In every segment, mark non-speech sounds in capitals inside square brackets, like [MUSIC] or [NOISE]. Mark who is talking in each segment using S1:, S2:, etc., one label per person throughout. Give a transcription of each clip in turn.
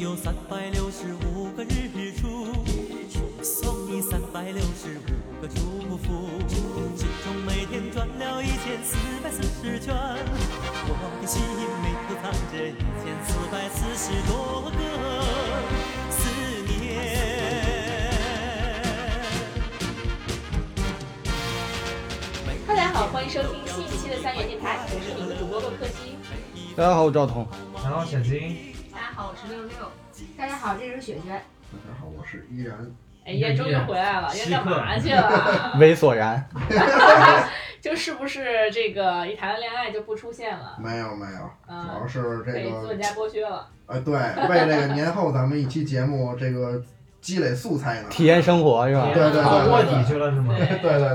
S1: 有三百六十五个日出，送你三百六十五个祝福。心中每天转了一千四百四十圈，我的心里头藏着一千四百四十多个思念。
S2: 哈，大家好，欢迎收听新一期的三元电台，我是你们的主播洛克西。
S3: 大家好，我赵彤。
S4: 然后小金，
S2: 大家好，我是六六。
S5: 大家好，这是雪雪。
S6: 大家好，我是依然。
S2: 哎呀，终于回来了，要干嘛去了？
S3: 猥琐然，
S2: 就是不是这个一谈了恋爱就不出现了？
S6: 没有没有，主
S2: 嗯，
S6: 要是这
S2: 被资
S6: 个
S2: 本家剥削了。
S6: 呃，对，为这个年后咱们一期节目这个积累素材呢。
S3: 体验生活是吧？
S6: 对对
S4: 跑
S6: 对
S4: 卧底去了是吗？
S2: 对
S4: 哎
S6: [LAUGHS] 对对啊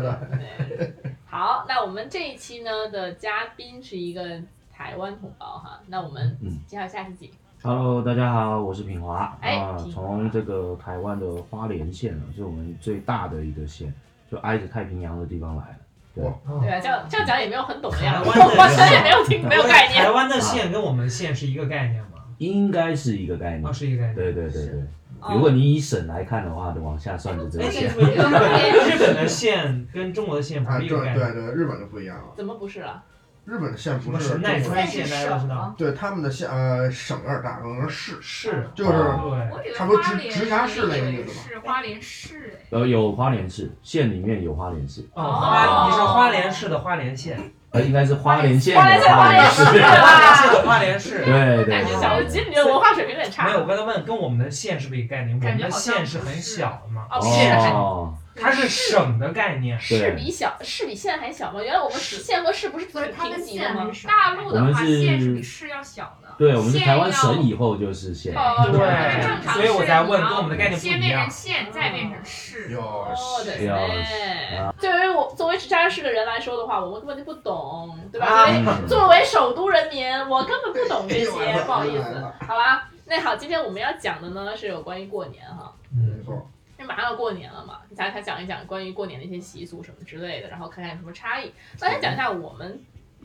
S6: 对，
S2: 对。好，那我们这一期呢的嘉宾是一个台湾同胞哈，那我们介绍一下自己。
S7: Hello，大家好，我是品华。
S2: 哎
S7: 啊
S2: 品，华
S7: 从这个台湾的花莲县呢，是我们最大的一个县，就挨着太平洋的地方来的。
S2: 对啊，这样这样讲也没有很懂的样子，
S4: 台湾
S2: 我
S4: 的
S2: 完全也没有听，没有概念
S4: 台。湾的县跟我们县是一个概念吗？
S7: 应该是一个概念。
S4: 啊，是一个概念。
S7: 对对对对，
S2: 哦
S7: 如果你以省来看的话，就往下算就这
S4: 哎，
S7: 个
S4: 这
S7: 县
S4: 是。不是日本？日本的县跟中国的县不
S6: 啊
S4: 是
S6: 对
S4: 一个概念。
S6: 对对，日本就不一样了。
S2: 怎么不是了？
S6: 日本的县
S4: 哎什
S6: 不
S4: 么
S6: 是
S4: 神奈
S6: 中国
S4: 川
S6: 的
S4: 县大家都知道，
S6: 对他们的县呃省有点大，可能是
S4: 是，
S6: 就是
S7: 啊
S4: 对，
S8: 我以为
S6: 差不多
S8: 花
S6: 直
S8: 莲
S6: 直辖市那个
S8: 也
S6: 意思吧
S8: 是花莲市哎，
S7: 呃，有花莲市，县里面有花莲市，
S4: 哦，花，你是花莲市的花莲县，
S7: 呃，应该是花莲县的
S2: 花莲县
S7: 花莲市。
S2: 花莲
S4: 花
S2: 县
S4: 莲市的花莲市。
S7: 对对
S2: 感觉
S7: 对
S2: 小
S7: 对对。
S2: 金，你的文化水平有点差。
S4: 没有，我刚才问跟我们的县是不是一个概念？我
S8: 感
S4: 们
S8: 觉
S4: 的
S8: 好像
S4: 县是很小的嘛，
S2: 哦，
S4: 县
S2: 是
S7: 哦，
S4: 它是省的概念。
S2: 市
S7: 对
S2: 比小市比县还小吗？原来我们
S4: 是
S2: 县和市不是
S5: 不是他
S2: 平
S5: 们
S2: 级的
S5: 县
S2: 吗
S5: 很？少，
S8: 大陆
S7: 我
S8: 的
S7: 们
S8: 话，
S7: 是
S8: 县是比市要小的。
S7: 对，我们是台湾
S8: 县要
S7: 省以后就是县。
S2: 哦
S4: 对
S8: 对正常
S4: 所以我在问
S8: 是你要
S4: 跟我们的概念不
S8: 先
S4: 一
S8: 变
S4: 样
S8: 成。县，再变成市。
S6: 有
S2: 哦，对
S7: 要啊
S2: 对，对于我作为直辖市的人来说的话，我们根本就不懂，对吧？作
S4: 啊
S2: 为
S7: 嗯
S2: 作为首都人民，我根本不懂这
S6: 哎呦完
S2: 些，
S6: 了
S2: 不好意
S6: 完
S2: 思
S6: 了，
S2: 好吧？那好，今天我们要讲的呢是有关于过年哈，
S4: 嗯
S6: 没错，
S2: 因为马上要过年了嘛，大家讲一讲关于过年的一些习俗什么之类的，然后看看有什么差异。那先讲一下我们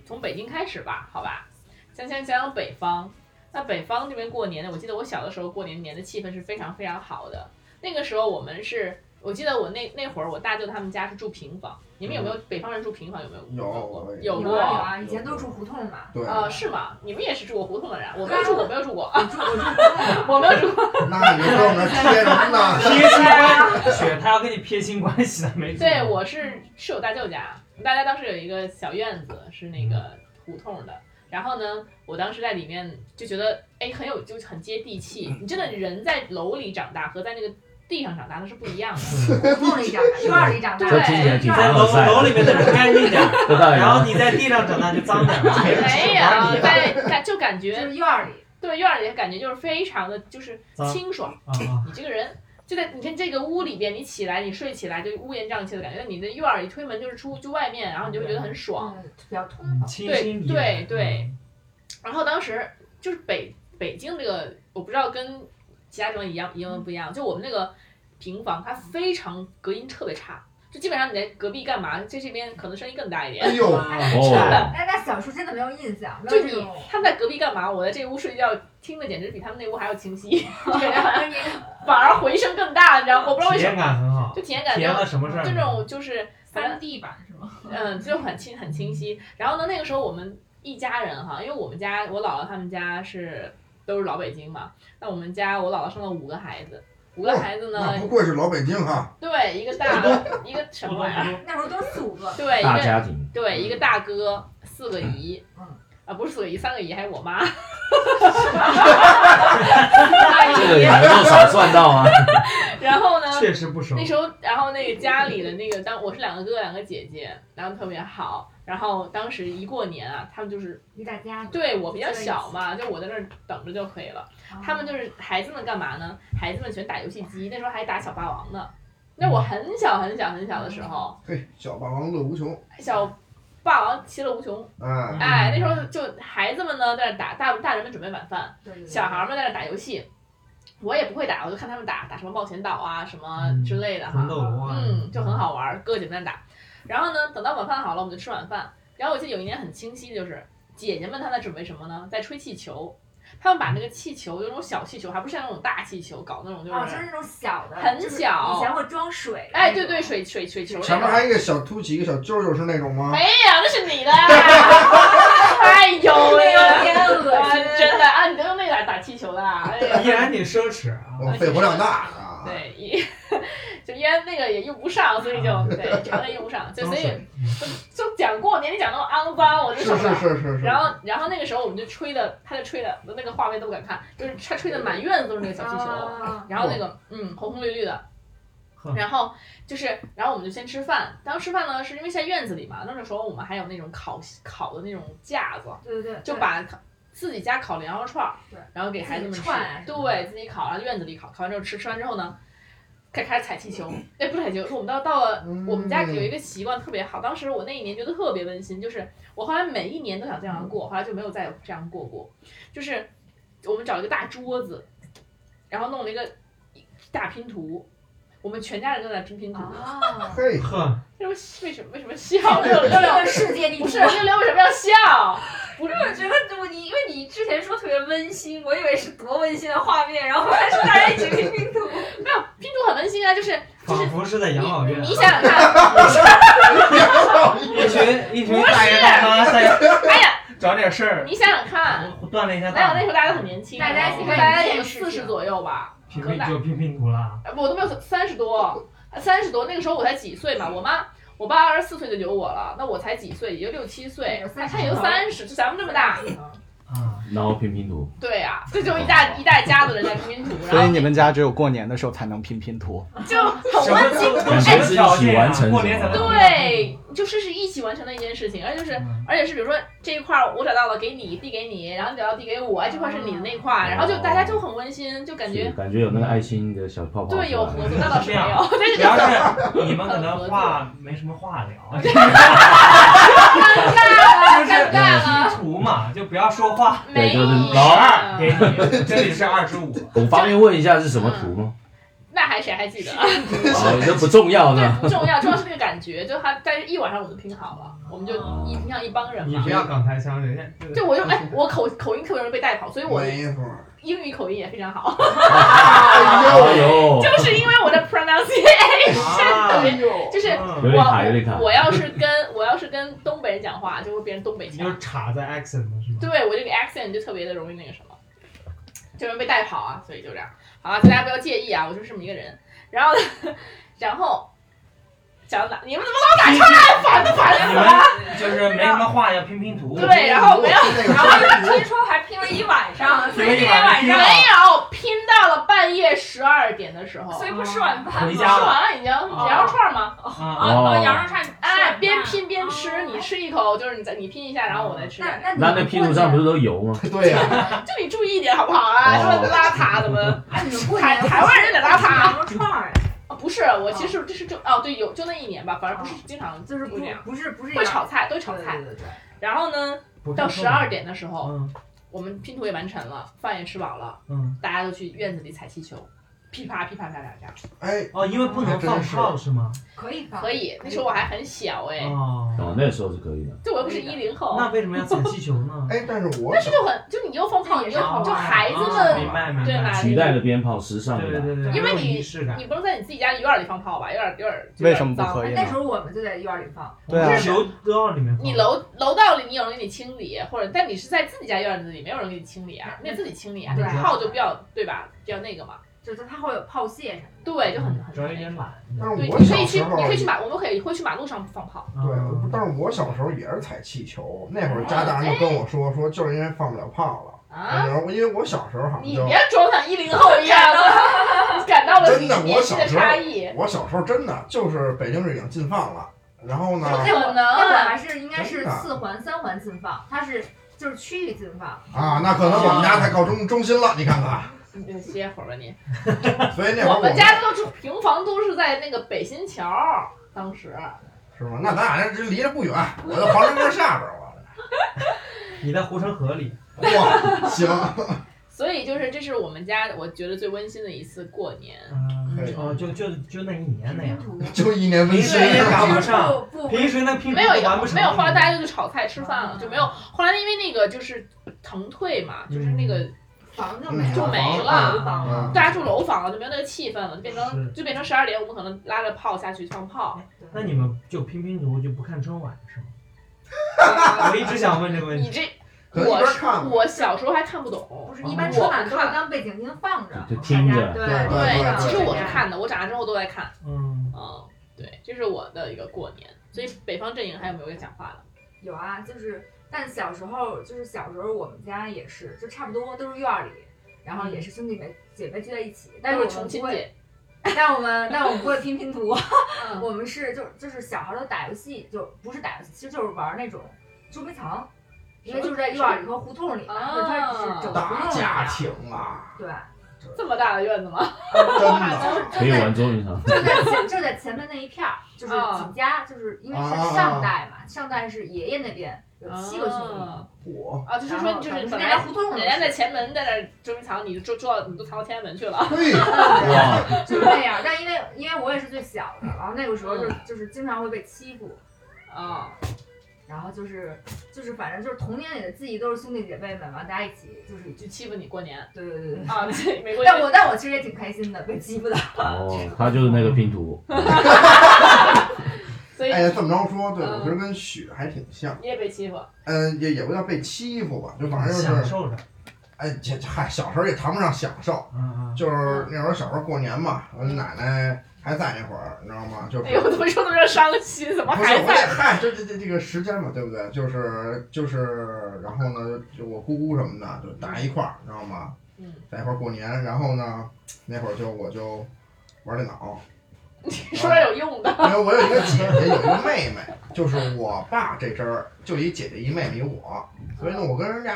S2: 从北京开始吧，好吧？先先讲讲北方。那北方这边过年呢，我记得我小的时候过年年的气氛是非常非常好的。那个时候我们是，我记得我那那会儿我大舅他们家是住平房，你们有没有北方人住平房？有没有？
S6: 有
S2: 有
S5: 有
S2: 过。
S5: 啊有啊，以前都住胡同嘛。
S6: 对，
S2: 呃，是吗？你们也是住过胡同的人？啊我没有住过，我没有住过，
S5: 我住我住胡同嘛。
S2: 我没有住过。
S6: 那你就跟我们贴什么
S2: [LAUGHS]
S6: 呢？
S4: 撇清关系，他要跟你撇清关系的，没
S2: 对，我是是我大舅家，我们大家当时有一个小院子，是那个胡同的。然后呢，我当时在里面就觉得，哎，很有，就是很接地气。你真的人在楼里长大和在那个地上长大那是不一样的。
S4: 嗯
S5: 胡同里长大，院儿里长大。
S7: 这听起来挺
S4: 在哎
S7: 凡
S4: 楼
S7: 尔赛的。
S4: 楼里面的人干净点儿， [LAUGHS]
S7: 这倒也
S4: 然后你在地上长大就脏
S2: [LAUGHS]
S4: 点儿了。
S2: 没有，在在就感
S5: 就
S2: 觉
S5: 是院儿里，
S2: 对院儿里的感觉就是非常的就是清爽。
S4: 啊，
S2: 你这个人就在你看这个屋里边，你起来你睡起来就乌烟瘴气的感觉，你的院儿一推门就是出就外面，然后你就会觉得很爽。
S5: 嗯，比较通
S4: 嗯
S5: 透。
S4: 清新怡
S2: 对对
S4: 然
S2: 对然后当时就是北北京这个，我不知道跟其他地方一样一样不一样，就我们那个平房，它非常隔音特别差，就基本上你在隔壁干嘛，在这边可能声音更大一
S6: 哎
S2: 点。
S4: 嗯
S6: 呦，
S7: 哦，
S5: 但但小时候真的没有印象，没
S2: 就
S5: 有
S2: 你
S5: 这种。
S2: 他们在隔壁干嘛，我在这屋睡觉，听的简直比他们那屋还要清晰，就感觉好
S5: [LAUGHS]
S2: 像
S5: 就是你
S2: 反而回声更大，你知道吗？我不知道为
S4: 体
S2: 什
S4: 验
S2: 么，
S4: 感很好
S2: 就。体验感
S4: 体
S2: 就
S4: 验了什么事儿？
S2: 这种就是
S8: 三 D 版是吗？
S2: 嗯，就很清很清晰。然后呢，那个时候我们一家人哈，因为我们家我姥姥他们家是都是老北京嘛，那我们家我姥姥生了五个孩子，五
S7: 哦
S2: 个孩子呢
S6: 那，不愧是老北京哈，
S2: 对，一个
S7: [LAUGHS]
S2: 大的，一个什么玩意儿？
S5: 那时候都四五个，
S2: 对，一
S7: 大
S2: 个
S7: 家嗯庭，
S2: 对一个大哥，四个姨，啊，不是四个姨，三个姨还有我妈， [LAUGHS] 大
S7: 这个
S2: 姨
S7: 也，还够少算到啊。 [LAUGHS]
S2: 然后呢，
S4: 确实不熟
S2: 那。时候，然后那个家里的那个，当我是两个哥哥两个姐姐，然后特别好。然后当时一过年啊，他们就是
S5: 一大家子。
S2: 对我比较小嘛，就我在那儿等着就可以
S9: 哦
S2: 了。
S5: 啊
S2: 他们就是孩子们干嘛呢？孩子们全打游戏机，那时候还打小霸王呢。那我很小很小很小的时候，
S6: 嘿，小霸王乐无穷，
S2: 小霸王其乐无穷。
S6: 哎，
S2: 哎，那时候就孩子们呢在那儿打，大大人们准备晚饭，
S5: 对对对
S2: 小孩儿们在那儿打游戏。我也不会打，我就看他们打打什么冒险岛啊什么之类的哈。
S4: 红豆萝啊，
S2: 嗯，就很好玩儿，哥姐们打。然后呢，等到晚饭好了，我们就吃晚饭。然后我记得有一年很清晰，就是姐姐们她在准备什么呢？在吹气球。他们把那个气球，就那种小气球，还不是像那种大气球，搞那种就
S5: 哦，就是
S2: 是，
S5: 那种小的，
S2: 很
S5: 就是
S2: 小
S5: 以前会装水。
S2: 哎，对对，，水水水球那
S6: 前面
S2: 种
S6: 还有一个小凸起一个小揪揪，是那种吗？
S2: 没有，那是你的，
S6: [LAUGHS]
S2: 太油
S5: 哎呦
S2: 了，
S5: 天恶
S2: 啊
S5: 心！
S2: 真的啊，你都用那来打气球的啊，哎
S6: [LAUGHS]
S2: 呀
S4: [LAUGHS] 依然挺奢侈啊。
S6: 我哦肺活量大啊！
S2: 对，一就因为那个也用不上，所以就 [LAUGHS]
S6: [LAUGHS]
S2: 对常年用不上，就所以就就讲过年，你讲那么肮脏，我就是受不
S6: 是
S2: 了。
S6: 是是是。
S2: 然后，然后那个时候我们就吹的，他就吹的那个画面都不敢看，就是他吹的满院子都是那个小气球，
S5: 啊
S2: 然后那个嗯红红绿绿的
S4: 呵，
S2: 然后就是，然后我们就先吃饭。当时吃饭呢，是因为在院子里嘛，那个时候我们还有那种烤烤的那种架子，
S5: 对对对，
S2: 就把烤自己家烤羊肉串儿
S5: 对，
S2: 然后给孩子们
S5: 自
S2: 吃
S5: 己串啊，什么的
S2: 对自己烤，然后院子里烤，烤完之后吃，吃完之后呢，开开始踩气
S5: [LAUGHS]
S2: 球，哎，不是踩气球，是我们到到了
S6: 嗯
S2: 我们家有一个习惯特别好，当时我那一年觉得特别温馨，就是我后来每一年都想这样过，后来就没有再有这样过过，就是我们找了一个大桌子，然后弄了一个大拼图。我们全家人都在拼拼图， [LAUGHS]
S5: 啊，
S6: 嘿，
S4: 呵，
S2: 为什么为什么为什么笑？六六六
S5: 这个世界地图
S2: 不是六六为什么要笑？不是
S8: 我觉得我你因为你之前说特别温馨，我以为是多温馨的画面，然后还是大家一起拼拼图。
S2: 没有拼图很温馨啊，就是
S4: 仿佛是在养老院啊
S2: 你，想想看，
S4: 一群一群大爷大妈在
S2: 哎呀，
S4: 找点事儿，
S2: 你想想看，
S4: 我锻炼一下
S2: 啊哪有那时候
S4: 大
S2: 大家都很年轻，啊
S5: 大家一起
S2: 大
S5: 干
S2: 家
S5: 一
S2: 有
S5: 件事
S2: 四
S5: 情
S2: 十左右吧，
S4: 拼
S2: 可能
S4: 拼
S2: 大
S4: 就拼拼图了。
S2: 哎我都没有三十多，三十多那个时候我才几岁嘛，我妈。我爸二十四岁就有我了，那我才几岁，也就六七岁
S5: 有，
S2: 那
S5: 三十
S2: 他也就
S5: 头
S2: 哎三十，就咱们这么大。
S4: 啊，
S7: 然后拼拼图，
S2: 对呀、这就一大一大家子人在拼拼图，
S3: 所以
S2: 然
S3: 你们家只有过年的时候才能拼拼图。
S2: 后就很
S4: 什么
S2: 温馨。哎
S4: 都都什么条件啊？过年怎么
S2: 对，就是是一起完成的一件事情，而且就是而且是比如说这一块儿我找到了，给你递给你，然后你找到递给我，哎这块儿是你的那一块儿，然后就大家就很温馨，就感
S7: 是
S2: 觉
S7: 感觉有那个爱心的小泡泡出来，
S2: 对有合作，那倒是没有，但是
S4: 主要是你们可能话没什么话聊，
S2: [LAUGHS]
S4: 就是
S2: 尴尬了，
S4: 拼
S2: [LAUGHS]
S4: 图嘛，就不要说话。
S2: 没有
S4: 老二给你，这里是二十五，
S7: 我方便问一下是什么图吗？
S2: 那还谁还记得？
S7: 哦，这不重要
S2: 对，
S7: 呢。
S2: 不重要，重要是那个感觉，就他，但是一晚上我们拼好了，我们就
S7: 哦
S2: 一平常一帮人
S4: 你
S2: 嘛
S4: 不。要港台腔，人家
S2: 就我就哎，我口口音特别容易被带跑，所以我
S6: 没错。
S2: 英语口音也非常
S7: 哦
S2: 好，
S7: 哎呦，
S2: 就是因为我的 pronunciation 特
S4: 啊，
S2: 别，哎就是
S7: 有
S4: 嗯
S7: 点卡，有点卡
S2: 我。我要是跟我要是跟东北人讲话，就会变成东北
S4: 你
S2: 腔
S4: 就。插在 accent 了是吗？
S2: 对我这个 accent 就特别的容易那个什么，就容易被带跑啊，所以就这样。好了，大家不要介意啊，我就是这么一个人。然后， [LAUGHS] 然后讲哪？你们怎么老打岔呀？烦都烦
S4: 你
S2: 死
S4: 们
S2: 了。
S4: 就是没什么话要拼拼图，
S2: 对然后没有
S6: 那个
S8: 然后
S6: 拼图
S8: 听说还拼了一晚
S2: 哎
S8: 上，所以
S4: 拼
S8: 那
S4: 了一
S8: 天晚
S4: 晚上
S8: 上，
S2: 没有，拼到了半夜十二点的时候，
S8: 所以不吃晚饭
S4: 回
S8: 吗？
S2: 吃
S4: 家
S2: 完
S4: 了
S2: 了已经羊肉串吗？
S4: 啊，
S8: 啊，
S7: 哦
S8: 啊羊肉串，
S2: 哎，
S8: 吃
S2: 边
S8: 晚饭
S2: 拼边吃，你吃一口，就是你再你拼一下，然后我再吃。
S5: 那那你
S7: 那
S5: 们
S7: 那拼图上不是都油吗？
S6: 对呀，
S2: 就你注意一点好不好啊？
S7: 哦
S2: 这么邋遢怎
S7: [LAUGHS]
S2: 么？
S5: 哎，你们过
S2: 台
S5: 年
S2: 台湾人得邋遢
S5: 羊肉串儿，
S2: 啊，不是，我其实这是就哦，对，有就那一年吧，反正不是经常
S5: 就是
S2: 不
S5: 不
S2: 这
S9: 哦
S2: 样，
S5: 不是不是
S2: 会炒菜，都炒
S5: 炒
S2: 菜
S5: 菜。。对对
S2: 然后呢，
S4: 不
S2: 到十二，点的时候，
S4: 嗯
S2: 我们拼图也完成了，饭也吃饱了，
S4: 嗯，
S2: 大家都去院子里踩气球，噼啪噼啪啪啪啪，
S6: 哎，
S4: 哦，因为不能放炮是吗？
S5: 可以
S9: 哦
S5: 吧？
S2: 可以。那时候我还很小哎，
S7: 哦，
S4: 哦，
S7: 那时候是可以的。
S2: 就我又不是一零后，
S4: 那为什么要踩气球呢？
S6: 哎，但是我
S2: 但是就很就你又放炮，你啊又
S5: 哦
S2: 就孩子
S5: 哦
S2: 们
S4: 明白明白，
S2: 对吧？
S7: 取代了鞭炮，时尚
S4: 对
S7: 的吧。
S4: 对对，
S2: 因为
S4: 没有
S2: 你
S4: 仪式感
S2: 你。不能在你自己家院儿里放炮吧？有点有点
S3: 为什么不可
S2: 以？
S3: 以呢
S5: 那时？候我们就在院儿里放，
S3: 对啊
S4: 球都要里面放。
S2: 你楼楼道里你有人给你清理，或者但你是在自己家院子里，没有人给你清理啊，你得自己清理啊。你
S5: 对
S2: 炮就比较对吧？比较那个嘛，
S5: 就是它会有炮械什么
S2: 对，就很很
S4: 主要有点懒。
S6: 但是
S2: 对，
S6: 我
S2: 你可
S6: 小
S2: 以
S6: 时
S2: 去，
S6: 候
S2: 你可以去马，我们可以会去马路上放炮。
S6: 对，
S4: 啊
S6: 但是我小时候也是踩气球，那会儿家长就跟我说说，就是因为放不了炮了。
S2: 啊！
S6: 然后因为我小时候好像
S2: 你
S6: 就
S2: 别装像一零后一 [LAUGHS] 样的，感到了
S6: 真的
S2: 年
S6: 我
S2: 纪
S6: 小
S2: 的
S6: 时候
S2: 差异。
S6: 我小时候真的就是北京市已经禁放了，然后呢
S5: 的。那会儿
S2: 可能啊
S5: 那会儿还是应该是
S6: 真的
S5: 四环三环禁放，它是就是区域禁放。
S6: 啊，那可能我们家太靠中中心了，你
S2: [LAUGHS]
S6: 看看。
S2: 你就嗯歇会儿吧你。
S6: 所以那会儿
S2: 我们家都住平房，都是在那个北新桥儿，当时
S6: 是吗？那咱俩这离着不远，我在黄城根下边儿，
S4: 你在护城河里，
S6: 我哇，行，
S2: 所以就是这是我们家我觉得最温馨的一次过年。
S4: 嗯
S6: 可以，
S4: 哦，就就就那一年那样，
S6: 就一年温
S4: 平
S6: 馨
S4: 时。也赶哎不上，
S10: 不
S4: 平时那拼
S2: 没有
S4: 图完不成，
S2: 没有，后来大家就去炒菜吃饭了，就没有。后来因为那个就是腾退嘛，就是那个
S9: 房子没
S6: 嗯
S2: 就
S9: 了，
S2: 没了，
S10: 房
S6: 嗯
S2: 大家住楼房了，就没有那个气氛了，就变
S4: 是
S2: 成就变成十二点，我们可能拉着炮下去放
S9: [LAUGHS]
S2: 炮。
S7: 嗯
S4: 那你们就拼拼图就不看春晚是吗？ [LAUGHS] 我一直想问这个问
S2: 你
S4: 题，
S2: 这
S6: 可能一
S2: 我
S6: 边看吧，
S2: 我小时候还看不懂
S9: 不，是一般春
S2: 我
S9: 晚都是
S2: 看。
S9: 当背景音放着，
S7: 就听
S9: 大家
S7: 着
S9: 对
S6: 对
S9: 对
S2: 对，其实我是看的，我长大之后都在看。
S4: 嗯，
S2: 嗯，对，这是我的一个过年。所以北方阵营还有没有要讲话的？
S9: 有啊，就是，但小时候就是小时候我们家也是，就差不多都是院儿里，然后也是兄弟姐妹姐妹聚在一起，但是
S2: 都
S9: 我
S2: 是
S9: 们
S2: 重
S9: 哦不
S2: 庆
S9: 会，
S2: 节，
S9: 但我们但我们不会拼拼图，
S2: 嗯
S9: 我们是就就是小孩儿都打游戏，就不是打游戏，其实就是玩儿那种捉迷藏，因为
S2: 哎
S9: 就是在院儿里和胡同里嘛，
S2: 啊
S9: 就是它只是整个胡
S6: 大
S9: 同里
S6: 家
S9: 啊，
S6: 庭啊，
S9: 对，
S2: 这么大的院子吗？
S6: 真的。
S9: 就
S7: 可以
S9: 是
S7: 玩捉迷藏。
S9: 就在就在前就在前面那一片儿，就是
S2: 啊
S9: 几家，就是因为
S6: 啊
S9: 是上代嘛，上代是爷爷那边有七个兄弟，
S2: 啊
S6: 我
S2: 啊，就是
S9: 然
S2: 说
S9: 后
S2: 就
S9: 反
S2: 是
S9: 正
S2: 本
S9: 人家
S2: 来嗯
S9: 胡同里
S2: 人家在前门在那儿捉迷藏，你就捉捉到你都藏到天安门去了。
S6: 对，
S7: 哇，
S9: 就是那样。但因为因为我也是最小的，然后那个时候
S2: 嗯
S9: 就就是经常会被欺负，
S2: 啊，
S9: 然后就是就是反正就是童年里的记忆都是兄弟姐妹们，然后大家一起就是
S2: 就欺负你过年
S9: 对对对对。
S2: 啊，对，没过
S9: 但
S2: 年。
S9: 我但我其实也挺开心的，被欺
S10: [LAUGHS]
S9: 负的。
S7: 哦，他就是那个拼图，
S2: 所以
S6: 哎，这么着说，对
S2: 嗯
S6: 我觉得跟雪还挺像，
S2: 你也被欺负。
S6: 嗯，也也不叫被欺负吧，就反正就
S4: 享
S6: 是，
S4: 受着，
S6: 哎，这嗨，小时候也谈不上享受，
S4: 啊
S6: 就是那会儿小时候过年嘛，我奶奶还在那会儿，你知道吗？就是
S2: 哎呦，怎么说那么伤心？怎么
S6: 不是，
S2: 还
S6: 我也
S2: 在？
S6: 嗨，这这这这个时间嘛，对不对？就是就是，然后呢，就我姑姑什么的，就大家一块儿，你知道吗？
S2: 嗯，
S6: 在一块儿过年，然后呢，那会儿就我就玩电脑，
S2: 你说点有用的。
S6: 因为我有一个姐姐，有一个妹妹，就是我爸这阵儿就一姐姐一妹妹一我，所以呢，我跟人家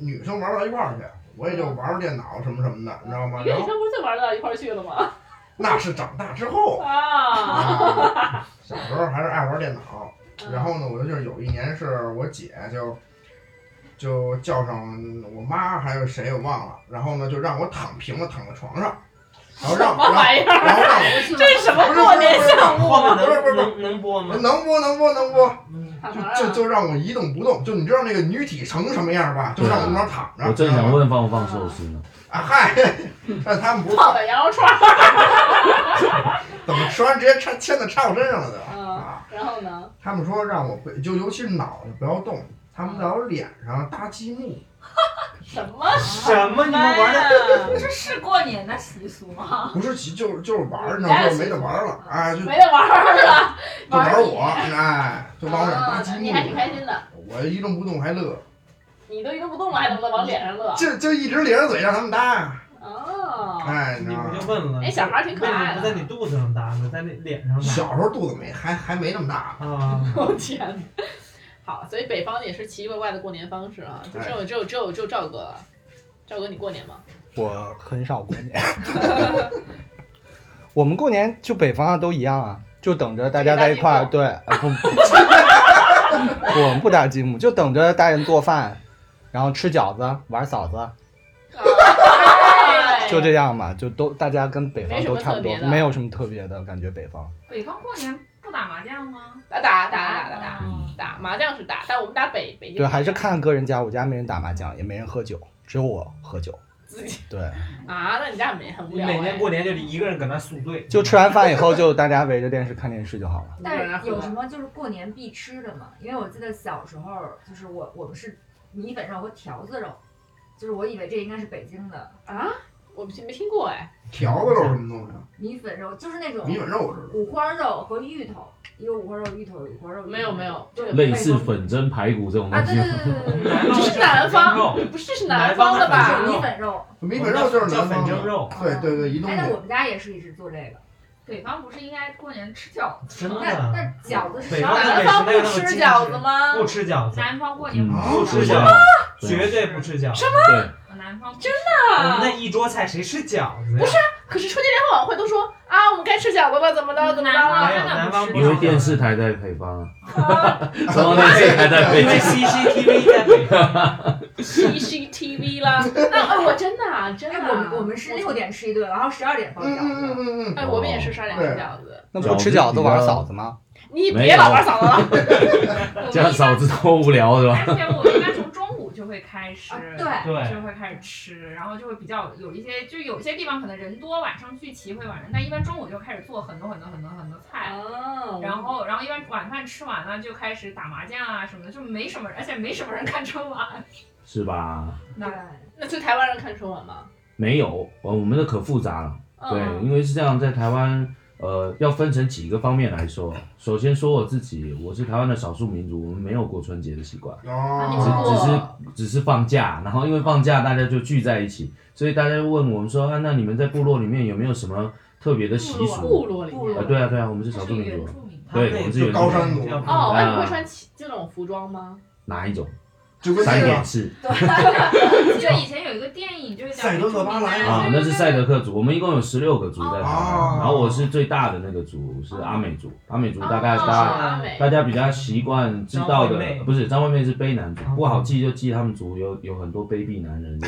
S6: 女生玩不到一块儿去，我也就玩玩电脑什么什么的，你知道吗？
S2: 你跟
S6: 然
S2: 女
S6: 后
S2: 生不是最玩得到一块儿去了吗？
S6: 那是长大之后，
S2: [LAUGHS] 啊，
S6: 啊，小时候还是爱玩电脑，
S2: 嗯
S6: 然后呢，我就是有一年是我姐就就叫上我妈还有谁我忘了，然后呢就让我躺平了，躺在床上，然
S2: [LAUGHS]
S6: 后让
S2: 什么玩意
S6: 然
S2: 儿？
S6: 后然后让我
S2: 这是什么
S6: 不是
S2: 过年
S4: [LAUGHS]
S2: 项目？
S4: 嗯
S2: 啊
S4: 后面
S6: 不是不是
S4: 能
S6: 不
S4: 能
S6: 是
S4: 能播吗？
S6: 能播能播能播，
S4: 嗯，
S2: 躺床
S6: 就就
S2: 上
S6: 就让我一动不动，就你知道那个女体成什么样吧？就让我那边躺着。
S7: 嗯我正
S6: 知道
S7: 想
S6: 吗
S7: 问放不放寿司呢，
S6: 啊嗨，但他们不是
S2: 泡的羊肉串儿。
S6: 怎么吃完直接插签子插我身上了都
S2: 嗯
S6: 啊！
S2: 然后呢？
S6: 他们说让我不就尤其是脑袋不要动，他们在我脸上搭积木。
S2: 什么？
S4: 什么你们玩的？
S2: 的？
S10: 这是过年的习俗吗？
S2: 啊
S6: 不是急，就是就是玩儿，你知道吗？就是没得玩儿了，哎，就就
S2: 没得玩儿了。
S6: 玩儿我，哎，就往脸上搭积
S2: 啊你还挺
S6: 木，
S2: 开心的。
S6: 我一动不动还乐，
S2: 你都一动不动了，还能不能往脸上乐？
S6: 就就一直咧着嘴让他们搭，
S2: 哦，
S6: 哎，你知
S4: 你
S6: 道
S4: 不
S6: 吗
S4: 就？问了？
S2: 哎小孩儿挺可爱的
S4: 为
S2: [LAUGHS]
S4: 什么不在你肚子上搭呢，在那脸上搭
S6: 小时候肚子没还还没那么大，
S4: 啊？
S2: 我哦天哪！好，所以北方也是奇奇怪怪的过年方式啊，就只有只有只有只有赵哥了。赵哥，你过年吗？
S3: 我很少过年。 [LAUGHS] 我们过年就北方啊都一样啊，就等着大家在一块儿，对，啊、不，我们不 [LAUGHS] 打积木，就等着大人做饭，然后吃饺子、玩嫂子，
S2: 哎
S3: 就这样嘛，就都大家跟北方
S2: 没什
S3: 都
S2: 么
S3: 差不
S2: 特
S3: 多
S2: 别，的
S3: 没有什么特别的感觉。北方
S10: 北方过年不打麻将吗？
S2: 打打打打打打
S7: 嗯，
S2: 打麻将是打，但我们打北北京
S3: 对，还是看个人家，我家没人打麻将，也没人喝酒，只有我喝酒。
S2: 自己
S3: 对，
S2: 啊，那你家没很无
S4: 你
S2: 聊、哎。
S4: 每年过年就得一个人搁那宿醉，
S3: 就吃完饭以后就大家围着电视看电视就好 [LAUGHS] 了。
S9: 但是有什么就是过年必吃的吗？因为我记得小时候就是我我们是米粉肉和条子肉，就是我以为这应该是北京的
S2: 啊？我没没听过哎，
S6: 条子肉什么东西啊？
S9: 米粉肉，就是那种
S6: 米粉肉我知道，
S9: 五花肉和芋头，有五花肉、芋头、有五花肉。
S2: 没有没有
S9: 就是
S7: 类似粉蒸排骨这种
S9: 啊，
S7: 东
S9: 对
S7: 西
S9: 对。对对对对
S4: 南
S2: 这是
S4: 方
S2: 南方
S4: 肉，
S2: 不是是南方的
S9: 对，
S2: 吧
S9: [LAUGHS] 就是？米粉肉。
S6: 米粉肉就是
S4: 叫粉
S6: 南方
S4: 蒸
S6: 的，
S4: 肉，
S6: 对对对，一动
S9: 哎，那
S6: 不
S9: 我
S6: 动。
S9: 们家也是一直做这个，
S10: 北方不是应该过年吃饺子
S4: 真
S10: 吗？
S9: 但
S4: 的
S9: 但饺子是
S4: 北
S9: 少
S4: 方的
S9: 打
S2: 南
S9: 的。
S2: 方不吃饺子吗？
S4: 不吃饺子，
S10: 南方过年
S7: 嗯
S10: 不，
S7: 不
S10: 吃
S7: 吃
S10: 饺
S7: 饺
S10: 子，
S7: 子，
S4: 绝对不吃饺子。
S7: 对，
S10: 南方不
S2: 真
S10: 吃
S4: 我们
S2: 的
S4: 那一桌菜谁吃饺子呀？不是，
S2: 可是春节联欢晚会都说啊，我们该吃饺子了，怎么的，怎么着了？
S4: 没有南方不
S7: 因为
S4: 是
S7: 电视台在配方啊，
S2: 啊
S7: 中央电视台在配
S4: 因为
S2: [LAUGHS]
S4: CCTV 在北方，
S2: ，CCTV
S5: [LAUGHS]
S2: 啦，那哎，我真的啊，真的
S5: 哎，
S2: 啊，
S5: 我们我们是六点吃一顿，然后十二点包
S6: 嗯
S5: 饺
S6: 嗯
S5: 子。
S6: 嗯嗯
S2: 哎，我们也是十二点吃
S7: 啊
S2: 饺子，
S3: 那不吃饺子玩嫂子吗？
S2: 你别老玩嫂子了， [LAUGHS]
S7: 这样嫂子多无聊是吧？
S8: 而且嗯我们应该从中午就会开始
S5: 啊，，对，
S4: 对
S8: 就会开始吃，然后就会比较有一些，就有些地方可能人多，晚上聚齐会晚上，但一般中午就开始做很多很多很多很多菜。
S2: 哦
S8: 然后，然后一般晚饭吃完了就开始打麻将啊什么的，就没什么人，而且没什么人看春晚。
S7: 是吧？
S8: 那
S5: 对
S2: 那就台湾人看春晚吗？
S7: 没有，呃，我们的可复杂了。对，
S2: 嗯，
S7: 因为是这样，在台湾，呃，要分成几个方面来说。首先说我自己，我是台湾的少数民族，我们没有过春节的习惯，
S6: 嗯，
S5: 啊
S2: 你
S7: 只
S2: 吃
S6: 哦，
S2: 过？
S7: 只是只是放假，然后因为放假大家就聚在一起，所以大家就问我们说，啊，那你们在部落里面有没有什么特别的习
S2: 部
S7: 俗？
S2: 落里
S5: 部
S2: 面
S5: 落
S7: 啊，对啊，对啊，我们是
S8: 嗯这
S7: 少
S8: 是
S7: 数民族
S8: 原
S7: 啊，
S8: 住民吧？
S7: 对
S4: 他们
S7: 我们是
S4: 那
S7: 原
S4: 个
S6: 高山
S4: 族
S6: 族
S2: 哦，那你会
S7: 啊
S2: 穿旗这种服装吗？
S7: 哪一种？
S6: 就跟那
S7: 三
S2: 哦
S6: 个
S7: 眼式
S8: 我记得以前有一个电影就是叫
S6: 塞德克巴莱
S7: 啊，那是赛德克族，我们一共有十六个族在台
S6: 哦
S7: 湾，然后我是最大的那个族，是阿美族，阿美族大概
S2: 哦
S7: 大
S4: 家
S2: 阿美
S7: 大家比较习惯知道
S4: 张惠
S7: 的呃
S4: 妹，
S7: 不是张惠妹是卑南族
S4: 哦，
S7: 不好记就记他们族有有很多卑鄙男人。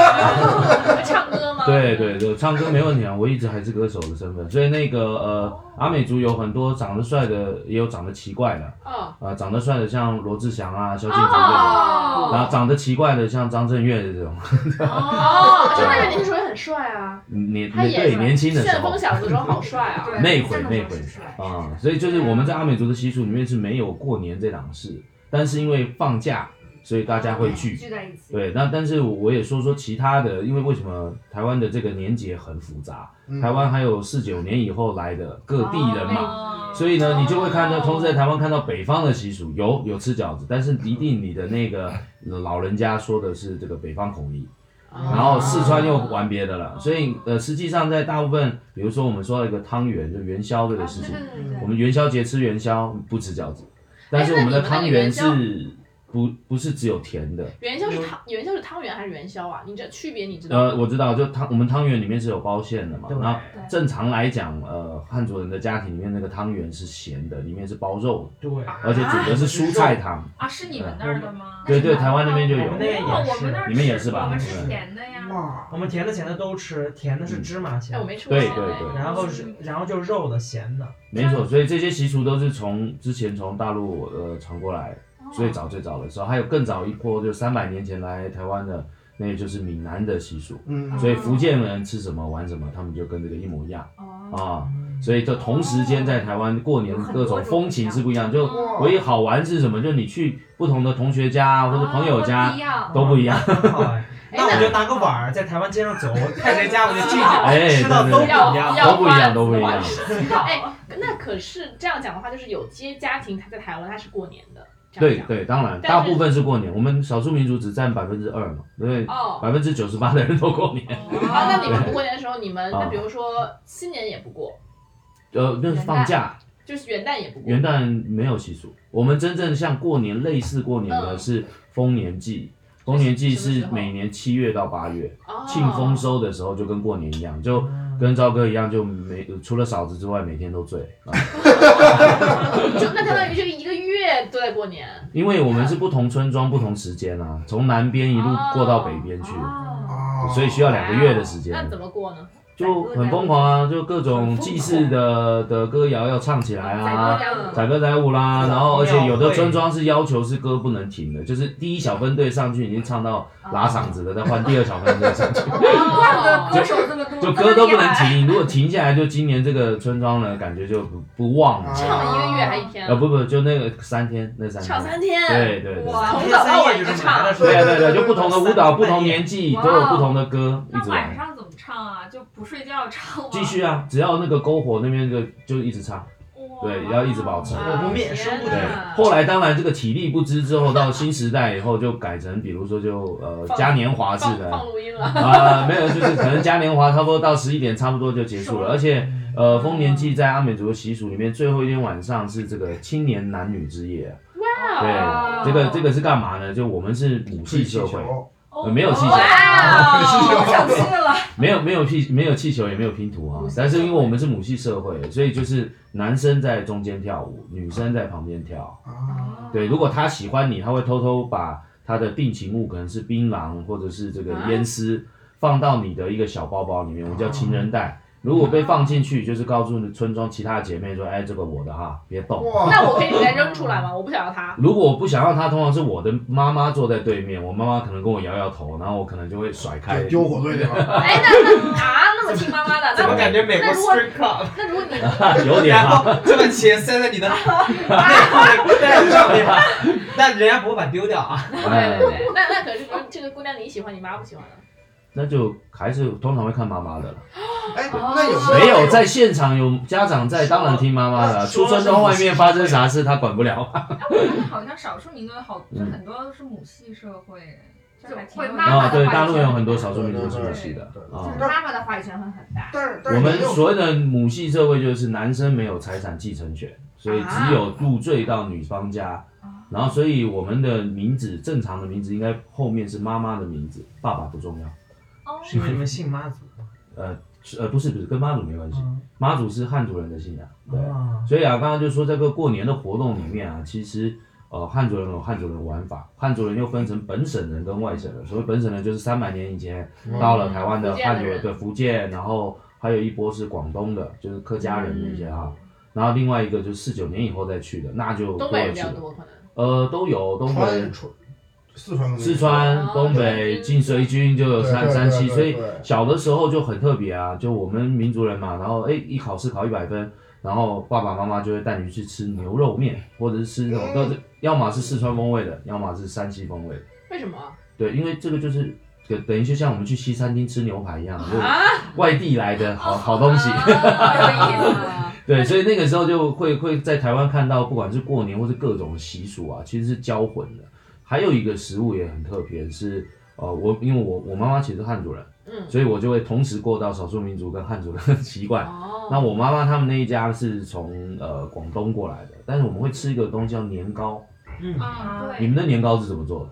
S2: 会唱歌吗？
S7: 对对对，唱歌没问题啊，我一直还是歌手的身份，所以那个呃，阿美族有很多长得帅的，也有长得奇怪的，
S2: 哦，
S7: 啊，长得帅的像罗志祥啊、萧敬腾这种，然
S2: 哦
S7: 后长得奇怪的像张震岳这种。
S2: 哦，真的是年轻时候也很帅啊，
S7: 你你
S2: 他也
S7: 对年轻的时
S2: 旋
S7: 候
S2: 风。小子的时候好帅啊。
S5: 对，
S7: 内鬼
S5: 这么
S7: 内
S5: 说
S7: 鬼
S5: 是是是
S7: 啊、所以就是我们在阿美族的习俗里面是没有过年这档事，但是因为放假，所以大家会聚。
S5: 聚在一起。
S7: 对，那但是我也说说其他的，因为为什么台湾的这个年节很复杂？
S6: 嗯
S7: 台湾还有四九年以后来的各地人嘛，
S8: 哦
S7: 所以呢，你就会看到，
S2: 哦
S7: 同时在台湾看到北方的习俗，有有吃饺子，但是一定你的那个老人家说的是这个北方口音，
S2: 哦
S7: 然后四川又玩别的了，所以呃，实际上在大部分，比如说我们说到一个汤圆，就元宵这个事情，
S2: 哦啊
S5: 对对
S7: 我
S5: 对，
S7: 们元宵节吃元宵不吃饺子，但是我们的汤圆
S2: 那你
S7: 是不不是只有甜的？
S2: 元宵是汤，元宵是汤圆还是元宵啊？你这区别你知道吗？
S7: 呃，我知道，就汤我们汤圆里面是有包馅的嘛。 [LAUGHS]
S4: 对
S7: 那正常来讲，呃，汉族人的家庭里面那个汤圆是咸的，里面是包肉
S4: 对，
S7: 的，而且煮的是蔬菜汤。
S8: 啊，是你们那儿的吗？
S7: 对对，台湾那边就
S4: 我
S7: 有
S4: 们。那
S8: 哦我们
S4: 个
S8: 那儿
S7: 你们也是吧
S8: 我们吃甜的呀。
S6: 哇，
S4: 我们甜的咸的都吃，甜的
S7: 嗯
S4: 是芝麻
S2: 哎，我
S4: 咸，
S2: 没吃过。
S7: 对对对，
S4: 然后是然后就肉的咸的，
S7: 没错，所以这些习俗都是从之前从大陆呃传过来，最早最早的时候，还有更早一波，就三百年前来台湾的，那也就是闽南的习俗。
S6: 嗯，
S7: 所以福建人吃什么玩什么，他们就跟这个一模一样
S5: 哦，
S7: 啊。
S4: [LAUGHS]
S7: 所以就同时间在台湾过年各种风情是不一样，就
S6: 哇
S7: 唯一好玩是什么？就你去不同的同学家啊或者朋友
S5: 不
S7: 家
S5: 一
S2: 哦
S5: 样。
S7: 都不一样。
S4: 很好哎。
S2: 哎
S4: 那我就拿个碗儿在台湾街上走，看谁家我就进
S7: 哎
S4: 去，吃到都不
S2: 对
S4: 一
S2: 对
S4: 样
S2: 对。
S7: 都不一样，都不一样。
S2: 哎，那可是这样讲的话，就是有些家庭他在台湾他是过年的，这
S7: 对
S2: 样讲。
S7: 对，当然，
S2: 但是
S7: 大部分是过年，我们少数民族只占百分之二嘛，对，
S2: 哦。
S7: 百分之九十八的人都过年。
S2: 啊，
S5: 啊
S2: 那你们不过年的时候，你们
S7: 啊
S2: 那比如说新年也不过，
S7: 呃，那是放假，
S2: 就是元旦也不过。
S7: 元旦没有习俗。我们真正像过年类似过年的
S2: 嗯
S7: 是丰年祭，丰年祭
S2: 什么时
S7: 是
S2: 候
S7: 每年七月到八月。
S2: 哦
S7: 庆丰收的时候就跟过年一样，就
S4: 嗯
S7: 跟赵哥一样，就每除了嫂子之外，每天都醉啊。
S2: 就那相当于这个一个月都在过年。
S7: 因为我们是不同村庄、不同时间啊，从南边一路过到北边去，
S5: 哦，
S6: 哦，
S7: 所以需要两个月的时
S2: 哦那
S7: 间
S2: 怎，么过呢？
S7: 就很疯狂啊！就各种祭祀的的歌谣要唱起来啊，
S5: 啊，
S7: 载歌载舞啦。然后而且有
S4: 庙
S7: 的
S4: 会
S7: 村庄是要求是歌不能停的，就是第一小分队上去已经唱到拉嗓子了，再换第二小分队上
S9: 哦
S7: 去。
S5: 怪不得歌手这么多，
S7: 就歌都不能停，如果停下来，就今年这个村庄呢，感觉就不不旺了。
S2: 唱了一个月还一天
S7: 呃，，不不，就那个三天，那三
S2: 唱
S7: 天，
S2: 三天。
S7: 对对对，
S5: 哇
S2: 从早到晚就唱。
S7: 对啊对
S6: 对
S7: 啊对
S6: 对
S7: 啊，就不同的舞蹈、不同
S4: 年。
S7: 年纪
S5: 哇
S7: 都有不同的歌，一
S8: 那
S7: 直
S8: 晚
S7: 玩。
S8: 上怎么唱啊？就不睡觉唱吗？
S7: 继续啊，只要那个篝火那边就就一直唱。
S8: 哇。
S7: 对要一直保持
S2: 啊
S4: 我不灭生不
S7: 对
S4: 对
S2: 天哪，
S7: 后来当然这个体力不支之后，到新时代以后就改成，比如说就呃
S2: 放
S7: 嘉年华式
S2: 放
S7: 的，
S2: 放录音了。
S7: 啊、没有，就是可能嘉年华差不多到十一点，差不多就结束了。而且，呃，丰年祭在阿美族的习俗里面，最后一天晚上是这个青年啊男女之夜。对，这个这个是干嘛呢？就我们是母系社会，
S6: 球，
S9: 哦
S7: 呃没有气 [LAUGHS] 球，
S2: 哇哦！
S11: 我想去了，
S7: 没有没有气没有气球，也没有拼图啊
S2: 母系。
S7: 但是因为我们是母系社会，所以就是男生在中间跳舞，女生在旁边跳。
S6: 啊，
S7: [LAUGHS] 对，如果他喜欢你，他会偷偷把他的定情物，可能是槟榔或者是这个
S2: 啊
S7: 烟丝，放到你的一个小包包里面，我们叫情人袋。如果被放进去，就是告诉村庄其他的姐妹说：“哎，这个我的哈，别动。”
S6: 哇，
S2: 那我可以再扔出来吗？我不想要它。
S7: 如果我不想要它，通常是我的妈妈坐在对面，我妈妈可能跟我摇摇头，然后我可能就会甩开
S6: 就。丢火堆里了。
S2: 哎，那那啊，那么听妈妈的，
S7: [LAUGHS]
S4: 怎么
S2: 那
S4: 感觉美国
S2: 那如果
S4: strip club，
S2: 那如果你
S7: 有点
S4: 然
S7: 啊，
S4: 后就把钱塞在你的 [LAUGHS] 内裤内裤上面，但人家不会把丢掉啊。
S2: 对
S7: 哎
S2: 对，对， [LAUGHS] 那那可是比如这个姑娘你喜欢，你妈不喜欢呢？
S7: 那就还是通常会看妈妈的了。
S6: 哎，那有
S11: 哦
S7: 没
S6: 有
S7: 有在现场有家长在，当然听妈妈的。出村庄外面发生啥事，他管不了。
S9: 哎，我发现好像少数民族有好，就
S7: 嗯
S9: 很多是母系社会，就
S11: 就
S9: 还挺
S11: 会
S9: 有
S11: 妈妈
S7: [LAUGHS] 啊，
S11: 的
S7: 对，
S11: 话
S7: 大陆
S11: 语
S7: 有
S11: 权
S7: 很多少数民族是母系的
S6: 对对对
S7: 啊
S11: 就是。妈妈的话语权会很大。
S6: 但是但是
S7: 我们
S6: 有
S7: 所谓的母系社会就是男生没有财产继承权，
S11: 啊
S7: 所以只有入赘到女方家。
S11: 哦
S7: 然后，所以我们的名字正常的名字应该后面是妈妈的名字，爸爸不重要。
S9: 哦，
S4: 是因为你们信妈祖
S7: 呃，是呃，不是不是，跟妈祖没关系，
S11: 哦
S7: 妈祖是汉族人的信仰。对，
S4: 啊，
S7: 所以啊，刚刚就说这个过年的活动里面啊，其实呃，汉族人有汉族人的玩法，汉族人又分成本省人跟外省人。所谓本省人就是三百年以前到了台湾的
S2: 福建的
S7: 汉族
S2: 人
S7: 人，对福建，然后还有一波是广东的，就是客家人那些啊。然后另外一个就是四九年以后再去的，那就
S2: 东
S7: 过
S2: 北人
S7: 了
S2: 比
S7: 去
S2: 较
S7: 了。
S2: 多，可能
S7: 呃，都有东北
S6: 川、、川四川的那个
S7: 四川
S2: 哦、
S7: 东北、晋绥军就有三
S6: 对对对
S7: 三七，
S6: 对
S7: 所以
S6: 对
S7: 小的时候就很特别啊，就我们民族人嘛，然后哎一考试考一百分，然后爸爸妈妈就会带你去吃牛肉面，或者是吃那种都是，要么是四川风味的，要么是山西风味的。
S2: 为什么
S7: 对，因为这个就是就等于就像我们去西餐厅吃牛排一样，就
S2: 啊？
S7: 外地来的
S9: 哦
S7: 好好东西。 [LAUGHS]
S2: 啊
S7: 对，所以那个时候就会会在台湾看到，不管是过年或是各种习俗啊，其实是交混的。还有一个食物也很特别，是呃，我因为我我妈妈其实是汉族人， [LAUGHS]
S2: 嗯，
S7: 所以我就会同时过到少数民族跟汉族的 [LAUGHS] 习惯。
S2: 哦，
S7: 那我妈妈他们那一家是从呃广东过来的，但是我们会吃一个东西叫年糕。
S4: 嗯，
S9: 啊，对，
S7: 你们的年糕是怎么做的？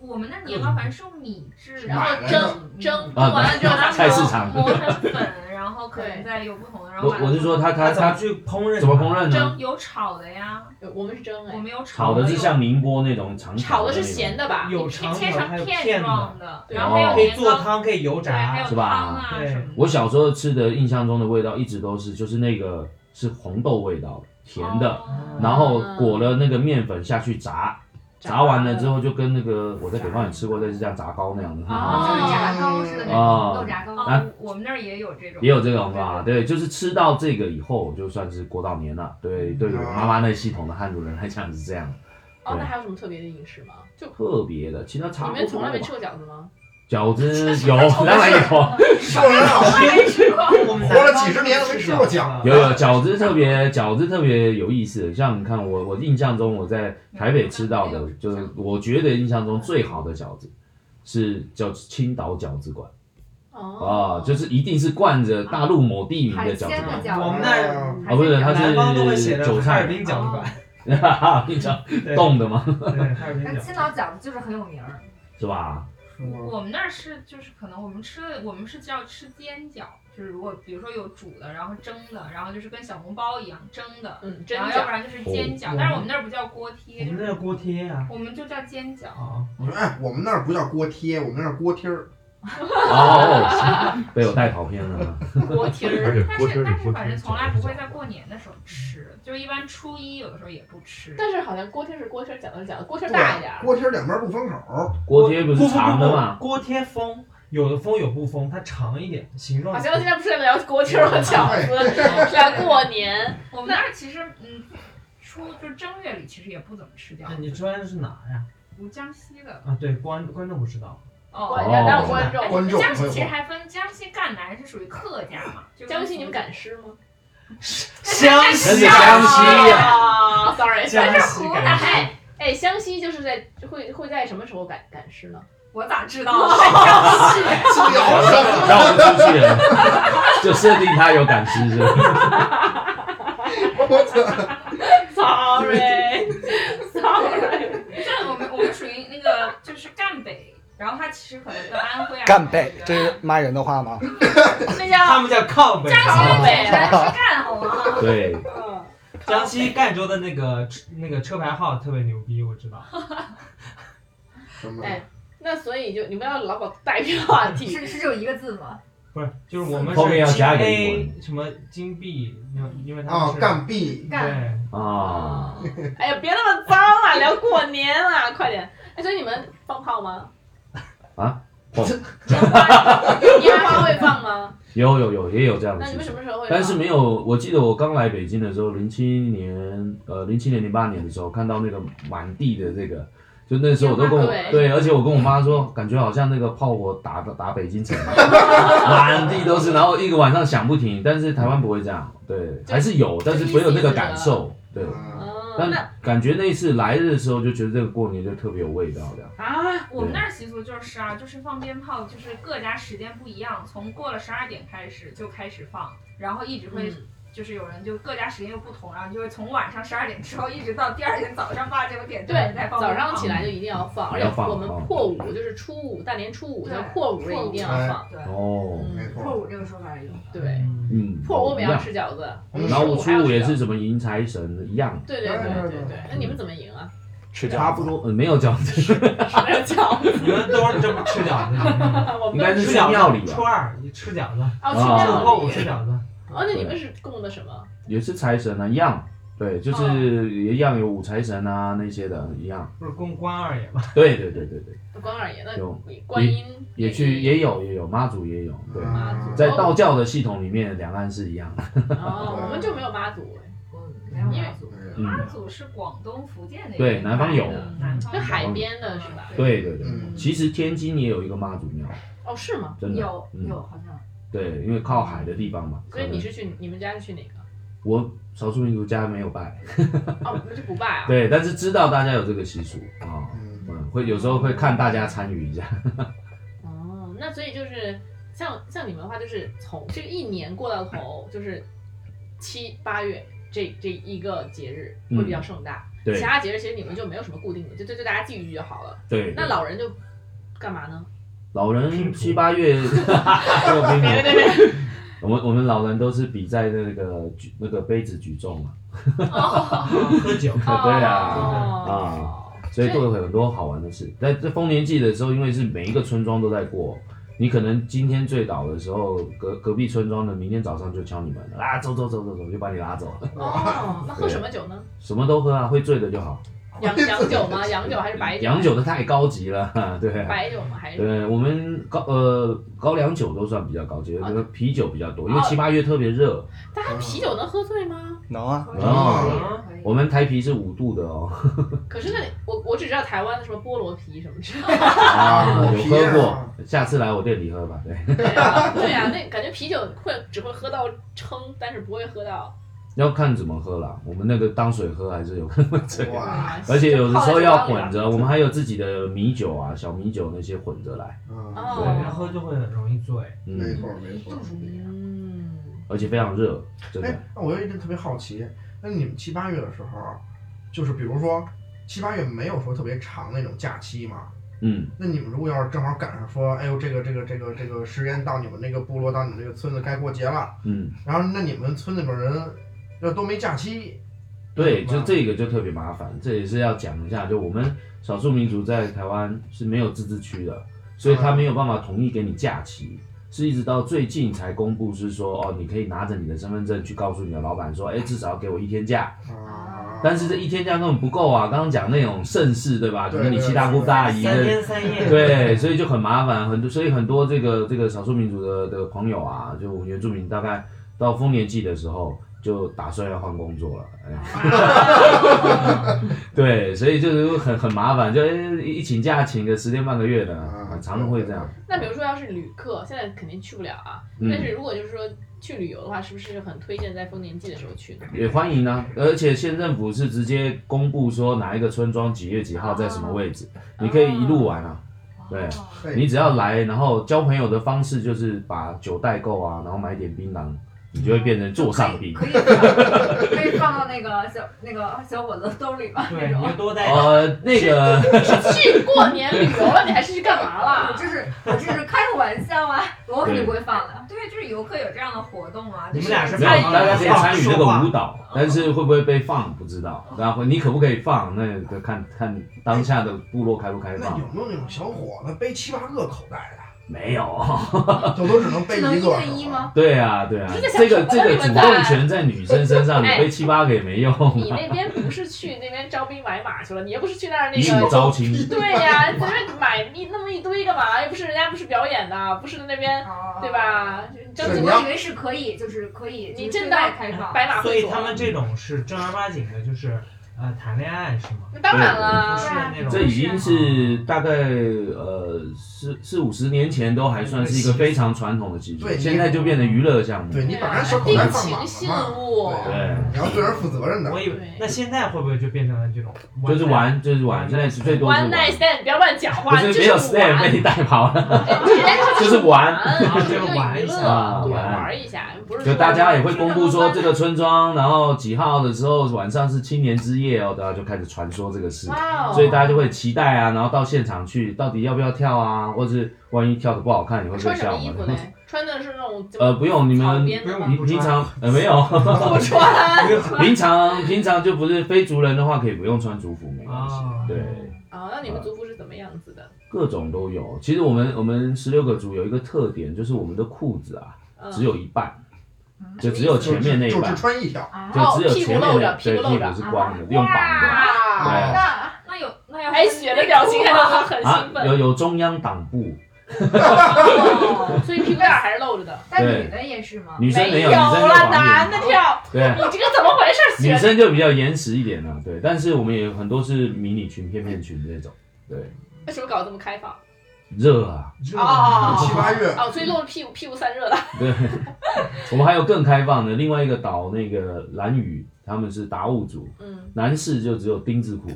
S9: 我们那年糕反正是用米制，然
S6: 买
S9: 后
S6: 来的
S2: 蒸蒸
S7: 啊
S2: 蒸完了之后，
S9: 然后
S7: [LAUGHS] 菜市场
S9: 磨成粉，然后可能再有不同的，然后
S7: 我
S9: 把它
S7: 我是说他他
S4: 怎么
S7: 他
S4: 去烹饪？
S7: 怎么烹？饪呢？
S9: 蒸有炒的呀，
S2: [LAUGHS] 我们是蒸
S9: 我
S2: 哎，
S9: 们有炒
S7: 炒的是
S9: 有
S7: 像宁波那种长
S2: 炒的是
S7: 那种
S2: 咸的吧？
S4: 有
S9: 切
S4: 肠
S9: 切
S4: 粉，还
S9: 成
S4: 有
S9: 片
S4: 片的，
S9: 状的，哦
S7: 对
S9: 然后还有
S4: 可以
S9: 年
S4: 做
S9: 糕，
S4: 汤，可以油
S9: 对，还
S4: 炸
S9: 有
S7: 是吧
S9: 汤啊
S4: 对
S9: 什么的。
S7: 我小时候吃的印象中的味道一直都是，就是那个是红豆味道的，甜的，
S9: 哦
S7: 然后裹了那个面粉下去炸，炸完了之
S2: 后，
S7: 后就跟那个我在北方也吃过，类似像炸糕那样的。
S9: 哦
S11: 就是炸糕似的那
S7: 哦
S11: 种豆炸糕，
S7: 啊
S9: 哦，我们那儿也有这种，
S7: 也有这种吧，对，就是吃到这个以后，就算是过到年了。对，对于我妈妈那系统的汉族人来讲是这样，
S2: 哦，那还有什么特别的饮食吗？就
S7: 特别的。其他差
S2: 你
S7: 不
S2: 们
S7: 多
S2: 从来没
S7: 吧
S2: 吃。过饺子吗？
S7: 饺子有，当然有。
S6: 说人好听，
S4: 我们
S6: 活了几十年都没吃过饺
S7: 有有饺子特别饺子特别有意思，像你看我我印象中我在台北吃到的，就是我觉得印象中最好的饺子是叫青岛饺子馆啊，
S2: 哦，
S7: 就是一定是灌着大陆某地名
S11: 海
S7: 的饺
S11: 鲜
S7: 子
S11: 的
S7: 馆。
S11: 饺子，
S4: 我们那儿
S11: 海
S7: 哦，不是，
S11: 鲜
S7: 它
S11: 饺子
S7: 是
S4: 南方都会写着
S7: 韭
S4: 哈
S7: [LAUGHS]
S4: 尔
S7: 菜，
S4: 滨饺子馆，
S7: 哈哈，你讲
S4: 对
S7: 哦冻的吗？
S4: 对，哈尔滨
S11: 但
S4: 饺
S11: 青
S4: 子。
S11: 岛饺子就是很有名儿，
S7: 是吧？
S6: 吗？
S9: 我们那儿是就是可能我们吃的我们是叫吃煎饺，就是如果比如说有煮的，然后蒸的，然后就是跟小笼包一样蒸的，
S2: 嗯，真
S9: 然后要
S2: 饺
S9: 不然就是煎饺
S4: 哦，
S9: 但是我们那儿不叫锅贴，
S4: 我
S9: 就
S4: 们那
S9: 是
S4: 是锅贴啊，
S9: 我们就叫煎饺。
S4: [LAUGHS] 啊，
S6: 我说哎，我们那儿不叫锅贴，我们那儿锅贴儿。
S7: 哦，被我带跑偏了。
S2: 锅贴
S12: 而
S2: 儿。
S12: 且
S9: 但
S12: 锅贴
S9: 是
S12: 里
S9: 但是
S12: 锅
S9: 反
S12: 贴
S9: 正从来不会在过年的时候吃，就一般初一有的时候也不吃。
S2: 但是好像锅贴是锅贴，饺子是饺子，锅贴大一点儿。
S6: 锅贴儿两边不封口儿，
S7: 锅贴不是长的吗？
S4: 锅贴封有的封有不封，它长一点，形状
S2: 好，行了，今天不是在聊锅贴儿和饺子，是聊过年。
S9: 我们那儿其实嗯，初就是正月里其实也不怎么吃饺
S4: 那你
S9: 子，
S4: 说的是哪儿呀？
S9: 我江西的
S4: 啊，对，观观众不知道，
S2: 我
S9: 哦。
S2: 聊聊观众，
S6: 观众
S9: 江西
S6: 会
S9: 其实还分江西赣南是属于客家嘛，就跟
S2: 江西你们敢吃吗？
S4: 湘
S7: 真
S4: 西
S7: 是江西呀
S2: 啊，sorry，
S4: 江西
S9: 湖
S4: 感觉
S9: 南
S2: 哎，湘西就是在会会在什么时候赶赶尸呢？
S9: 我咋知道？江西
S6: [LAUGHS] 是聊什么？
S7: 让我们出去了，就设定他有感知是吧？
S6: 我操！
S2: Sorry，Sorry，
S9: 我们我们属于那个就是赣北，然后它
S8: 它其实可能跟安徽啊，
S3: 干背，这是骂人的话吗？
S2: 那
S4: 他
S2: 叫
S4: 们叫靠北。啊
S2: 扎西
S9: 啊
S2: 北，
S8: 干好吗？
S7: 对，
S2: 嗯，
S4: 江西赣州的那个那个车牌号特别牛逼，我知道。
S6: 什 [LAUGHS] 么？
S2: 哎那所以就你们要老搞带偏话题，
S5: 是是只有一个字吗？
S4: 不是，就是我们
S7: 后面要
S4: 是金
S7: 加个英
S4: A 什么金币，因为他们
S6: 哦
S4: 是，
S6: 干 B，
S5: 干
S4: 对，
S7: 啊，
S2: [LAUGHS] 哎呀，别那么脏了，聊过年了，快点！哎，所以你们放炮吗？
S7: 啊，
S2: 放
S7: 放
S2: 烟花会放吗？
S7: 有有有也有这样的
S2: 那你
S7: 习
S2: 们
S7: 俗
S2: 什。么时候会放？
S7: 但是没有，我记得我刚来北京的时候，零七年，呃，零七年、零八年的时候，看到那个满地的这个，就那时候我都跟我
S2: 烟花对
S7: 对，而且我跟我妈说，感觉好像那个炮火打打北京城，
S2: [LAUGHS]
S7: 满地都是，然后一个晚上响不停。但是台湾不会这样，对， [LAUGHS] 还是有，但是没有那个感受，对。
S6: 嗯，
S2: 嗯，
S7: 但
S2: 那
S7: 感觉那一次来日的时候，就觉得这个过年就特别有味道的。
S2: 啊，
S8: 我们那儿习俗就是啊，就是放鞭炮，就是各家时间不一样，从过了十二点开始就开始放，然后一直会
S2: 嗯
S8: 就是有人就各家时间又不同，然后你就会从晚上十二点之后一直到第二天早上八九点钟
S2: 对
S8: 再，放鞭
S2: 早
S8: 炮。
S2: 上起来就一定要放，而且
S7: 嗯要放
S2: 我们
S7: 放
S2: 破五就是初五，大年初五
S8: 对
S2: 叫破五也一定要放。
S5: 对，
S7: 哦，
S6: 没
S2: 嗯，
S5: 破
S6: 错，
S5: 五这个说法有。
S2: 对，
S4: 嗯
S7: 嗯，
S2: 破五我
S7: 一
S2: 们也要
S7: 样。
S2: 吃饺子，我们
S7: 然后
S2: 五
S7: 我
S2: 初
S7: 初
S2: 五
S7: 五
S2: 还要
S7: 也
S2: 吃饺
S7: 是
S2: 子。
S7: 什么迎财神一样，
S2: 对对
S6: 对
S2: 对
S6: 对
S2: 对
S6: 对
S2: 对，那你们怎么赢啊？
S3: 吃
S6: 差
S3: 饺
S6: 不
S3: 子，
S6: 多。
S7: 呃，没有饺子，
S2: 没有饺子，
S4: 你们都是这么吃饺子？
S2: 我们
S7: 应该
S2: 都
S7: 是
S4: 吃
S7: 去
S4: 饺
S7: 庙
S4: 子，
S7: 里吧
S4: 初，二你吃饺子，
S2: 哦，
S7: 啊
S2: 去
S4: 初
S2: 庙
S4: 后我
S2: 里。
S4: 吃饺子。
S2: 哦，那你们是供的什么？
S7: 也是财神啊，一样。对，就是一样有五财神啊那些的，一样。
S4: 不是供关二爷吗？
S7: 对对对对对，
S2: 关二爷，那
S7: 有
S2: 观音
S7: 也去也有也有妈祖也有，对，
S6: 哦
S2: 妈祖
S7: 在道教的系统里面，两岸是一样的。
S2: 哦，我们就没有妈祖，
S5: 嗯，没有
S2: 因为
S5: 马祖。
S7: 嗯，
S8: 妈祖是广东、福建那边
S7: 对南方有
S8: 的南方
S2: 就
S8: 有
S2: 嗯海边的是吧？
S7: 对对对，
S6: 嗯
S7: 其实天津也有一个妈祖庙，
S2: 哦，是吗？
S7: 真的。
S5: 有
S7: 嗯
S5: 有好像
S7: 对，因为靠海的地方嘛。
S2: 所以你是去你们家是去哪个？
S7: 可能我少数民族家没有拜，
S2: 哦，你们就不拜啊？
S7: 对，但是知道大家有这个习俗啊，
S6: 嗯，
S7: 嗯，会有时候会看大家参与一下。 [LAUGHS]
S2: 哦，那所以就是像像你们的话，就是从这一年过到头，就是七八月这这一个节日会比较盛大，
S7: 嗯对
S2: 其他节日其实你们就没有什么固定的，就就就大家记一句就好了。
S7: 对，
S2: 那老人就干嘛呢？
S7: 老人七八月，哈哈哈哈
S2: 别别
S7: 哈
S2: 别别！
S7: 我们我们老人都是比在那个举那个杯子举重嘛，
S4: 喝酒。
S7: 对啊
S2: 哦
S7: 所以做了很多好玩的事。在这丰年祭的时候，因为是每一个村庄都在过，你可能今天醉倒的时候，隔隔壁村庄的明天早上就敲你门了，啊，走走走走走，就把你拉走了。 [LAUGHS]
S2: 哦，那喝什么酒呢？
S7: 什么都喝啊，会醉的就好。
S2: 洋洋酒
S7: 嗯
S2: 吗？洋酒还是白酒？啊
S7: 洋酒的太高级了， [LAUGHS] 对啊。
S2: 白酒吗？还是
S7: 对我们高呃高粱酒都算比较高级，
S2: 哦
S7: 那个啤酒比较多，因为
S2: 哦
S7: 七八月特别热。
S2: 大家啤酒能喝醉吗？
S3: 能啊，
S5: 可以
S7: 哦
S5: 可以
S7: 我们台啤是五度的哦，
S2: 可是那里我我只知道台湾的什么菠萝啤什么之类
S7: 啊，
S6: 我
S7: [LAUGHS] 有
S6: 啤
S7: 喝
S6: 啊
S7: 过，下次来我店里喝吧。对，
S2: 的。对啊， [LAUGHS] 对啊，那感觉啤酒会只会喝到撑，但是不会喝到。
S7: 要看怎么喝啦，我们那个当水喝还是有可 [LAUGHS] 能会醉。
S6: 哇，
S7: 而且有的时候要混
S2: 着。
S7: 着，我们还有自己的米酒啊、小米酒那些混着来，
S6: 嗯，
S2: 哦，
S4: 然后就会很容易醉。
S6: 没
S7: 嗯，
S6: 错没错。
S2: 嗯，
S7: 而且非常热，真的
S6: 哎，那我就一直特别好奇，那你们七八月的时候，就是比如说七八月没有说特别长那种假期嘛？
S7: 嗯，
S6: 那你们如果要是正好赶上说，哎呦，这个这个这个这个时间到你们那个部落，到你们这个村子该过节了，
S7: 嗯，
S6: 然后那你们村里边人要都没假期，
S7: 对，
S6: 嗯
S7: 就这个就特别麻烦，这也是要讲一下，就我们少数民族在台湾是没有自治区的，所以他没有办法统一给你假期。是一直到最近才公布，是说哦，你可以拿着你的身份证去告诉你的老板说，哎，至少要给我一天假。
S5: 哦
S6: 啊，
S7: 但是这一天假根本不够啊！刚刚讲那种盛事，对吧？可
S6: 对
S7: 能你七大姑八大姨
S4: 三
S7: 的
S4: 天三 [LAUGHS] 夜。
S7: 对，所以就很麻烦，很多，所以很多这个这个少数民族的的朋友啊，就我们原住民，大概到丰年祭的时候就打算要换工作了，哎，
S8: 啊
S7: 对，所以就是很很麻烦，就哎一请假请个十天半个月的，
S6: 啊
S7: 啊常常会这样。
S2: 那比如说要是旅客，现在肯定去不了啊。
S7: 嗯
S2: 但是如果就是说去旅游的话，是不是很推荐在丰年祭的时候去呢？
S7: 也欢迎啊，而且县政府是直接公布说哪一个村庄几月几号在什么位置，你可以一
S2: 哦
S7: 路玩啊。 [LAUGHS] 对
S8: 哦
S6: 嘿
S7: 你只要来，然后交朋友的方式就是把酒代购啊，然后买点槟榔，你就会变成座上宾。
S5: 可以可以放到那个小那个小伙子兜里吧，那
S4: 对，你
S5: 种
S4: 就。多带点。
S5: 哎
S7: 呃，那个啊
S2: 去过年旅游了，你还是去干嘛
S5: 我 [LAUGHS]
S2: 了？
S5: 这是我这是开个玩笑啊，我肯定不会放的。
S8: 啊对，就是游客有这样的活动啊，
S4: 你
S8: 就是
S4: 们俩是
S7: 没有，
S4: 哎
S7: 大家可以参与这个
S4: 说话
S7: 舞蹈，但是会不会被放不知道。然后你可不可以放，那个看看当下的部落开不开
S6: 那
S7: 放
S6: 有。没有那种小伙子背七八个口袋
S7: 没有， [LAUGHS]
S6: 的，就都只能
S5: [LAUGHS]
S6: 背
S5: 只
S6: 一
S5: 能一
S6: 个？
S5: 对一吗？？
S7: 对啊，对啊
S2: 你在，想
S7: 这个
S2: 什
S7: 这
S2: 么
S7: 个
S2: 呢
S7: 主动权在女生
S2: [LAUGHS]
S7: 身上，你
S2: 哎
S7: 背七八个也没用
S2: 你
S7: 啊。
S2: 那边不是去那边招兵买马去了，你又不是去那儿那
S7: 以武
S2: 个。
S7: 招亲，
S2: 对呀、你在那边买一那么一堆干嘛？又不是人家不是表演的，不是在那边
S5: 哦
S2: 对？吧？就
S5: 就是
S2: 就
S5: 我以为是可以，就是可以，
S2: 你
S5: 就是
S2: 真
S5: 对
S2: 的
S5: 外开放。
S2: 白马
S4: 所
S2: 会
S4: 以
S2: 所。
S4: 他们这种是正儿八经的，就是呃谈恋爱是吗？
S2: 那当然
S4: 不
S2: 了
S4: 是，那种
S7: 这已经是大概呃四四五十年前都还算是一个非常传统的习俗，
S6: 对
S7: 现在就变成娱乐项目。
S6: 对你
S2: 对
S6: 把
S2: 啊
S6: 人小口
S2: 定
S6: 袋放满
S2: 情
S6: 了
S2: 信
S6: 嘛，
S2: 物，
S7: 对，
S6: 你要对人负责任的
S4: 我。以
S2: 对
S4: 为那现在会不会就变成了这种？
S7: 就是玩，就是玩，现在是最多是
S2: One
S7: 玩。
S2: night stand，不要乱讲
S7: 不
S2: 话，
S7: 是
S2: 这
S7: 没有
S2: 是
S7: stand 被
S2: 玩，
S7: 你带跑了， [LAUGHS]
S2: [LAUGHS] 这
S7: 就是玩。
S4: 啊
S2: 玩，
S4: 就是
S2: 个
S4: 玩
S2: 娱
S4: 一下
S2: 乐，
S7: 啊
S2: 对，
S7: 玩
S2: 玩一下，不是
S7: 就
S2: 说
S7: 大家也会公布说这个村庄，然后几号的时候晚上是青年之夜哦，大家就开始传说这个事，
S2: 哇哦，
S7: 所以大家就会期待啊，然后到现场去，到底要不要跳啊，或是万一跳的不好看，你会不会
S2: 哦穿什
S7: 笑
S2: 么
S7: 我
S2: 衣服
S7: 们？
S2: 嘞？穿的是那种
S7: 呃，不用，你
S2: 草
S7: 们
S2: 编的
S4: 不
S2: 吗 [LAUGHS]
S4: 用？
S7: [LAUGHS] 平平常呃没有，
S2: 不穿
S7: 平常平常就不是非族人的话，可以不用穿族服，没关
S2: 哦
S7: 系。
S4: 啊，
S7: 对，
S2: 啊，那你们族服是怎么样子的？
S7: 各种都有。其实我们我们十六个族有一个特点，就是我们的裤子啊
S2: 嗯
S7: 只有一半，
S5: 嗯
S7: 就只有
S6: 就
S7: 前面那一
S6: 就
S7: 半
S6: 只。穿一条，
S5: 啊，
S7: 就只有前面
S2: 哦
S7: 的，
S2: 屁
S7: 对，
S2: 股
S7: 屁
S2: 露着屁股露啊着
S7: 股是光的，用绑的。
S2: 哇，
S7: 对
S5: 那
S8: 那有那要
S2: 哎，雪哎的表情看到很兴
S7: 啊，有
S2: 奋，
S7: 有中央党部，
S5: 哦
S2: 所以屁股蛋儿还是露着的。
S5: 但女的也是吗？
S7: 女生
S2: 啊没
S7: 有，女生就
S2: 啦，
S7: 绑
S2: 男的
S7: 脸。
S2: 跳，
S7: 对
S2: 你，这个怎么回事？
S7: 女
S2: 雪
S7: 生就比较严实一点了，对。但是我们也有很多是迷你裙、片片裙这种，对，
S2: 为什么搞得这么开放？
S7: 热啊，
S4: 这
S2: 哦
S6: 七八月
S2: 哦，所以露着屁股，屁股散热的。
S7: 对。我们还有更开放的，另外一个岛那个蓝屿，他们是达悟族，
S2: 嗯，
S7: 男士就只有丁字裤，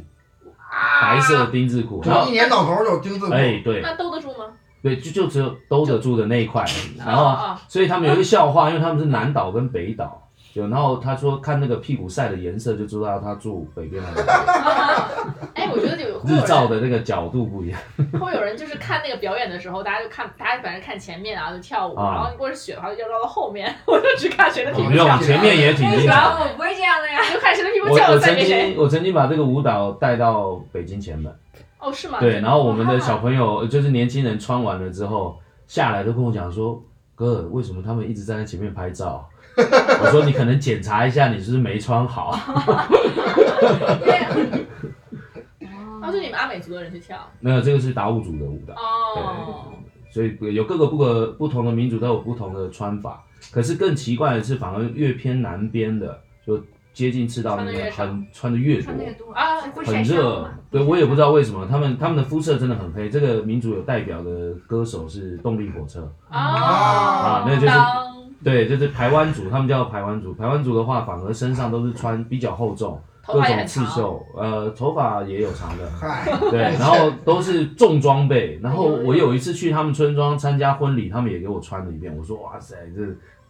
S2: 啊
S7: 白色的丁字裤，然
S6: 就
S7: 后
S6: 一年到头就丁字裤。
S7: 哎，对
S2: 那兜得住吗？
S7: 对，就就只有兜得住的那一块，然
S2: 哦
S7: 后
S2: 哦
S7: 所以他们有一个笑话，因为他们是南岛跟北岛，就然后他说看那个屁股晒的颜色就知道他住北边还
S2: [LAUGHS]
S7: 是南边
S2: 哦哎，我觉得有会
S7: 日
S2: 有
S7: 照
S2: 人
S7: 的那个角度不一样。
S2: 会有人就是看那个表演的时候，大家就看，大家反正看前面啊，就跳舞，
S7: 啊哦
S2: 然后如果是雪的话，就绕到后面， [LAUGHS] 我就只看谁的屁股
S7: 不用
S2: 跳，，
S7: 前面也挺
S5: 为什
S7: 精彩。
S5: 么哦我不会这样的呀？
S2: 我就看谁的屁股
S7: 我
S2: 翘
S7: 我
S2: 的再
S7: 曾
S2: 给谁。
S7: 经我曾经把这个舞蹈带到北京前门，
S2: 哦，是吗？
S7: 对，然后我们的小朋友呃就是年轻人穿完了之后下来都跟我讲说，哥，为什么他们一直站在前面拍 [LAUGHS] 照？我说你可能检查一下你是不是没穿好。
S2: [LAUGHS]
S7: [LAUGHS]
S2: 哦，就你们阿美族的人去跳。
S7: 没有，这个是达悟族的舞蹈。
S2: 哦，
S7: 所以有各个不个不同的民族都有不同的穿法。可是更奇怪的是，反而越偏南边的，就接近赤道那边，很穿的越多
S5: 穿，那个多
S2: 啊
S5: 会晒
S7: 很
S5: 伤
S7: 热
S5: 吗。
S7: 对我也不知道为什么，他们他们的肤色真的很黑。这个民族有代表的歌手是动力火车，
S2: 哦，
S6: 啊
S7: 那就是
S2: 当
S7: 对，就是排湾族，他们叫排湾族。排湾族的话，反而身上都是穿比较厚重，
S2: 头
S7: 各
S2: 发也
S7: 种
S2: 很
S7: 刺
S2: 长。
S7: 绣，呃，头发也有长
S2: [LAUGHS]
S7: 的，
S6: 嗨，
S7: 对，然后都是重装备。然后
S2: 哎
S7: 我有一次去他们村庄参加婚礼，他们也给我穿了一遍。我说哇塞，这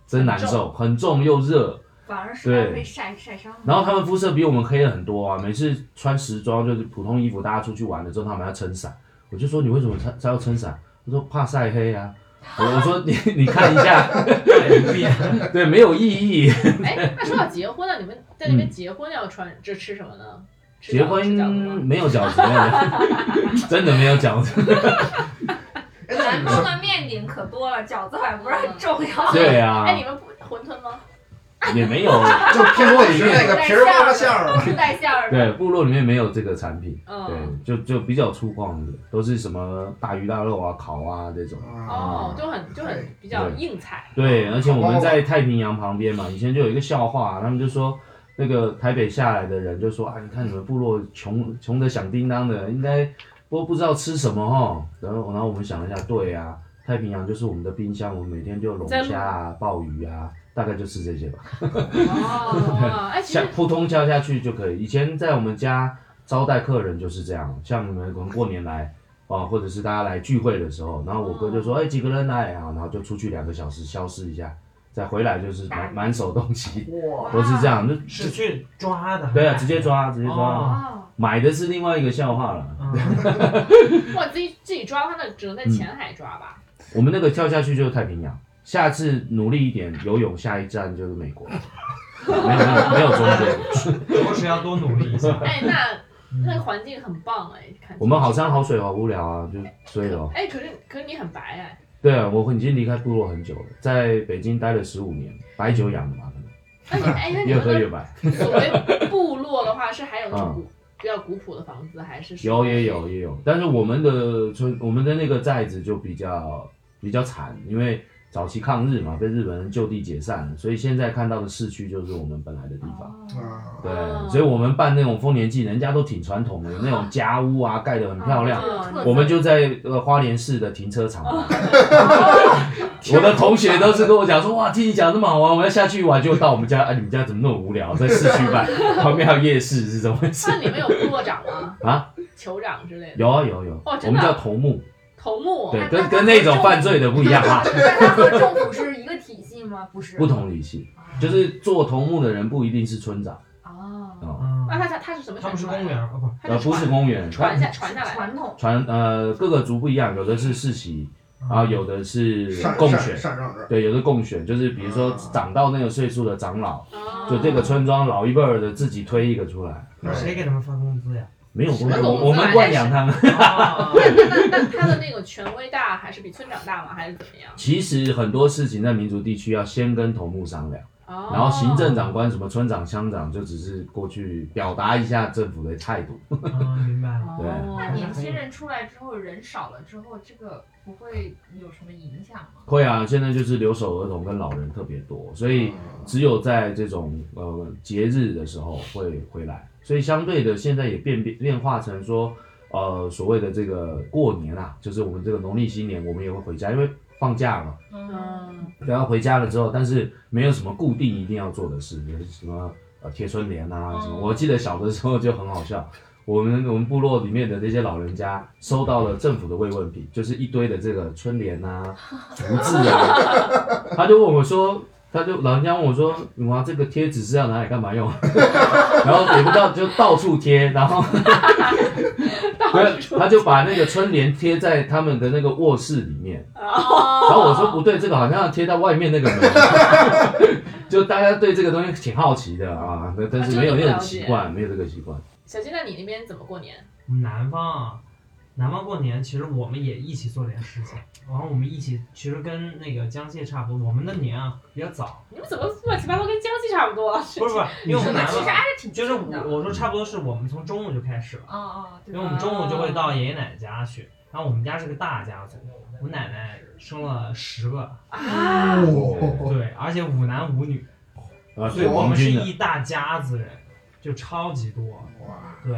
S7: 真难受，很重又热。
S5: 反而是会晒晒伤吗。
S7: 然后他们肤色比我们黑了很多啊。每次穿时装就是普通衣服，大家出去玩的时候，他们要撑伞。我就说你为什么撑要撑伞？他说怕晒黑啊。我我说你你看一下，对，没有意义。
S2: 哎，那说到结婚啊，你们在那边结婚要穿这吃什么呢？吃饺
S7: 嗯结
S2: 子
S7: 婚
S2: 吃饺子吗
S7: 没有饺子，没有 [LAUGHS] 真的没有饺子。
S6: 哎，那
S8: 南
S6: 你
S8: 方
S6: 们
S8: 的面点可多了，饺子好像不是很重要。
S7: 嗯对啊
S2: 哎，，你们不馄饨吗？
S7: 也没有。
S6: 就偏过你是那个皮儿包的馅儿了。
S5: 是带馅儿的，
S7: 对，部落里面没有这个产品。
S2: 嗯，
S7: 对，就就比较粗犷一点，都是什么大鱼大肉啊、烤啊这种。
S2: 哦，就很就很
S6: 对
S2: 比较
S7: 对
S2: 硬
S7: [LAUGHS]
S2: 菜。
S7: 对，而且我
S6: 烤包
S7: 们
S6: 啊
S7: 在太平洋旁边嘛，以前就有一个笑话，啊他们就说那个台北下来的人就说啊，你看你们部落穷穷的响叮当的，应该不不知道吃什么哦。然后然后我们想了一下，对啊，太平洋就是我们的冰箱，我们每天就龙
S2: 在
S7: 虾啊、鲍鱼啊，大概就吃这些吧。
S2: 哦，哎，其
S7: 下
S2: 实
S7: 扑通敲下去就可以。以前在我们家招待客人就是这样，像你们可能过年来啊、或者是大家来聚会的时候，然后我哥就说：“哎、几个人来啊？”然后就出去两个小时消失一下，再回来就是满满手东西，
S6: 哇，
S7: 都是这样，就是
S4: 去抓的，
S7: 对啊，直接抓，直接抓，
S4: 哦
S5: 哦，
S7: 买的是另外一个笑话了。
S4: 嗯。
S2: 哇，自己自己抓的话，那只能在
S7: 嗯
S2: 浅海抓吧？
S7: 我们那个跳下去就是太平洋，下次努力一点游泳，下一站就是美国。没有没有没有中间，
S4: 着实要多努力一下。
S2: 哎，那那个环境很棒哎，看起来
S7: [LAUGHS] 嗯我们好山好水好无聊啊，就所以咯。
S2: 哎，可是可是你很白
S7: [LAUGHS]
S2: 哎，
S7: 对啊，我已经离开部落很久了，在北京待了十五年，白酒养的嘛，可
S2: 那你哎，那
S7: 能
S2: 你
S7: 越
S2: 们
S7: 喝
S2: 的
S7: 越白。
S2: 所谓部落的话，是还
S7: [LAUGHS]
S2: 有那种古、比较古朴的房子，还是
S7: 有也有也有，但是我们的村，我们的那个寨子就比较比较惨，因为早期抗日嘛，被日本人就地解散了，所以现在看到的市区就是我们本来的地方。
S6: 啊，
S7: 对，
S2: 哦
S7: 所以我们办那种丰年祭，人家都挺传统的，有那种家屋啊，盖得很漂亮。
S5: 嗯
S7: 我们就在呃花莲市的停车场。
S2: 哦
S7: [LAUGHS] 我的同学都是跟我讲说，哇，听你讲这么好玩，我要下去玩，就到我们家，哎，你们家怎么那么无聊，在市区办，旁边还有夜市是怎么回事
S2: 那你们有部落长吗？
S7: 啊？
S2: 酋长之类的？
S7: 有啊有有，
S2: [LAUGHS] 哦真的
S7: 我们叫头目。
S2: 头目？
S7: 对，跟跟那种犯罪的不一样啊，
S5: 那它和政府是一个体系吗？不是，
S7: 不同理性，就是做头目的人不一定是
S2: [LAUGHS]
S7: 村长
S5: 哦，
S7: 啊，
S4: 嗯
S2: 那他他他是什么
S4: 他
S2: 传
S4: 们是
S2: 出来
S4: 公务
S2: 的？
S4: 员啊，哦
S2: 他
S7: 呃，不是
S2: 传
S7: 公务员，
S2: 传
S7: 他
S2: 下传下来的。
S5: 传统
S7: 传呃各个族不一样，有的是世袭，
S4: 不
S7: 啊，有的是
S6: 禅
S7: 共
S6: 禅
S7: 选，
S6: 禅让制，
S7: 对，有的共选，就是比如说
S6: 啊
S7: 长到那个岁数的长老，
S2: 哦
S7: 就这个村庄老一辈儿的自己推一个出来，
S4: 那谁给他们发工资
S2: [LAUGHS]
S4: 呀？
S7: 没有公
S2: 那我们
S7: 我我们惯养他们。 [LAUGHS]
S4: 哦
S2: 那那他的那个权威大，还是比村长大吗？还是怎么样？
S7: 其实很多事情在民族地区要先跟头目商量，
S2: 哦
S7: 然后行政长官、什么村长、乡长就只是过去表达一下政府的态度。
S4: 嗯，明白了。
S2: 哦
S8: 那年
S4: 嗯
S8: 轻人出来之后，人少了之后，这个不会有什么影响吗？
S7: 会啊，现在就是留守儿童跟老人特别多，所
S6: 哦
S7: 以只有在这种呃节日的时候会回来，所以相对的现在也变变变化成说，呃所谓的这个过年啊，就是我们这个农历新年，我们也会回家，因为放假嘛，
S2: 嗯，
S7: 然后回家了之后，但是没有什么固定一定要做的事，比如什么呃贴春联啊
S2: 哦
S7: 什么。
S8: 嗯
S7: 我记得小的时候就很好笑，我们 [LAUGHS] 我们部落里面的那些老人家收到了政府的慰问品，就是一堆的这个春联
S2: [LAUGHS]
S7: 啊、福字啊，他就问我说。他就老人家问我说：“你妈这个贴纸是要拿来干嘛用？” [LAUGHS] 然后也不知道就到处贴，然后
S2: [LAUGHS] 到
S7: [LAUGHS]
S2: 处
S7: 他就把那个春联贴在他们的那个卧室里面，
S2: 哦
S7: 然后我说不对，这个好像要贴到外面那个门， [LAUGHS] 就大家对这个东西挺好奇的啊，那但是没有
S2: 啊这个不了
S7: 那
S2: 解
S7: 种习惯，没有这个习惯。
S2: 小金，那你那边怎么过年？
S4: 我们南方啊，南方过年其实我们也一起做点事情，然后我们一起其实跟那个江西也差不多，我们的年啊比较早，
S2: 你们怎么乱七八糟跟江西差不多？
S4: [LAUGHS] 不是不是，因为我们啊南
S8: 其实
S4: 方
S8: 还是挺
S4: 就是
S8: 近的。
S4: 我我说差不多是我们从中午就开始了。
S8: 哦哦，对
S4: 因为我们中午就会到爷爷奶奶家去。然后我们家是个大家族，我奶奶生了十个，
S2: 啊，
S4: 哎
S6: 哦，
S4: 对，而且五男五女，
S7: 啊，
S4: 所
S7: 对，
S4: 以我
S7: 王
S4: 们是
S7: 军的
S4: 一大家子人，就超级多。
S6: 哇，
S4: 对，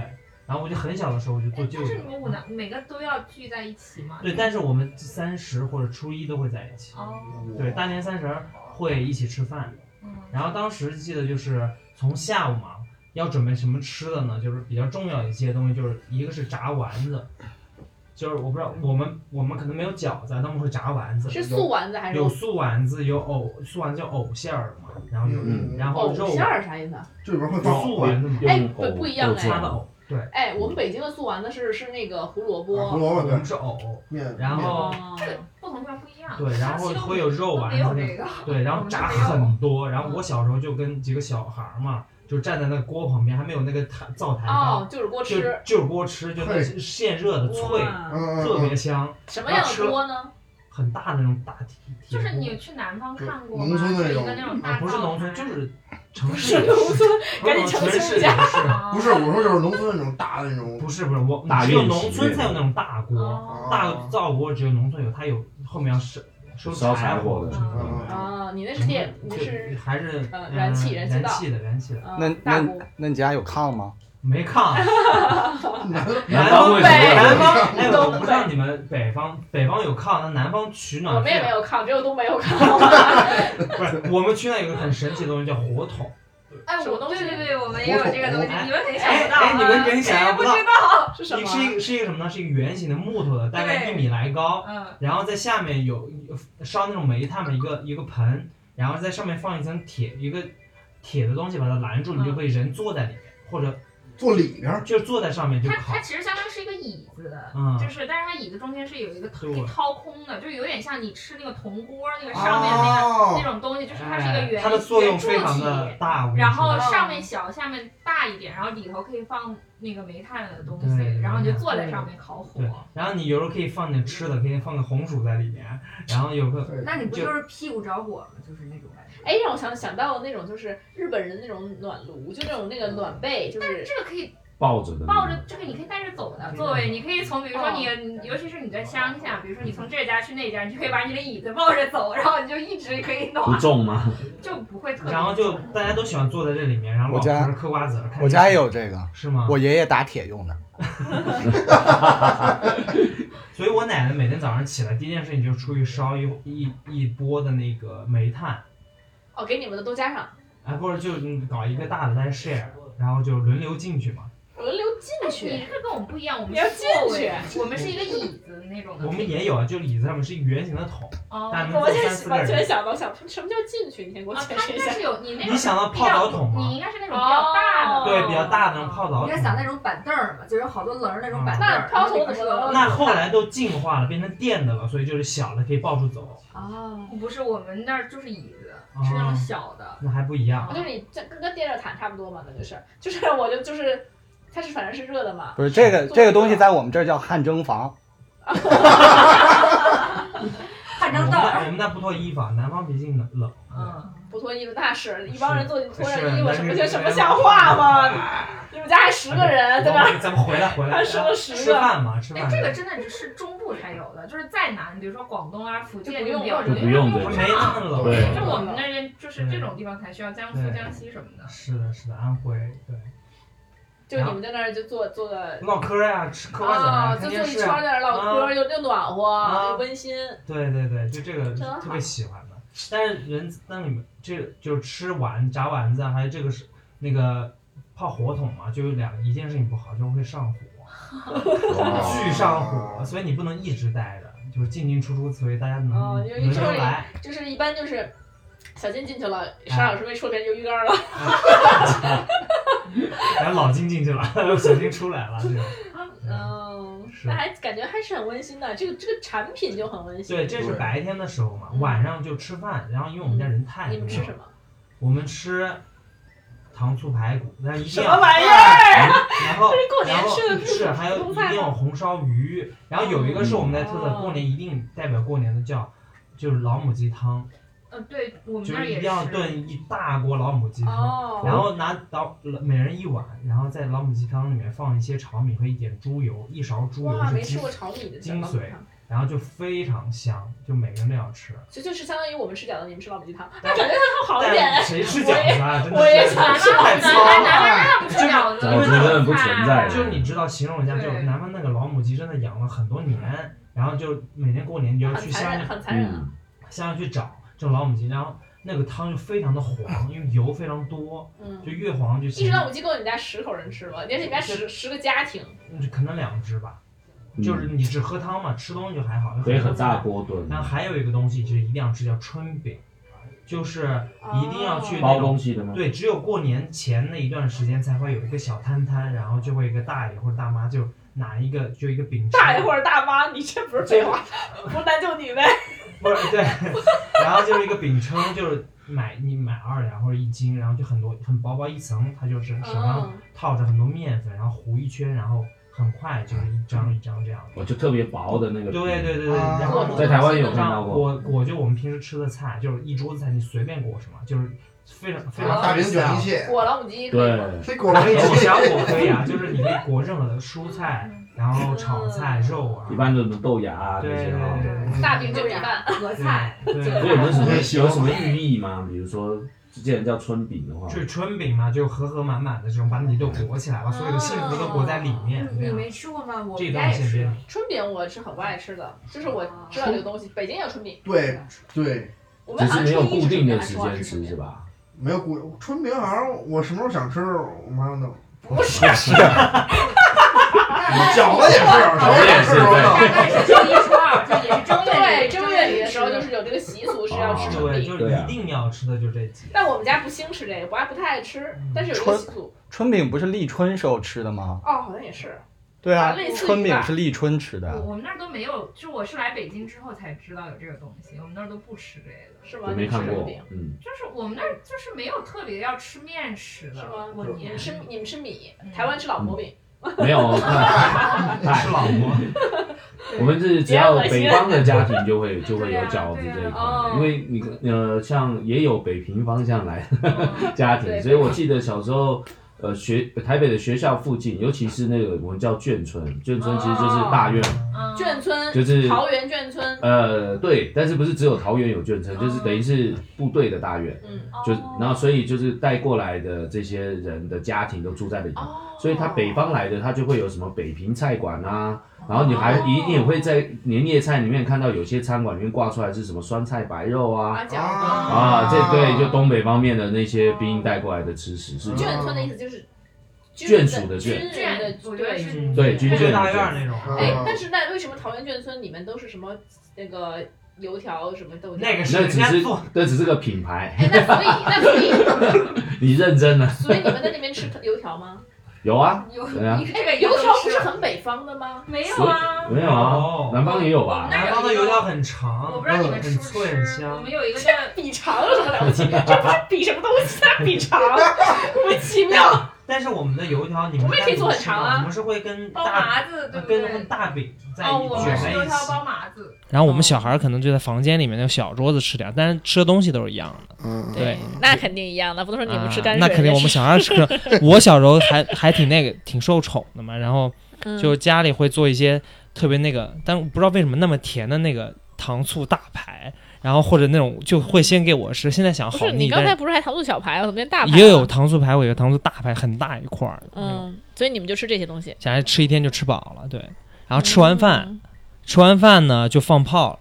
S4: 然后我就很小的时候我就做
S8: 哎，
S4: 舅
S8: 就是你
S4: 舅，
S8: 们五男每个都要聚在一起嘛。
S4: 对，但是我们三十或者初一都会在一起，
S8: 哦，
S4: 对，大年三十儿会一起吃饭。
S8: 嗯，
S4: 然后当时记得就是从下午嘛，要准备什么吃的呢？就是比较重要的一些东西，就是一个是炸丸子，就是我不知道我们我们可能没有饺子，他们会炸丸子，
S2: 是素丸子还是
S4: 有素丸子，有藕素丸子叫藕馅儿嘛，然后有、
S6: 嗯
S4: 然后
S2: 藕
S4: 肉
S2: 馅儿啥意思啊？
S6: 这里边会
S4: 就
S6: 放
S4: 素丸子嘛，
S2: 哎
S7: 用
S2: 不
S7: 藕
S2: 不一样
S7: 藕做
S4: 它的
S7: 的。
S4: 藕，对，
S2: 哎，我们北京的素丸子是是那个胡萝
S6: 啊
S2: 卜，
S6: 胡萝
S4: 我
S6: 卜对
S4: 们是藕，
S6: 面，
S4: 然后
S2: 哦
S8: 不同地方不一样。
S4: 对，然后会有
S8: 都
S4: 肉丸
S8: 没有
S4: 子
S8: 这，个。
S4: 对，然后炸很多，然后我小时候就跟几个小孩儿嘛，就站在那个锅旁边，还没有那个台灶台
S2: 哦
S4: 高，，
S2: 就是锅
S4: 就
S2: 吃，
S4: 就是锅吃，就那
S6: 脆
S4: 现热的脆，
S6: 嗯
S2: 哇，
S6: 嗯
S4: 特
S6: 嗯
S4: 别香，
S2: 什么样的锅呢？
S4: 很大的那种大铁铁
S8: 就是
S4: 锅
S8: 你去南方看过吗？
S6: 农村那
S8: 有一
S6: 种
S8: 个那种
S4: 啊，
S8: 大
S4: 不是农村，
S8: 灶
S4: 就
S8: 台
S2: [LAUGHS]
S4: 是城市
S2: 是农
S4: 也是，
S2: 村，
S4: 不是
S2: 赶紧澄
S4: 城市
S2: 清一
S4: 也
S2: 下
S4: 是。
S8: 哦
S6: 不是，我说就是农村那种大的那种
S4: 不是不是，我
S7: [LAUGHS] 大
S4: 只有
S7: 宴席
S4: 农村才有那种大锅，
S8: 哦
S4: 大灶锅只有农村有，它有后面要收收
S7: 烧柴
S4: 火
S7: 火的
S4: 什么
S6: 嗯
S7: 嗯
S2: 啊，你那是电，你那
S4: 就是还是
S2: 呃燃气
S4: 呃
S2: 燃气
S4: 燃
S2: 灶
S4: 气的燃气的，
S2: 啊
S3: 那
S2: 大
S3: 那
S2: 锅。
S3: 那你家有炕吗？
S4: 没炕。啊
S2: [LAUGHS]
S7: 南
S4: 南
S7: 方
S4: 方
S7: 为
S4: 北，
S7: 什么
S4: 南
S7: 要？
S4: 方哎，我不
S2: [LAUGHS]
S4: 知道你们北方，北方有炕，那南方取暖
S2: 我们也
S4: 费啊
S2: 没有炕，只有东北有炕。
S4: 不是，我们区那有个很神奇的东西叫火桶。
S8: 哎，
S2: 什么
S8: 我
S2: 东西
S8: 对对对，我们也有这个东西，
S4: 哎
S8: 你们没想
S4: 哎
S8: 不到啊
S4: 哎，你们真想象不到，
S2: [LAUGHS] 是什么？
S4: 是一个是一个什么呢？是一个圆形的木头的，大概一
S8: 对
S4: 米来高，
S8: 嗯，
S4: 呃然后在下面有烧那种煤炭的一个一个盆，然后在上面放一层铁一个铁的东西把它拦住，你就可以人坐在里面，或者
S6: 坐里边儿，
S4: 就坐在上面就
S9: 嗯它
S4: 烤
S9: 它。其实相当于是一个椅子，
S4: 嗯
S9: 就是，但是它椅子中间是有一个
S4: 对
S9: 可以掏空的，就有点像你吃那个铜锅那个上面那个、那
S6: 哦，
S9: 种东西，就是它是一个
S4: 哎
S9: 圆、
S4: 它的作用
S9: 圆柱
S4: 非常的
S9: 体，
S4: 大。我跟你
S9: 然后
S4: 说
S9: 上面小，下面大一点，然后里头可以放那个煤炭的东
S4: 对
S9: 西，然后你就坐在
S13: 对
S9: 上面烤火
S4: 对。，然后你有时候可以放点吃的，可以放个红薯在里面，然后有个
S6: 对
S13: 那你不就是屁股着火吗？就是那种感觉。
S2: 哎，让我想想到那种就是日本人那种暖炉，就那种那个暖被，就是
S9: 这个可以
S7: 抱着的那种，
S9: 抱着，这个你可以带着走的座位，你可以从比如说你，你尤其是你在乡下，比如说你从这家去那家，你就可以把你的椅子抱着走，然后你就一直可以
S7: 不
S9: 暖，
S7: 重吗？
S9: 就不会特别。
S4: 然后就大家都喜欢坐在这里面，然后
S3: 我
S4: 老
S3: 家
S4: 头嗑瓜子儿。看
S3: 我家也
S4: 电视
S3: 有这个，
S4: 是吗？
S3: 我爷爷打铁用的。
S4: 所以我奶奶每天早上起来第一件事情就出去烧一一一波的那个煤炭，
S2: 哦，给你们的都加上，
S4: 哎，或者就嗯搞一个大的大家 share，然后就轮流进去嘛。
S2: 轮流进
S4: 哎
S9: 你
S2: 去。
S9: 这个跟我们不一样，我们
S2: 你要
S9: 是座
S2: 进
S9: 位
S2: 去，
S9: 我们是一个椅子那种的。
S4: 我们也有啊，就椅子上面是圆形的桶，
S9: 哦，
S4: 但
S9: 啊，
S4: 能
S2: 我
S4: 坐
S2: 现
S4: 三四
S2: 在
S4: 个
S2: 完全
S4: 人。
S2: 想到想什么叫进去，你先给我
S4: 啊
S9: 它
S2: 解释一
S9: 应
S2: 下
S9: 该。是有你那
S4: 你
S9: 种，
S4: 想到泡澡桶
S9: 哎你
S4: 吗？哦
S9: 应该是那种比较大的，
S4: 对，比较大的那种泡澡
S13: 你
S4: 桶嗯
S13: 要。想那种板凳儿嘛，就有好多棱儿那种板凳
S2: 那
S13: 儿。
S2: 抛头怎么了？
S4: 那后来都进化了，变成电的了，所以就是小的可以抱住走，
S13: 哦，
S9: 不是我们那儿就是椅子，
S4: 哦
S9: 是那种小的。
S4: 那还不一样。
S2: 就是你这跟跟电热毯差不多嘛，那就是就是我就就是，它是反正是热的嘛。
S3: 不是这个
S2: 做
S3: 这个东
S2: 一
S3: 西
S2: 个
S3: 在我们这儿叫汗蒸房，
S13: 汗
S4: 我们
S13: 蒸道。
S4: 那我们那不脱衣服，啊，南方毕竟冷。冷啊
S13: 嗯，
S2: 不脱衣服那是一帮人坐进脱上
S4: 是
S2: 衣服，
S4: 男
S2: 什
S4: 女
S2: 么像什么
S4: 之间啊哎
S2: 像话吗？你们家还十个
S13: 啊
S2: 人对吧？
S4: 我们咱们回来回来啊
S2: 还，十个十
S4: 吃
S2: 个，
S4: 饭嘛，吃
S9: 哎
S4: 饭，。
S9: 这个真的只是中部才有的，就是再南，比如说广东啊、福建
S2: 就不
S9: 没有
S2: 用
S9: 这个，
S7: 就不用
S9: 因为
S7: 这
S4: 它没那
S7: 个
S4: 么冷。啊
S7: 对
S9: 就我们那边就是这种地方才需要江苏、江西什么的。
S4: 是的，是的，安徽对。
S2: 就你们在那儿就坐坐的。
S4: 唠嗑呀、吃嗑瓜子儿
S2: 啊，
S4: 啊、
S2: 就坐
S4: 看电
S2: 一
S4: 视
S2: 圈
S4: 啊。
S2: 在那儿唠嗑，
S4: 啊
S2: 又又暖
S4: 啊
S2: 和，又温馨。
S4: 对对对，就这个
S2: 真好
S4: 特别喜欢的。但是人，那你们这就是吃丸炸丸子啊，还有这个是那个泡火筒嘛，就有两一件事情不好，就是会上火，
S2: 哦
S4: 巨上火，所以你不能一直待着，就是进进出出，所以大家能
S2: 哦
S4: 轮
S2: 因为这
S4: 流
S2: 里
S4: 来。
S2: 就是一般就是小金进去了，
S4: 啊
S2: 沙老师没出来，别人就鱼竿了。
S4: 然后老金进去了， [LAUGHS] 小金出来了，这种。嗯
S2: 嗯，
S4: 是
S2: 那还感觉还是很温馨的，这个这个产品就很温馨。
S4: 对，这是白天的时候嘛，晚上就吃饭，然后因为我们家人太
S2: 嗯你
S4: 多
S2: 们
S4: 了，
S2: 吃什么？
S4: 我们吃糖醋排骨，但是一定
S2: 什
S4: 要
S2: 么玩意儿？
S4: 然后
S2: 这是过年
S4: 然后
S2: 吃的那种
S4: 是还有
S2: 普通
S4: 一
S2: 菜吗
S4: 定有红烧鱼，然后有一个是我们的特色
S2: 哦，
S4: 过年一定代表过年的叫。就是老母鸡汤，
S9: 嗯，对，我们
S4: 就
S9: 那儿
S4: 是一
S9: 也
S4: 定要
S9: 是。
S4: 炖一大锅老母鸡汤，
S2: 哦，
S4: 然后拿到每人一碗，然后在老母鸡汤里面放一些炒米和一点猪油，一勺猪油
S2: 哇，
S4: 是
S2: 没吃
S4: 鸡
S2: 过，炒米的
S4: 精
S2: 什么
S4: 髓然后就非常香，就每个人都要吃。
S2: 所以就是相当于我们吃饺子，你们吃老母鸡汤， [LAUGHS] 那
S4: 但
S2: 感觉它好一点。
S4: 但谁吃饺子啊？真的
S2: 我也
S4: 是
S2: 想吃
S9: 南
S4: 太
S9: 南
S4: 糙
S9: 南
S4: 了。
S9: 南方人不吃饺子，
S7: 饺子真的不存
S9: 啊
S7: 在
S4: 就是你知道，形容一下，就是
S9: 对
S4: 南方那个老母鸡真的养了很多年，然后就每年过年你就要去
S2: 很残
S4: 乡
S2: 忍，
S4: 下
S2: 很残忍啊！
S7: 嗯，
S4: 乡下去找这种老母鸡，然后那个汤就非常的黄，因为油非常多，
S2: 嗯，
S4: 就越黄就
S2: 一
S4: 行
S2: 只老母鸡够你们家十口人吃吗？而且你们家十十个家庭，
S4: 可能两只吧。就是你只喝汤嘛，吃东西就还好，
S7: 嗯所以很大
S4: 锅。
S7: 锅炖，
S4: 然后还有一个东西就是一定要吃，叫春饼，就是一定要
S2: 啊
S4: 去那
S7: 包
S4: 种
S7: 东西的吗？
S4: 对，只有过年前那一段时间才会有一个小摊摊，然后就会有一个大爷或者大妈就拿一个就一个饼，
S2: 大爷或者大妈，你这不是废话，不是男就女呗？
S4: 不是对， [LAUGHS] 然后就是一个饼铛，就是买你买二两或者一斤，然后就很多很薄薄一层，它就是手上
S2: 嗯，
S4: 套着很多面粉，然后糊一圈，然后很快就是一张一张这样。
S7: 我就特别薄的那个
S4: 对
S7: 皮，
S4: 对对对，
S6: 啊
S4: 然后
S7: 在台湾有
S4: 这
S7: 看到
S4: 样
S7: 过，
S4: 裹裹就我们平时吃的菜，就是一桌子菜，你随便裹什么，就是非常非常
S6: 大饼卷一
S4: freestyle
S6: 切，
S2: 我老母鸡可以
S7: 对
S2: 吗，
S6: 这果然一
S4: 有
S6: 切
S4: 小果可以啊，就是你可以裹任何的蔬菜，然后炒菜、肉啊
S7: 一，般都是豆芽啊这
S4: 对对
S7: 些啊。
S4: 对对
S2: 大饼就米饭，
S13: 合菜，
S4: 对
S7: 所以
S4: 对，
S7: 有什么
S6: 对
S7: 有什么寓意吗？比如说，既然叫春饼的话，
S4: 就是春饼嘛，就和和满满的这种，把你都裹起来，把所有的幸福都裹在里面。
S13: 你
S4: 这
S13: 你
S4: 样
S13: 没吃过吗？我
S4: 这
S13: 们
S4: 东
S13: 家也
S4: 西先
S13: 吃
S4: 别。
S2: 春饼我是很不爱吃的，就是我知道这个东西，北京也有春饼，
S6: 对对，
S2: 我
S7: 只
S2: 们好
S7: 是
S2: 像
S7: 没有
S2: 初一
S7: 固
S2: 吃
S7: 定
S2: 春饼
S7: 的
S2: 还
S7: 时
S2: 是初二吃春
S7: 间吃
S2: 饼
S7: 是吧？
S6: 没有骨春饼，好像我什么时候想吃，我妈弄。
S2: 不是，
S6: 饺子也是，啊
S7: 饺子也是
S6: 什么都
S2: 哎
S4: [LAUGHS]
S9: 大概是初
S6: 弄
S7: 对
S9: 一初二，就也是正月
S2: 对，
S9: 正
S2: 正月
S9: 里
S2: 里的时候就是有有这个习俗是要吃春
S14: 对，就
S2: 饼，
S14: 是一定要吃的就是这几个。
S2: 但我们家不兴吃这个，我还不太爱吃，但是有这个习俗。
S3: 春饼不是立春时候吃的吗？
S2: 哦，好像也是，
S3: 对啊
S2: 啊类，似于
S3: 春饼
S2: 吧
S3: 是立春吃
S15: 我
S4: 啊
S3: 的。
S15: 我们那儿都没有，就是我是来北京之后才知道有这个东西，我们那儿都不吃这个。
S2: 是
S7: 我
S2: 吗？
S7: 没看
S2: 你们吃什么
S7: 过
S2: 饼， [LAUGHS]
S7: 嗯，
S15: 就是我们那儿就是没有特别要吃面食
S2: 是
S15: 的
S2: 吗，
S15: 过
S2: 你
S15: 年
S2: 们吃你们吃米
S15: 嗯，
S2: 台湾吃老婆饼，
S7: 没有，
S14: [LAUGHS]
S7: 太
S14: 吃老婆，
S7: 我们是只要北方的家庭就会就会有饺子这一
S15: 对啊对
S2: 啊
S7: 块，因为你呃像也有北平方向来
S9: 嗯
S7: 的家庭，
S2: 对
S7: 所以我记得小时候。呃，学台北的学校附近，尤其是那个我们叫眷村，眷村其实就是大
S2: 哦
S7: 院，
S15: 嗯
S2: 眷村
S7: 就是
S2: 桃园眷村，
S7: 呃对，但是不是只有桃园有眷村，就是
S2: 哦
S7: 等于是部队的大院，
S2: 嗯，
S7: 就然后所以就是带过来的这些人的家庭都住在里头，
S2: 哦
S7: 所以他北方来的，他就会有什么北平菜馆啊，然后你还
S2: 哦
S7: 一定也会在年夜菜里面看到有些餐馆里面挂出来是什么酸菜白肉啊
S2: 啊，饺
S6: 啊
S2: 子。
S7: 啊，这对就东北方面的那些兵带过来的吃食是
S6: 嗯
S7: 这
S9: 哦
S7: 样，
S2: 眷村的意思就是
S7: 啊眷属的
S2: 军
S7: 眷
S2: 人军人的
S15: 眷我觉得是
S14: 嗯
S7: 对军
S14: 就是
S7: 眷
S14: 大院儿那种啊。
S2: 哎，但是那为什么桃园眷村你们都是什么那个油条什么豆浆？
S14: 那个
S7: 那
S14: 是人
S7: 只
S14: 家
S7: 是
S14: 做，
S7: 那只是个品牌， [LAUGHS]
S2: 哎，那所以那所以
S7: 你认真了
S2: 所以你们在那边吃油条
S15: [LAUGHS]
S2: 吗？
S7: 有啊，
S16: 有
S7: 对啊，
S16: 这
S15: 哎
S16: 个
S2: 油
S16: 油
S2: 条
S16: 条
S2: 不
S16: 不
S2: 是
S16: 是
S2: 很北方的吗？
S16: 没有啊？
S7: 没有啊
S4: 哦
S14: 有，
S7: 南方也有吧？
S16: 那
S14: 南方的油条很长，嗯
S16: 我不知道你们吃不
S14: 很脆很
S16: 吃，
S14: 香
S16: 我们有一个叫
S2: 比长有什么了不起？这不是比什么东西，它是比长，莫名其妙。
S14: 但是我们的油条你们
S2: 我们也可以
S14: 单独
S2: 做很
S14: 吃
S2: 长
S14: 吗
S2: 啊
S14: 我们是会跟
S16: 包
S14: 大呃
S16: 麻子，对不
S14: 跟跟
S16: 对？
S14: 大饼在
S16: 哦，我
S14: 一
S16: 们
S14: 卷
S16: 是
S14: 在
S16: 油
S14: 一
S16: 条
S14: 起。
S16: 包麻子，
S4: 然后我们小孩儿可能就在房间里面那小桌子吃点，但是吃的东西都是一样的。
S6: 嗯，
S4: 对，
S17: 那肯定一样的，不能说你们吃
S4: 啊
S17: 泔水。
S4: 那肯定我们小孩儿吃。我小时候还还挺那个，挺受宠的嘛。然后
S17: 嗯
S4: 就家里会做一些特别那个，但不知道为什么那么甜的那个糖醋大排，然后或者那种就会先给我吃。现在想
S17: 不
S4: 好
S17: 是你
S4: 腻，
S17: 刚才
S4: 但
S17: 不是还糖醋小排，我啊怎么变大排了？
S4: 也有糖醋排骨，有糖醋大排，很大一块儿。，
S17: 嗯，所以你们就吃这些东西。
S4: 想来吃一天就吃饱了，对。然啊后吃完饭，
S17: 嗯
S4: 吃完饭呢就放炮了，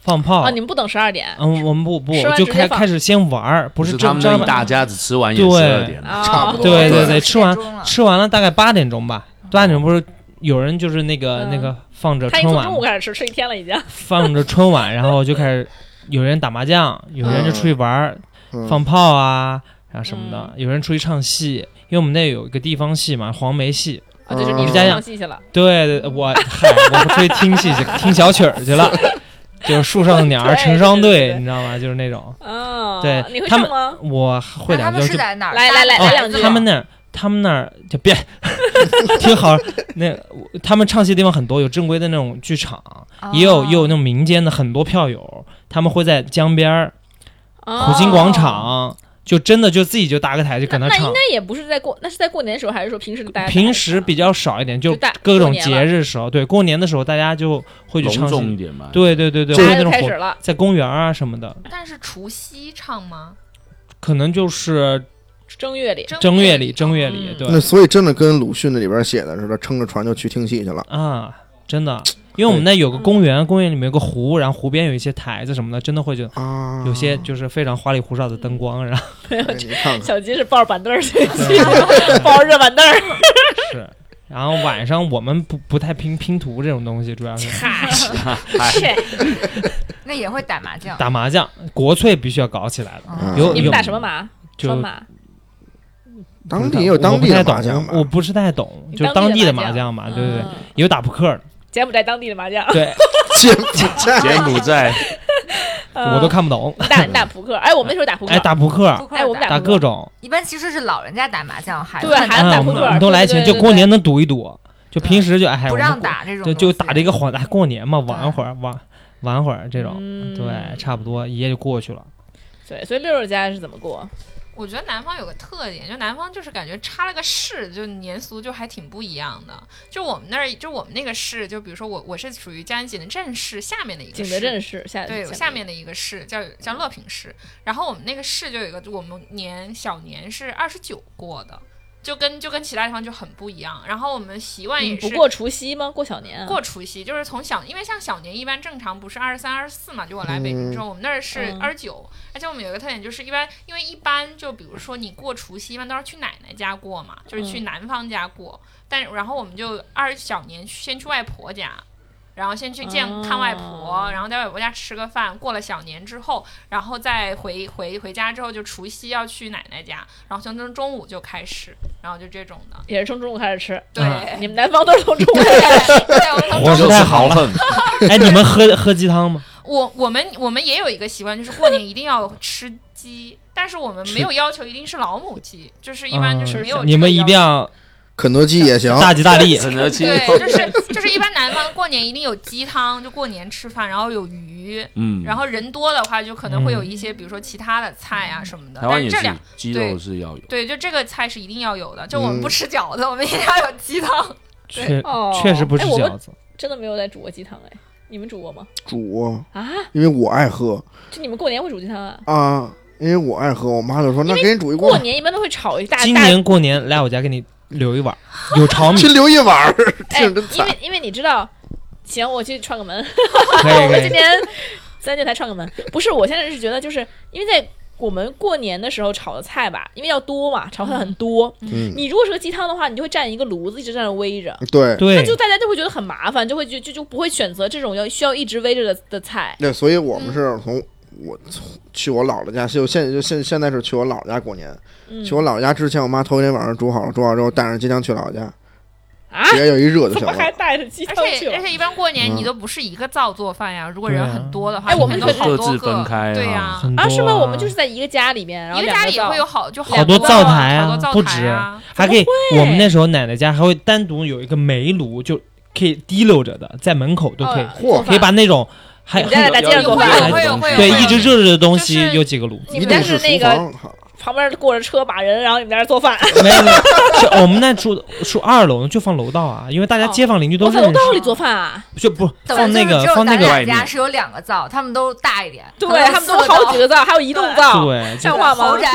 S4: 放炮
S17: 啊，
S4: 了。
S17: 你们不等十二点
S4: 嗯，我们不不
S17: 吃完
S4: 就
S17: 直接
S4: 开
S17: 放
S4: 开始先玩儿，不是正正儿八
S7: 家子吃完
S4: 也对12
S7: 点
S17: 啊？
S6: 差不多
S4: 对对
S6: 对
S4: 对，吃完
S15: 10点钟了
S4: 吃完了大概八点钟吧，八点钟不是有人就是那个、
S17: 哦嗯
S4: 那个放着
S17: 他一
S4: 春
S17: 从
S4: 晚嗯
S17: 中午，开始吃，吃一天了已经。
S4: 放着春
S17: [LAUGHS]
S4: 晚，然后就开始有人打麻将，有人就出去玩儿、
S6: 嗯
S4: 放炮啊，然后什么
S17: 嗯
S4: 的，有人出去唱戏，因为我们那有一个地方戏嘛，黄梅戏。
S17: 啊，就是你
S4: 嗯
S17: 是唱戏去了，
S4: 对，我嗨，我不出去听戏去，听小曲儿去
S17: [LAUGHS]
S4: 了，就是树上的鸟儿
S17: 对
S4: 成双
S17: 对对
S4: 对，
S17: 对
S4: 你知道吗？就是那种，
S17: 啊，
S4: 对
S17: 你会
S4: 他
S17: 唱
S4: 们
S17: 吗？
S4: 我会两句，就
S15: 在哪
S17: 来来来
S4: 哦
S17: 来两句，啊
S4: 他们那儿，他们那儿就别挺好。那他们唱戏的地方很多，有正规的那种剧场，
S17: 哦
S9: 哦
S4: 也有也有那种民间的很多票友，他们会在江边儿、
S17: 虎
S4: 虎鲸广。场，就真的就自己就搭个台就
S17: 哦那
S4: 跟
S17: 哦那
S4: 唱
S17: 应。该也不是在过，那是在过年的时候，还是说平时大家
S4: 平时比较少一点，就
S17: 就大
S4: 各种
S17: 过年了
S4: 节日的时候，对过年的时候，大家就会去唱戏。
S7: 点吧，
S4: 对对对对，
S17: 大
S4: 会有
S17: 家
S4: 那
S17: 就
S4: 种
S17: 开
S4: 活
S17: 始了，
S4: 在公园啊什么的，
S16: 但是除夕唱吗？
S4: 可能就是
S17: 正月里
S4: 正月里正月里
S17: 嗯
S4: 对
S6: 那所以真的跟鲁迅那里边写的似的，撑着船就去听戏去了。
S4: 啊，真的，因为我们那有个公园，公园里面有个湖，然后湖边有一些台子什么的，真的会觉得
S6: 啊，
S4: 有些就是非常花里胡哨的灯光，然后
S6: 哎你看看，
S17: 小金是抱着板凳儿去，抱着热板凳儿，
S4: 是，然后晚上我们不不太拼拼图这种东西，主要是
S17: 嗨，切
S15: 那也会打麻将。
S4: 打麻将，国粹必须要搞起来的，
S6: 啊
S15: 嗯
S4: 有
S17: 你们
S4: 有
S17: 打什么麻？
S4: 就
S17: 双麻，
S6: 当地也有当地的麻将
S4: 我？不太
S6: 吧
S4: 懂，我不是太懂，
S17: 你
S4: 就
S17: 当地的
S4: 的
S17: 麻
S4: 麻
S17: 将
S4: 将嘛，对对对
S17: 嗯，
S4: 也有打扑克的，
S17: 柬埔寨当地的麻将， [LAUGHS]
S4: 对
S6: 柬埔寨，
S7: 埔寨
S4: 我都看不懂，
S17: 你打你打扑克，哎，我们那时候打嗯扑克
S4: 哎，，打扑克，
S15: 扑克
S17: 哎，我们
S4: 打
S17: 打
S4: 各
S17: 扑克，
S4: 种，
S15: 一般其实是老人家打麻将，孩子
S17: 对
S15: 们
S17: 孩子打
S4: 哎
S17: 扑
S4: 我们
S17: 克
S4: 我们都来
S17: 对对
S4: 钱，
S17: 对
S4: 就
S17: 对
S4: 过
S17: 对
S4: 年能赌一赌，就
S15: 对
S4: 平时就哎，
S15: 不
S4: 我
S15: 让
S4: 们过
S15: 打这种东
S4: 就
S15: 西，
S4: 就打这个幌子，哎过年嘛，玩会儿玩玩会儿这种，
S17: 嗯
S4: 对，差不多一夜就过去了。
S17: 对，所以六六家是怎么过？
S9: 我觉得南方有个特点，就南方就是感觉插了个市，就年俗就还挺不一样的。就我们那儿，就我们那个市，就比如说我我是属于江西景德镇市下面的一个市，
S17: 景德镇市下嗯
S9: 对，有下面的一个市叫叫乐平市，然后我们那个市就有一个，我们年小年是二十九过的，就跟就跟其他地方就很不一样。然后我们习惯
S17: 你
S9: 也
S17: 嗯不
S9: 是
S17: 过除夕吗？过小年啊？
S9: 过除夕，就是从小，因为像小年一般正常不是二十三、二十四嘛，就我来北京之后，我们那儿是
S17: 嗯
S9: 二十九，而且我们有一个特点就是一般，因为一般就比如说你过除夕，一般都是去奶奶家过嘛，就是去
S17: 嗯
S9: 男方家过，但然后我们就二小年先去外婆家。然后先去见
S18: 哦
S9: 看外婆，然后在外婆家吃个饭。过了小年之后，然后再回回回家之后，就除夕要去奶奶家，然后从中中午就开始，然后就这种的。
S17: 也是从中午开始吃。
S9: 对
S17: 你们南方都是从中午开始吃。
S4: 我说太好了。哎，你们喝喝鸡汤吗？
S9: 我我们我们也有一个习惯，就是过年一定要吃鸡，但是我们没有
S4: 吃
S9: 要求一定是老母鸡，就是一般就是没有、
S4: 你们一定要
S6: [LAUGHS] 肯德基也行，
S4: 大吉大利
S6: 肯德基
S9: 对，就是就是一般南方过年一定有鸡汤，就过年吃饭，然后有鱼，
S7: 嗯
S9: 然后人多的话就可能会有一些，比如说其他的菜啊什么的。
S7: 台湾
S9: 但
S7: 也
S9: 是
S7: 是
S9: 这两
S7: 鸡肉是要有，
S9: 对，就这个菜是一定要有的。就我们
S7: 嗯
S9: 不吃饺子，我们一定要有鸡汤。
S4: 确确实不吃
S17: 哎我们
S4: 饺子，
S17: 真的没有在煮过鸡汤哎，你们煮过吗？
S6: 煮
S17: 啊，
S6: 因为我爱喝
S17: 就你们过年会煮鸡汤啊？
S6: 啊，因为我爱喝，我妈就说那给你煮一锅吧
S17: 过。年一般都会炒一大
S4: 今
S17: 大
S4: 年过年来我家给你留一碗，有炒米，
S6: 真留一碗， [LAUGHS]
S17: 哎，
S6: 听着真
S17: 因
S6: 惨
S17: 为。因为你知道，行，我去串个门， [LAUGHS]
S6: 可以
S17: 我
S6: 可
S17: 们
S6: 以
S17: 今天三电台串个门。不是，我现在是觉得，就是因为在我们过年的时候炒的菜吧，因为要多嘛，炒菜很多。
S6: 嗯
S17: 你如果是个鸡汤的话，你就会占一个炉子，一直在那煨着。
S6: 对对
S17: 那就大家就会觉得很麻烦，就会就就就不会选择这种要需要一直煨着的的菜。
S6: 对，所以我们是从我从去我姥姥家，就现就现现在是去我姥姥家过年。
S17: 嗯
S6: 去我姥姥家之前，我妈头一天晚上煮好了，煮好之后带上鸡汤去姥姥家，
S17: 啊
S6: 直接有一热就
S17: 怎
S6: 行
S17: 么还
S6: 了。
S17: 带着鸡
S9: 而
S17: 汤去
S9: 且
S17: 了
S9: 而且一般过年
S6: 嗯
S9: 你都不是一个灶做饭呀，如果
S6: 对啊
S9: 人很多的话，
S17: 哎我
S9: 你
S17: 们
S9: 可能好
S7: 各
S9: 多
S7: 自
S9: 个
S7: 分开
S9: 对呀、
S7: 很
S17: 啊？是
S7: 多
S17: 吗？
S7: 啊
S17: 我们就是在一个家里面，然后
S9: 一个
S17: 两
S9: 家里
S17: 灶
S9: 会有好就
S4: 好多灶台
S9: 好
S4: 啊
S9: 多，
S4: 不
S9: 灶台
S4: 止
S9: 啊，
S4: 还可以
S17: 会
S4: 我们那时候奶奶家还会单独有一个煤炉，就可以滴溜着的，在门口都可以，
S17: 哦做饭
S4: 可以把那种还
S17: 你们家在大街上做饭
S4: 还
S17: 会有会有会有
S4: 对一直热着的东西有几个炉子，
S17: 你们家是那个旁边过着车把人，然后你们在那儿
S4: [LAUGHS]
S17: 做饭。
S4: 没有没有，是我们那住住二楼就放楼道啊，因为大家街坊邻居都
S17: 我在
S4: 认
S17: 楼
S4: 识，
S17: 道里做饭啊？
S4: 就不
S19: 等
S4: 放那
S19: 于就
S4: 个
S19: 是只有
S4: 放那
S19: 咱
S4: 个
S19: 俩家是有两个灶，他们都大一点，
S17: 对
S19: 他
S17: 他们都好几个灶，还有移动灶，
S4: 对
S17: 像话吗？
S19: 豪宅。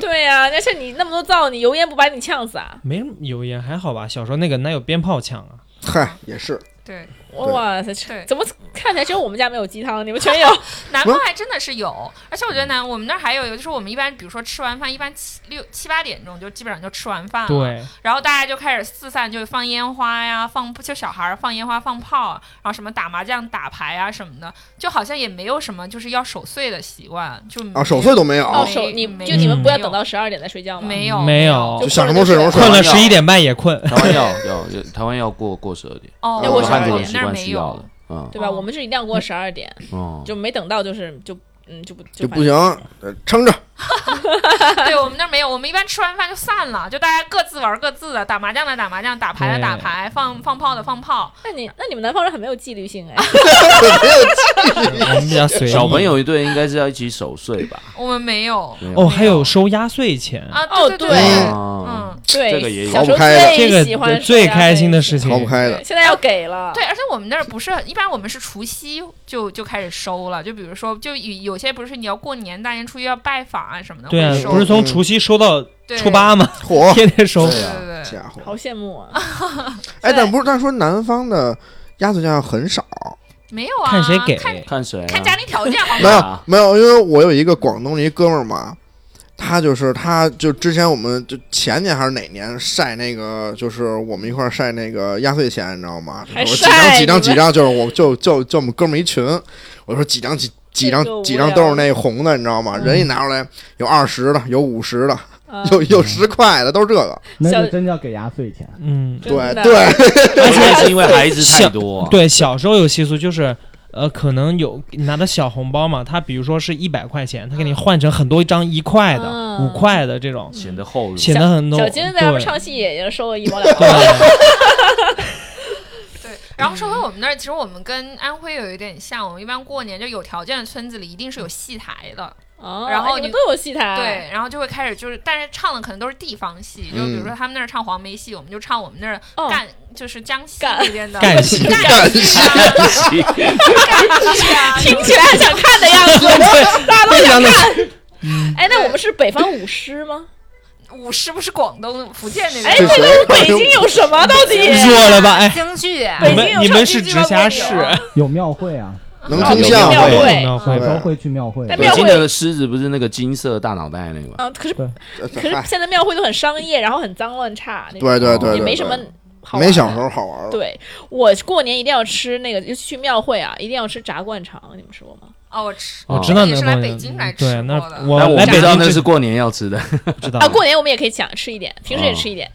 S17: 对呀、那像你那么多灶，你油烟不把你呛死啊？
S4: 没什么油烟，还好吧？小时候那个哪有鞭炮呛啊？
S6: 嗨，也是。
S9: [LAUGHS] 对，
S17: 哇塞，这怎么看起来只有我们家没有鸡汤，你们全有？
S9: 南方还真的是有，而且我觉得南我们那儿还有一个，就是我们一般比如说吃完饭，一般七六七八点钟就基本上就吃完饭了，
S4: 对，
S9: 然后大家就开始四散，就放烟花呀，放就小孩儿放烟花、放炮啊，然后什么打麻将、打牌啊什么的，就好像也没有什么就是要守岁的习惯，就没有
S6: 啊守岁都没有
S17: 嗯哦，手你
S9: 没
S17: 就你们不要
S9: 没有
S17: 等到十二点再睡觉吗？
S9: 没
S4: 没有，
S6: 就想什么睡什么睡
S4: 困了十一点半也困。
S7: 台湾要 [LAUGHS] 要要台湾要过过十二点，
S17: 哦
S7: 我
S17: 过
S7: 们汉
S17: 12
S7: 族的
S17: 点
S7: 习
S17: 那儿
S7: 惯
S17: 没
S7: 需
S17: 有
S7: 要的，嗯，
S17: 对吧？我们是一定要过十二点，
S7: 哦
S17: 就没等到就是就嗯就不
S6: 就
S17: 就
S6: 不行，呃撑着。
S9: 对我们那儿没有，我们一般吃完饭就散了，就大家各自玩各自的，打麻将的打麻将，打牌的打牌，放放炮的放炮。
S17: 那你那你们南方人很没有纪律性哎，
S4: 我们比较随意
S7: 小朋友一对应该是要一起守岁吧？
S9: 我们没有
S7: 没有
S4: 哦，还有收压岁钱，
S9: 啊，
S17: 哦
S9: 对对
S17: 对
S9: 嗯，
S17: 对
S7: 这个也有
S17: 小时候
S6: 逃不开的
S17: 最
S4: 这个
S17: 喜欢
S4: 最
S17: 睡觉
S4: 开心的事情，
S6: 逃不开的。
S17: 现在要给了，
S9: 对，而且我们那儿不是一般，我们是除夕就就开始收了，就比如说，就有有些不是你要过年大年初一要拜访啊什么的，
S4: 对啊
S9: 会，收
S4: 不是
S7: 嗯
S4: 从除夕收到
S9: 对
S4: 初八吗？
S7: 哦
S4: [LAUGHS]
S6: 嚯
S4: 天天收。
S6: 家伙，
S17: 好羡慕啊！
S6: 哎，但不是，但说南方的压岁钱很少，
S9: 没有啊，
S4: 看谁给
S9: 看
S7: 看谁啊？
S9: 看家庭条件好不
S6: [LAUGHS] 没
S9: 好？
S6: 有没有，因为我有一个广东的一哥们儿嘛，他就是他就之前我们就前年还是哪年晒那个，就是我们一块儿晒那个压岁钱，你知道吗？
S17: 还
S6: 我说几
S17: 晒
S6: 张
S17: 你
S6: 几张
S17: 们
S6: 几张，就是我就就就我们哥们儿一群，我说几张几。几张
S17: 这个无
S6: 几张都是
S17: 聊
S6: 那红的，你知道吗？人一拿出来，有二十的，有五十的，
S17: 啊
S6: 有有十块的，都是这个。
S3: 那
S17: 小
S3: 就真叫给压岁钱。
S4: 嗯，
S17: 真
S6: 对
S17: 的
S6: 对，
S7: 而且是因为孩子太多，啊
S4: 对，小时候有习俗就是。呃，可能有拿的小红包嘛，他比如说是一百块钱，他给你换成很多张一块的、
S17: 嗯
S4: 五块的这种，
S7: 显得厚，
S4: 显得很多。
S17: 小金在外面
S4: 对
S17: 唱戏也经收了一毛两毛。
S9: 对，然后说
S17: 嗯
S9: 回我们那儿，其实我们跟安徽有一点像，我们一般过年就有条件的村子里一定是有戏台的，
S17: [LAUGHS] 哦
S9: 然后
S17: 哎你们
S9: 你
S17: 都有戏台，
S9: 对，，然后就会开始就是，但是唱的可能都是地方戏，就比如说他们那儿唱黄梅戏，我们就唱我们那儿
S17: 嗯哦
S9: 赣，就是江西
S17: 赣
S9: 那边
S17: [LAUGHS]
S9: 的
S4: 赣戏
S9: 赣戏啊，赣戏啊，
S17: [LAUGHS] 听起来很想看的样子， [LAUGHS] 大家都想看。
S4: 嗯
S17: 哎，那我们是北方舞狮
S4: [LAUGHS]
S17: 吗？
S9: 舞狮不是广东、福建那
S17: 哎，
S9: 边
S17: 这
S9: 的。
S17: 跟北京有什么到底？
S4: 弱了吧？哎，
S19: 京剧，
S4: 你
S17: 北京有
S4: 们你们是
S17: 唱戏
S4: 直
S17: 吗
S4: 辖
S17: 我
S4: 市，
S3: 有庙会啊，
S6: 能
S7: 啊
S6: 听
S7: 有
S6: 相
S7: 庙
S6: 会
S7: 会
S17: 对
S4: 有
S3: 我
S4: 会
S3: 都会去庙会
S17: 哎。
S7: 北京的狮子不是那个金色大脑袋那个吗？
S17: 啊，可是
S6: 呃
S17: 可是
S6: 嗨
S17: 现在庙会都很商业，然后很脏乱差，那种
S6: 对对对对，
S17: 也没什
S6: 对
S17: 么好玩
S6: 没小时候好玩了。
S17: 对我过年一定要吃那个，就去庙会啊，一定要吃炸灌肠，你们吃过吗？
S9: 哦，我吃，
S4: 我知道那
S9: 是
S4: 个
S9: 来
S4: 东
S9: 北
S4: 西
S9: 京来，吃
S4: 对，那
S9: 过的
S4: 我
S7: 但我
S4: 来
S7: 不
S4: 北
S7: 知道
S4: 京
S7: 那
S4: 之
S7: 是过年要吃的，
S4: 知
S17: 啊，过年我们也可以抢吃一点，平
S4: 啊
S17: 时也吃一点。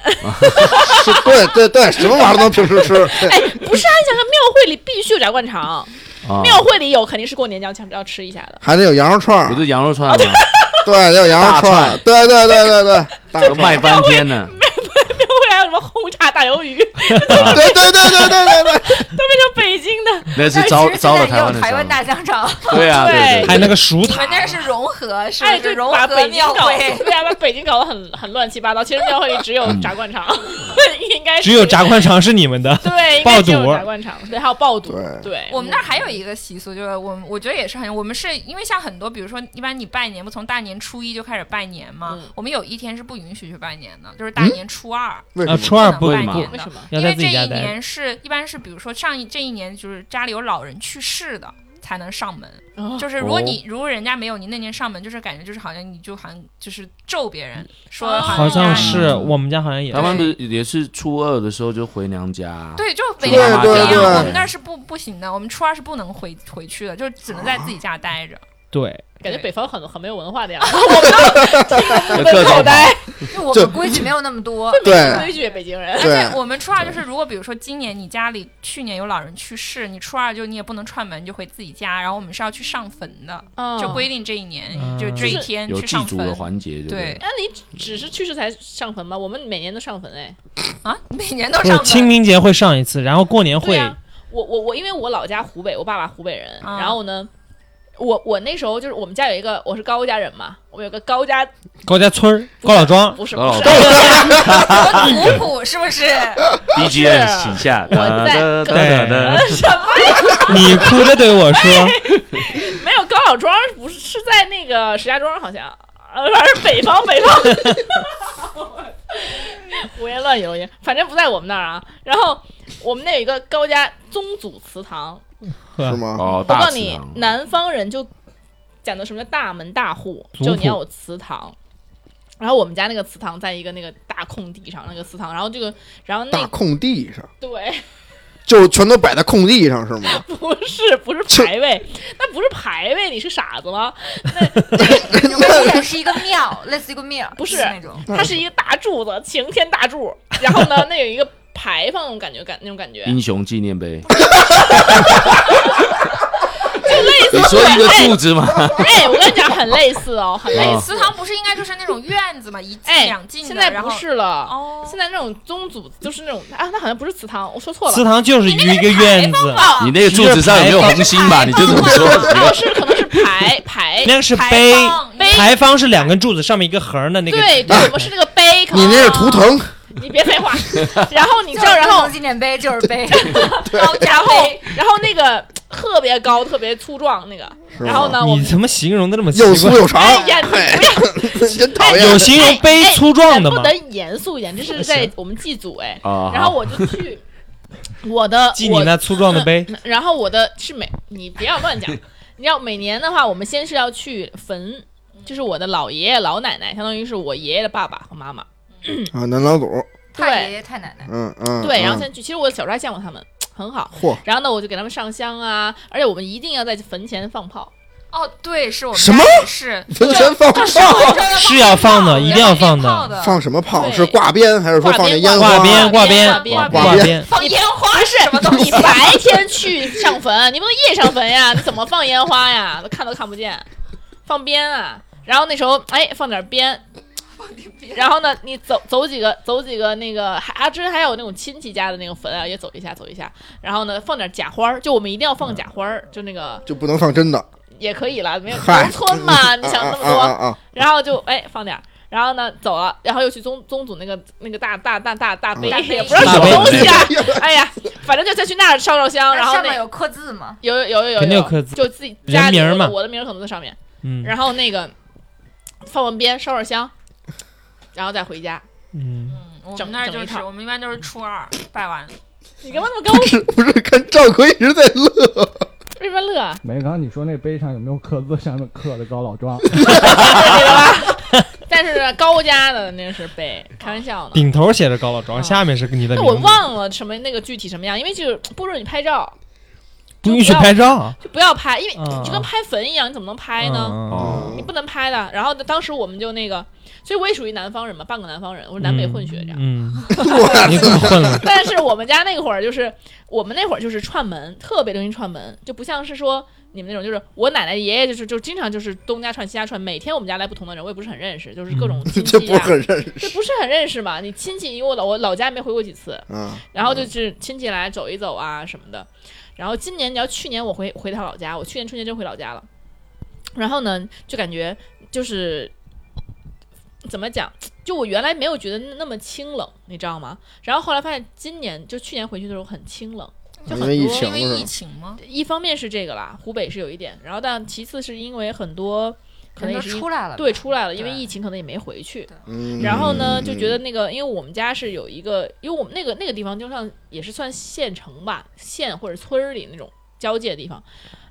S6: 对对对，什么玩意儿都能平时吃。
S17: [LAUGHS] 哎，不是啊，你想看庙会里必须有炸灌肠，
S7: 哦
S6: 啊
S17: 庙会里有肯定是过年要抢要吃一下的。 [LAUGHS]
S6: 还得有羊肉串儿，
S7: 不是羊肉串吗？
S6: 对，得有羊肉
S7: 大
S6: 串儿，
S7: 串
S6: 对对对对对，大
S7: 都卖翻天呢。
S17: 庙会还有什么轰炸大鱿鱼，
S6: 对对对对对对对，
S17: 都变成北京的。
S7: 那是招招了台湾的商人
S20: 大香肠，
S7: 对啊对
S4: 哎
S7: 对对还有那个
S4: 熟
S20: 你们那是融合，是不
S17: 哎，
S20: 是
S17: 对，
S20: 融
S17: 把
S20: 合
S17: 北京
S20: 庙
S17: 搞，
S20: 会。
S17: [LAUGHS] 对啊，把北京搞得很很乱七八糟。其实庙会里只有炸灌肠，应该是
S4: 嗯只有炸灌肠是你们的，
S17: 对，应
S4: 爆
S17: 该只
S4: 肚
S17: 有炸灌肠，对，还有爆肚，
S4: 哎
S17: 对，
S9: 我们那儿还有一个习俗，就是我们我觉得也是很，我们是因为像很多，比如说一般你拜年不从大年初一就开始拜年吗？
S4: 嗯
S9: 我们有一天是不允许去拜年的，就是大年初二。
S4: 为什么啊嗯初二不
S9: 能拜
S4: 不
S9: 年的
S4: 为什么
S9: 因
S4: 要在
S9: 为
S4: 自
S9: 这
S4: 己家
S9: 一
S4: 待着
S9: 年是一般是比如说上一这一年就是家里有老人去世的。才能上门，
S17: 啊
S4: 哦
S9: 就是如果你如果人家没有你那年上门，就是感觉就是好像你就好像就是咒别人，
S4: 嗯
S9: 说
S4: 好
S9: 啊
S4: 像是
S7: 嗯
S4: 我们家好像也
S7: 他们不
S4: 是
S7: 是也是初二的时候就回娘家，
S9: 对，就
S7: 就
S9: 北方
S7: 妈
S9: 不一
S7: 家
S9: 样，我们那儿是不不行的，我们初二是不能回回去的，就只能在自己家待着。
S4: 对，
S17: 感觉北方很很没有文化的样子。我们
S9: 各
S17: 都门
S9: 种
S17: 口呆，
S20: 就我们规矩没有那么多，
S17: 这没有规矩，北京人。
S9: 而且 [LAUGHS] 我们初二就是，如果比如说今年你家里去年有老人去世，你初二就你也不能串门，你就回自己家，然后我们是要去上坟的，
S17: 哦
S9: 就规定这一年、
S7: 嗯
S9: 就这一天
S7: 有
S9: 去
S7: 祭
S9: 上
S7: 祖
S9: 坟
S7: 的环节，不对
S9: 对？
S17: 那你只是去世才上坟吗？我们每年都上坟哎，
S9: 啊，每年都
S4: 不是 [LAUGHS] 清明节会上一次，然后过年
S17: 对
S4: 会
S17: 啊呀、我我我，因为我老家湖北，我爸爸湖北人，
S9: 啊
S17: 然后呢，我我那时候就是我们家有一个，我是高家人嘛，我们有个高家，
S4: 高家村儿、高老庄、
S17: 不是
S4: 高老
S17: 庄
S9: 族谱是
S17: [LAUGHS]
S9: 不是？
S7: BGM 请下，
S17: 我在什么呀？
S4: 你哭着对我说，
S17: 没有高老庄，不是是在那个石家庄，好像，呃，反正北方北方， [LAUGHS] 胡言乱语胡言，反正不在我们那儿啊。然后我们那有一个高家宗祖祠堂，
S4: 是
S6: 吗？
S7: 哦，
S17: 我告
S7: 大
S17: 诉
S7: 祠
S17: 你
S7: 堂，
S17: 南方人就讲的什么叫大门大户，
S7: 族
S17: 就你
S7: 谱
S17: 要有祠堂。然后我们家那个祠堂在一个那个大空地上，那个祠堂，然后这个，然后那
S6: 大空地上
S17: 对， [LAUGHS]
S6: 就全都摆在空地上是吗？
S17: 不是不是牌位，那不是牌位，你是傻子吗？
S20: 那也是一个庙，类似于一个庙，
S17: 不是
S20: 那
S17: [LAUGHS]
S20: 种，
S17: 它是一个大柱子，晴天大柱，然后呢，那有一个牌坊，感觉感那种感觉，
S7: 英雄纪念碑，
S17: 就类似
S7: 你说一个
S17: 哎
S7: 柱子吗？
S17: 哎，我跟你讲，很类似哦，
S9: [LAUGHS]
S17: 很类
S9: 哎，
S17: 似
S9: 祠。堂不是应该就是那种院子嘛，一进
S17: 哎，
S9: 两进的，
S17: 现在
S9: 然
S17: 不
S9: 后哦
S17: 是了，现在那种宗祖就是那种啊，那好像不是祠堂，我说错了，哦
S4: 祠堂就是一个院子，
S7: 你那个柱子上有没有红心吧？你就这么说，
S17: 那是可能是牌牌，
S4: 那个是
S17: 牌
S4: 碑
S17: 坊，
S4: 牌坊是两根柱子，上面一个横儿的那个，
S17: 对对，我们是那个碑，
S4: 啊
S17: 可
S4: 你
S17: 能
S4: 那是图
S6: 腾，
S17: 你别废
S4: [LAUGHS]
S17: 话。然后你知道，
S20: 就是
S17: 然后
S20: 纪念碑就是碑，
S17: 然后然后那个特别高、特别粗壮那个，
S4: 是
S17: 然后呢，啊我
S4: 你
S17: 们
S4: 怎么形容的那么奇
S6: 又
S4: 怪
S6: 粗又长
S17: 哎呀，你不要
S6: 真讨
S4: 有形容悲粗壮的
S17: 哎不
S4: 吗？
S17: 能严肃一点，这是在我们祭祖哎
S4: 啊。
S7: 哦
S17: 然后我
S4: [LAUGHS]
S17: 就去我的
S4: 记
S17: 我
S4: 你那粗壮的碑，
S17: 然后我的是每你不要乱讲，你要每年的话，我们先是要去坟，就是我的老爷爷老奶奶，相当于是我爷爷的爸爸和妈妈，
S6: 啊，南老祖，
S17: 对
S20: 爷爷太奶奶，
S6: 嗯嗯，
S17: 对，然后
S6: 嗯
S17: 先去。其实我小时候还见过他们，很好。
S6: 嚯
S17: 然后呢，我就给他们上香啊，而且我们一定要在坟前放炮。
S9: 哦，对，是我们
S6: 什么
S9: 家也是
S6: 坟前放炮
S4: 是要放的，一定要放的。
S6: 放什么炮？是挂鞭还是说
S4: 挂
S6: 放那
S4: 鞭
S6: 烟花？
S4: 挂鞭挂鞭挂
S6: 挂
S4: 鞭挂鞭
S6: 鞭。
S9: 放烟花
S17: 不是你白天去上坟，你不能夜上坟呀？ [LAUGHS] 你怎么放烟花呀？都看都看不见，放鞭啊！然后那时候哎，放点鞭。然后呢，你走走几个，走几个那个，还阿芝还有那种亲戚家的那个坟啊，也走一下，走一下。然后呢，放点假花儿，就我们一定要放假花儿，就那个
S6: 就不能放真的。
S17: 也可以了，没有
S6: 嗨
S17: 农村嘛，你想那
S6: 啊
S17: 么
S6: 啊啊
S17: 多
S6: 啊，
S17: 然后就哎放点儿，然后呢走了，然后又去宗宗祖那个那个大大大大大碑，
S20: 大碑
S17: 也不知道什么东西啊，哎呀，反正就再去那儿烧烧香，然
S20: 那
S17: 后
S20: 上
S17: 那
S20: 面有刻字吗？
S17: 有有有有
S4: 肯定有刻字
S17: 就自己家里
S4: 人名儿嘛
S17: 我的我的名儿可能在上面，
S4: 嗯
S17: 然后那个放完鞭烧烧香，然后再回家，
S4: 嗯，
S9: 我
S17: 整
S9: 们那儿
S17: 整
S9: 就
S17: 一
S9: 是
S17: 套
S9: 我们一般都是初二拜完。
S17: 你干嘛那么高？
S6: 不是看赵哥一直在乐，
S17: 为什么乐啊？
S3: 没，刚刚你说那碑上有没有刻字？上面刻的高老庄，
S17: 在那是高家的，那是北，开玩笑呢。
S4: 顶头写着高老庄，下面是你的
S17: 啊那
S4: 名
S17: 我
S4: 字，
S17: 忘了什么那个具体什么样，因为就是不准你拍照，
S4: 不允许拍照。啊
S17: 就不要拍，因为
S4: 嗯
S17: 就跟拍坟一样，你怎么能拍呢？
S4: 嗯嗯哦
S17: 你不能拍的。然后当时我们就那个，所以我也属于南方人嘛，半个南方人，我是南北混血这样。
S4: 嗯，你更混了。
S17: 但是我们家那会儿就是，我们那会儿就是串门，特别流行串门，就不像是说你们那种，就是我奶奶爷爷就是就经常就是东家串西家串，每天我们家来不同的人，我也不是很认识，就是各种亲
S6: 这
S17: 戚、啊
S6: 不是很认识。
S17: 这不是很认识嘛？你亲戚，因为我老我老家没回过几次，
S6: 嗯
S17: 然后就是亲戚来走一走啊什么的。然后今年你要去年我回回趟老家，我去年春节真回老家了。然后呢，就感觉就是怎么讲，就我原来没有觉得那么清冷，你知道吗？然后后来发现今年就去年回去的时候很清冷，就很
S6: 因
S17: 多
S6: 为疫情是吧因为疫
S9: 情吗？
S17: 一方面是这个啦，湖北是有一点，然后但其次是因为很多。可能
S9: 人
S17: 也
S9: 都
S17: 是因
S9: 出来了
S17: 对，出来了，因为疫情可能也没回去。
S6: 嗯
S17: 然后呢，就觉得那个，因为我们家是有一个，因为我们那个那个地方就像也是算县城吧，县或者村儿里那种交界地方，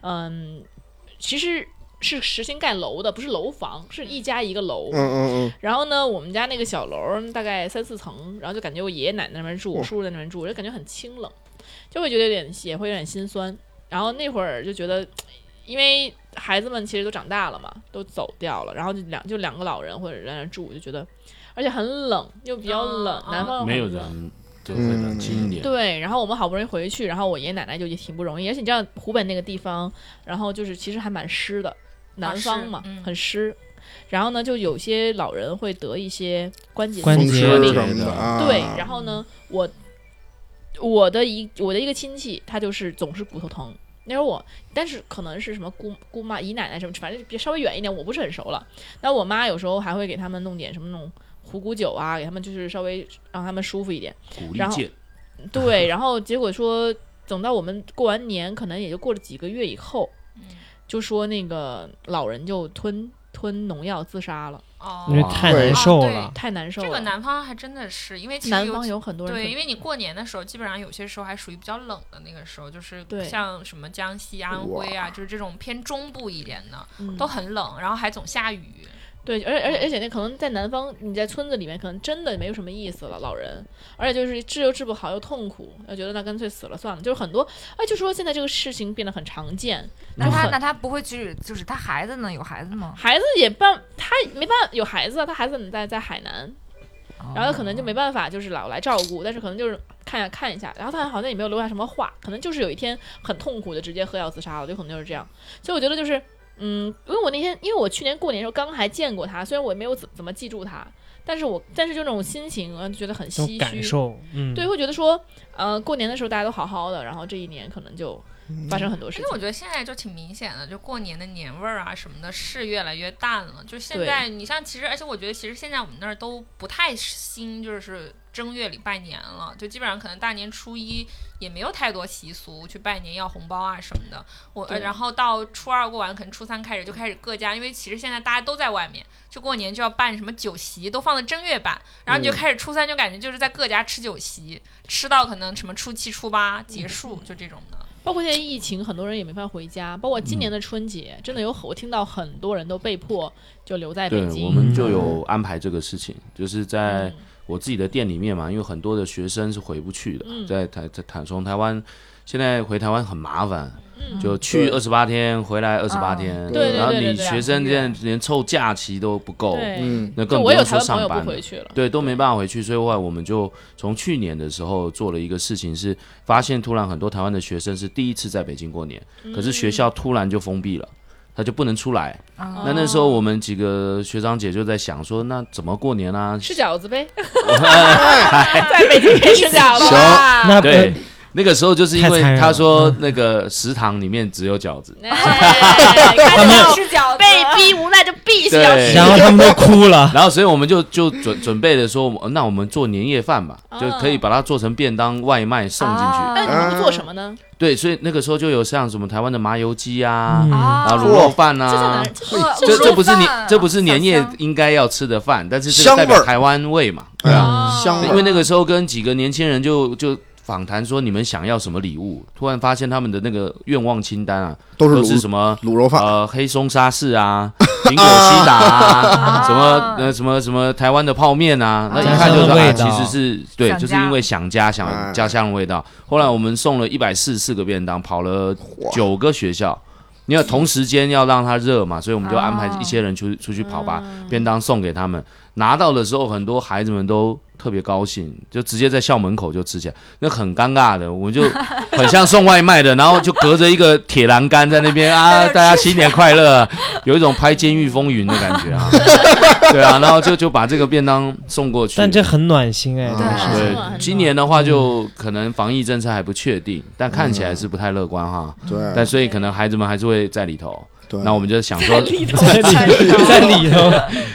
S17: 嗯，其实是实行盖楼的，不是楼房，是一家一个楼。
S6: 嗯嗯嗯
S17: 然后呢，我们家那个小楼儿大概三四层，然后就感觉我爷爷奶奶那边住，我叔叔在那边住，就感觉很清冷，就会觉得有点也会有点心酸。然后那会儿就觉得，因为孩子们其实都长大了嘛，都走掉了，然后就两就两个老人或者在那住，我就觉得，而且很冷，又比较冷，南方又很
S7: 啊没有
S17: 冷
S7: 人就会冷清一点。
S17: 对，然后我们好不容易回去，然后我爷爷奶奶就也挺不容易，而且你知道湖北那个地方，然后就是其实还蛮湿的，南方嘛，
S9: 湿嗯
S17: 很湿。然后呢，就有些老人会得一些关节
S4: 关
S17: 疾
S4: 节
S17: 病
S4: 什么的啊
S17: 对，然后呢，我我的一我的一个亲戚，他就是总是骨头疼。那时候我，但是可能是什么姑姑妈、姨奶奶什么，反正别稍微远一点，我不是很熟了。但我妈有时候还会给他们弄点什么那种虎骨酒啊，给他们就是稍微让他们舒服一点
S7: 鼓。励
S17: 然后
S7: 健
S17: 对，然后结果说，等到我们过完年，可能也就过了几个月以后，就说那个老人就吞吞农药自杀了，
S9: 哦
S4: 因为太难受
S9: 对
S4: 了。
S17: 太难受
S9: 这
S17: 了。
S9: 个南方还真的是，因为其实
S17: 南方有很多人
S9: 对，
S17: 会
S9: 因为你过年的时候，基本上有些时候还属于比较冷的那个时候，就是
S17: 对
S9: 像什么江西、安徽啊，就是这种偏中部一点的，
S17: 嗯
S9: 都很冷，然后还总下雨。
S17: 对，而且而且而且那可能在南方，你在村子里面可能真的没有什么意思了，老人，而且就是治又治不好又痛苦，又觉得那干脆死了算了，就是很多，哎，就说现在这个事情变得很常见，
S21: 那
S17: 就
S21: 他
S17: 很
S21: 那他不会去，就是他孩子呢？有孩子
S4: 嗯
S21: 吗？
S17: 孩子也办，他没办有孩子啊，他孩子在在海南，然后可能就没办法，就是老来照顾，但是可能就是看一下看一下，然后他好像也没有留下什么话，可能就是有一天很痛苦的直接喝药自杀了，就可能就是这样。所以我觉得就是，嗯，因为我那天因为我去年过年的时候刚还见过他，虽然我也没有怎怎么记住他，但是我但是就那种心情，嗯，觉得很唏
S4: 种
S17: 嘘，
S4: 感受嗯
S17: 对，会觉得说，呃，过年的时候大家都好好的，然后这一年可能就发生很多事
S9: 因
S17: 情
S9: 为。我觉得现在就挺明显的，就过年的年味儿啊什么的是越来越淡了。就现在，
S17: 对
S9: 你像其实，而且我觉得其实现在我们那儿都不太兴，就是正月里拜年了，就基本上可能大年初一也没有太多习俗去拜年要红包啊什么的。我呃
S17: 对
S9: 然后到初二过完，可能初三开始就开始各家，因为其实现在大家都在外面，就过年就要办什么酒席，都放在正月办，然后你就
S17: 嗯
S9: 开始初三就感觉就是在各家吃酒席，吃到可能什么初七初八结
S17: 嗯
S9: 束，就这种的。
S17: 包括现在疫情，很多人也没法回家。包括
S7: 嗯
S17: 今年的春节，真的有很我听到很多人都被迫就留在北
S7: 对，
S17: 京。嗯
S7: 我们就有安排这个事情，就是在我自己的店里面嘛，因为很多的学生是回不去的，
S17: 嗯
S7: 在台在台从台湾，现在回台湾很麻烦，
S17: 嗯啊
S7: 就去二十八天，回来二十八天，
S17: 对对
S7: 然后
S17: 对对
S7: 你
S17: 对
S7: 学生现在连凑假期都不够
S17: 对，嗯
S7: 那哦更
S17: 就
S7: 不
S17: 我有
S7: 用说
S17: 台湾朋
S7: 上
S17: 友不
S7: 班
S17: 回去了
S7: 对，都没办法回去，所以后来我们就从去年的时候做了一个事情，是发现突然很多台湾的学生是第一次在北京过年，
S17: 嗯
S7: 可是学校突然就封闭了。他就不能出来。
S17: 哦
S7: 那那时候我们几个学长姐就在想说，那怎么过年啊？ [LAUGHS]
S17: 吃饺子呗，
S7: 在
S17: 在北京可以吃
S7: [LAUGHS]
S17: 饺子吧
S4: 那
S7: 对，那个时候就是因
S4: 太
S7: 为
S4: 残忍了
S7: 他说那个食堂里面只有饺
S17: 嗯
S7: 子，
S17: 哎他
S7: 们
S17: 吃饺子，被逼无奈就必须要
S7: 对，
S17: 吃。
S4: 都哭
S7: [LAUGHS]
S4: 了。
S7: 然后所以我们就就准准备的说，呃那我们做年夜饭吧，就可以把它做成便当外卖送进去。
S6: 哦
S17: 那你们
S6: 啊
S17: 做什么呢？
S7: 对，所以那个时候就有像什么台湾的麻油鸡啊，
S17: 嗯
S7: 然后卤
S6: 哦
S7: 肉饭啊，
S17: 这在
S22: 哦
S17: 哪这
S7: 这
S17: 卤肉
S7: 这不是
S17: 饭
S7: 年
S17: 啊
S7: 这不是年夜应该要吃的饭，但是这
S6: 香
S7: 个代
S6: 味
S7: 表
S6: 儿哎
S7: 台湾味嘛，对
S17: 哦
S7: 啊，
S22: 哦
S7: 香因为那个时候跟几个年轻人就就访谈说你们想要什么礼物，突然发现他们的那个愿望清单啊，
S6: 都是卤
S7: 是什么
S6: 卤肉
S7: 饭，呃，黑松沙士啊，苹果西打
S4: [LAUGHS]
S7: 啊，什么呃什么什么台湾的泡面啊，那一看
S4: 家乡的
S7: 就说
S4: 味
S7: 啊，
S4: 道
S7: 其实是对，
S4: 想家
S7: 就是因为想家想家乡的味道。后来我们送了一百四十四个便当，跑了九个学校。你要同时间要让它热嘛，所以我们就安排一些人出出去跑，把
S17: 嗯
S7: 便当送给他们。拿到的时候，很多孩子们都特别高兴，就直接在校门口就吃起来，那很尴尬的，我就很像送外卖的，然后就隔着一个铁栏杆在那边啊，大家新年快乐，有一种拍《监狱风云》的感觉啊，对啊，然后就就把这个便当送过去。
S4: 但这很暖心哎，
S7: 嗯
S4: 真是
S7: 对，今年的话就可能防疫政策还不确定，但看起来是不太乐观哈。
S6: 对
S7: 但所以可能孩子们还是会在里头。对，那我们就想说
S6: 在里
S7: [LAUGHS]
S6: 头在里头
S4: 在里头，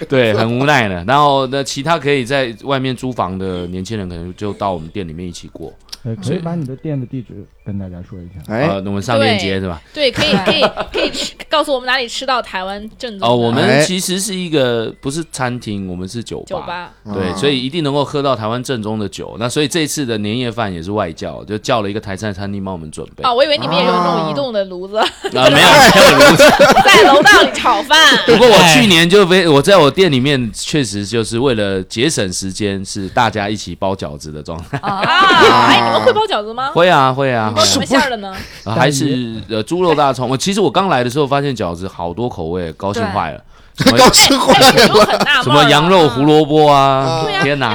S7: 对，很无奈的。然后那其他可以在外面租房的年轻人，可能就到我们店里面一起过。
S3: 呃，可以把你的店的地址跟大家说一下。
S6: 哎
S17: 哎
S7: 呃，那我们上链接是吧？
S17: 对，可以可以可以吃，告诉我们哪里吃到台湾正宗的
S7: 哦，我们
S17: 哎
S7: 其实是一个不是餐厅，我们是酒吧，
S17: 酒吧
S6: 啊
S7: 对，
S17: 哦
S7: 所以一定能够喝到台湾正宗的酒。那所以这次的年夜饭也是外教，就叫了一个台菜餐厅帮我们准备。
S17: 哦，我以为你们也有那种移动的炉子，
S7: 啊，没有没有炉子。
S17: 在楼道里炒饭。
S7: 不过我去年就非我在我店里面确实就是为了节省时间，是大家一起包饺子的状态。
S17: 啊，哎，你们会包饺子吗？
S7: 会啊会啊，
S17: 包什么
S7: 会啊
S17: 馅哦儿的呢？
S7: 呃还是呃猪肉大葱。我其实我刚来的时候发现饺子好多口味，高兴坏
S6: [LAUGHS]
S7: 了。高兴坏
S17: 哎
S7: 了，什
S17: 啊
S7: 么羊肉胡萝卜啊
S17: 对！啊
S6: [LAUGHS]
S7: 天哪，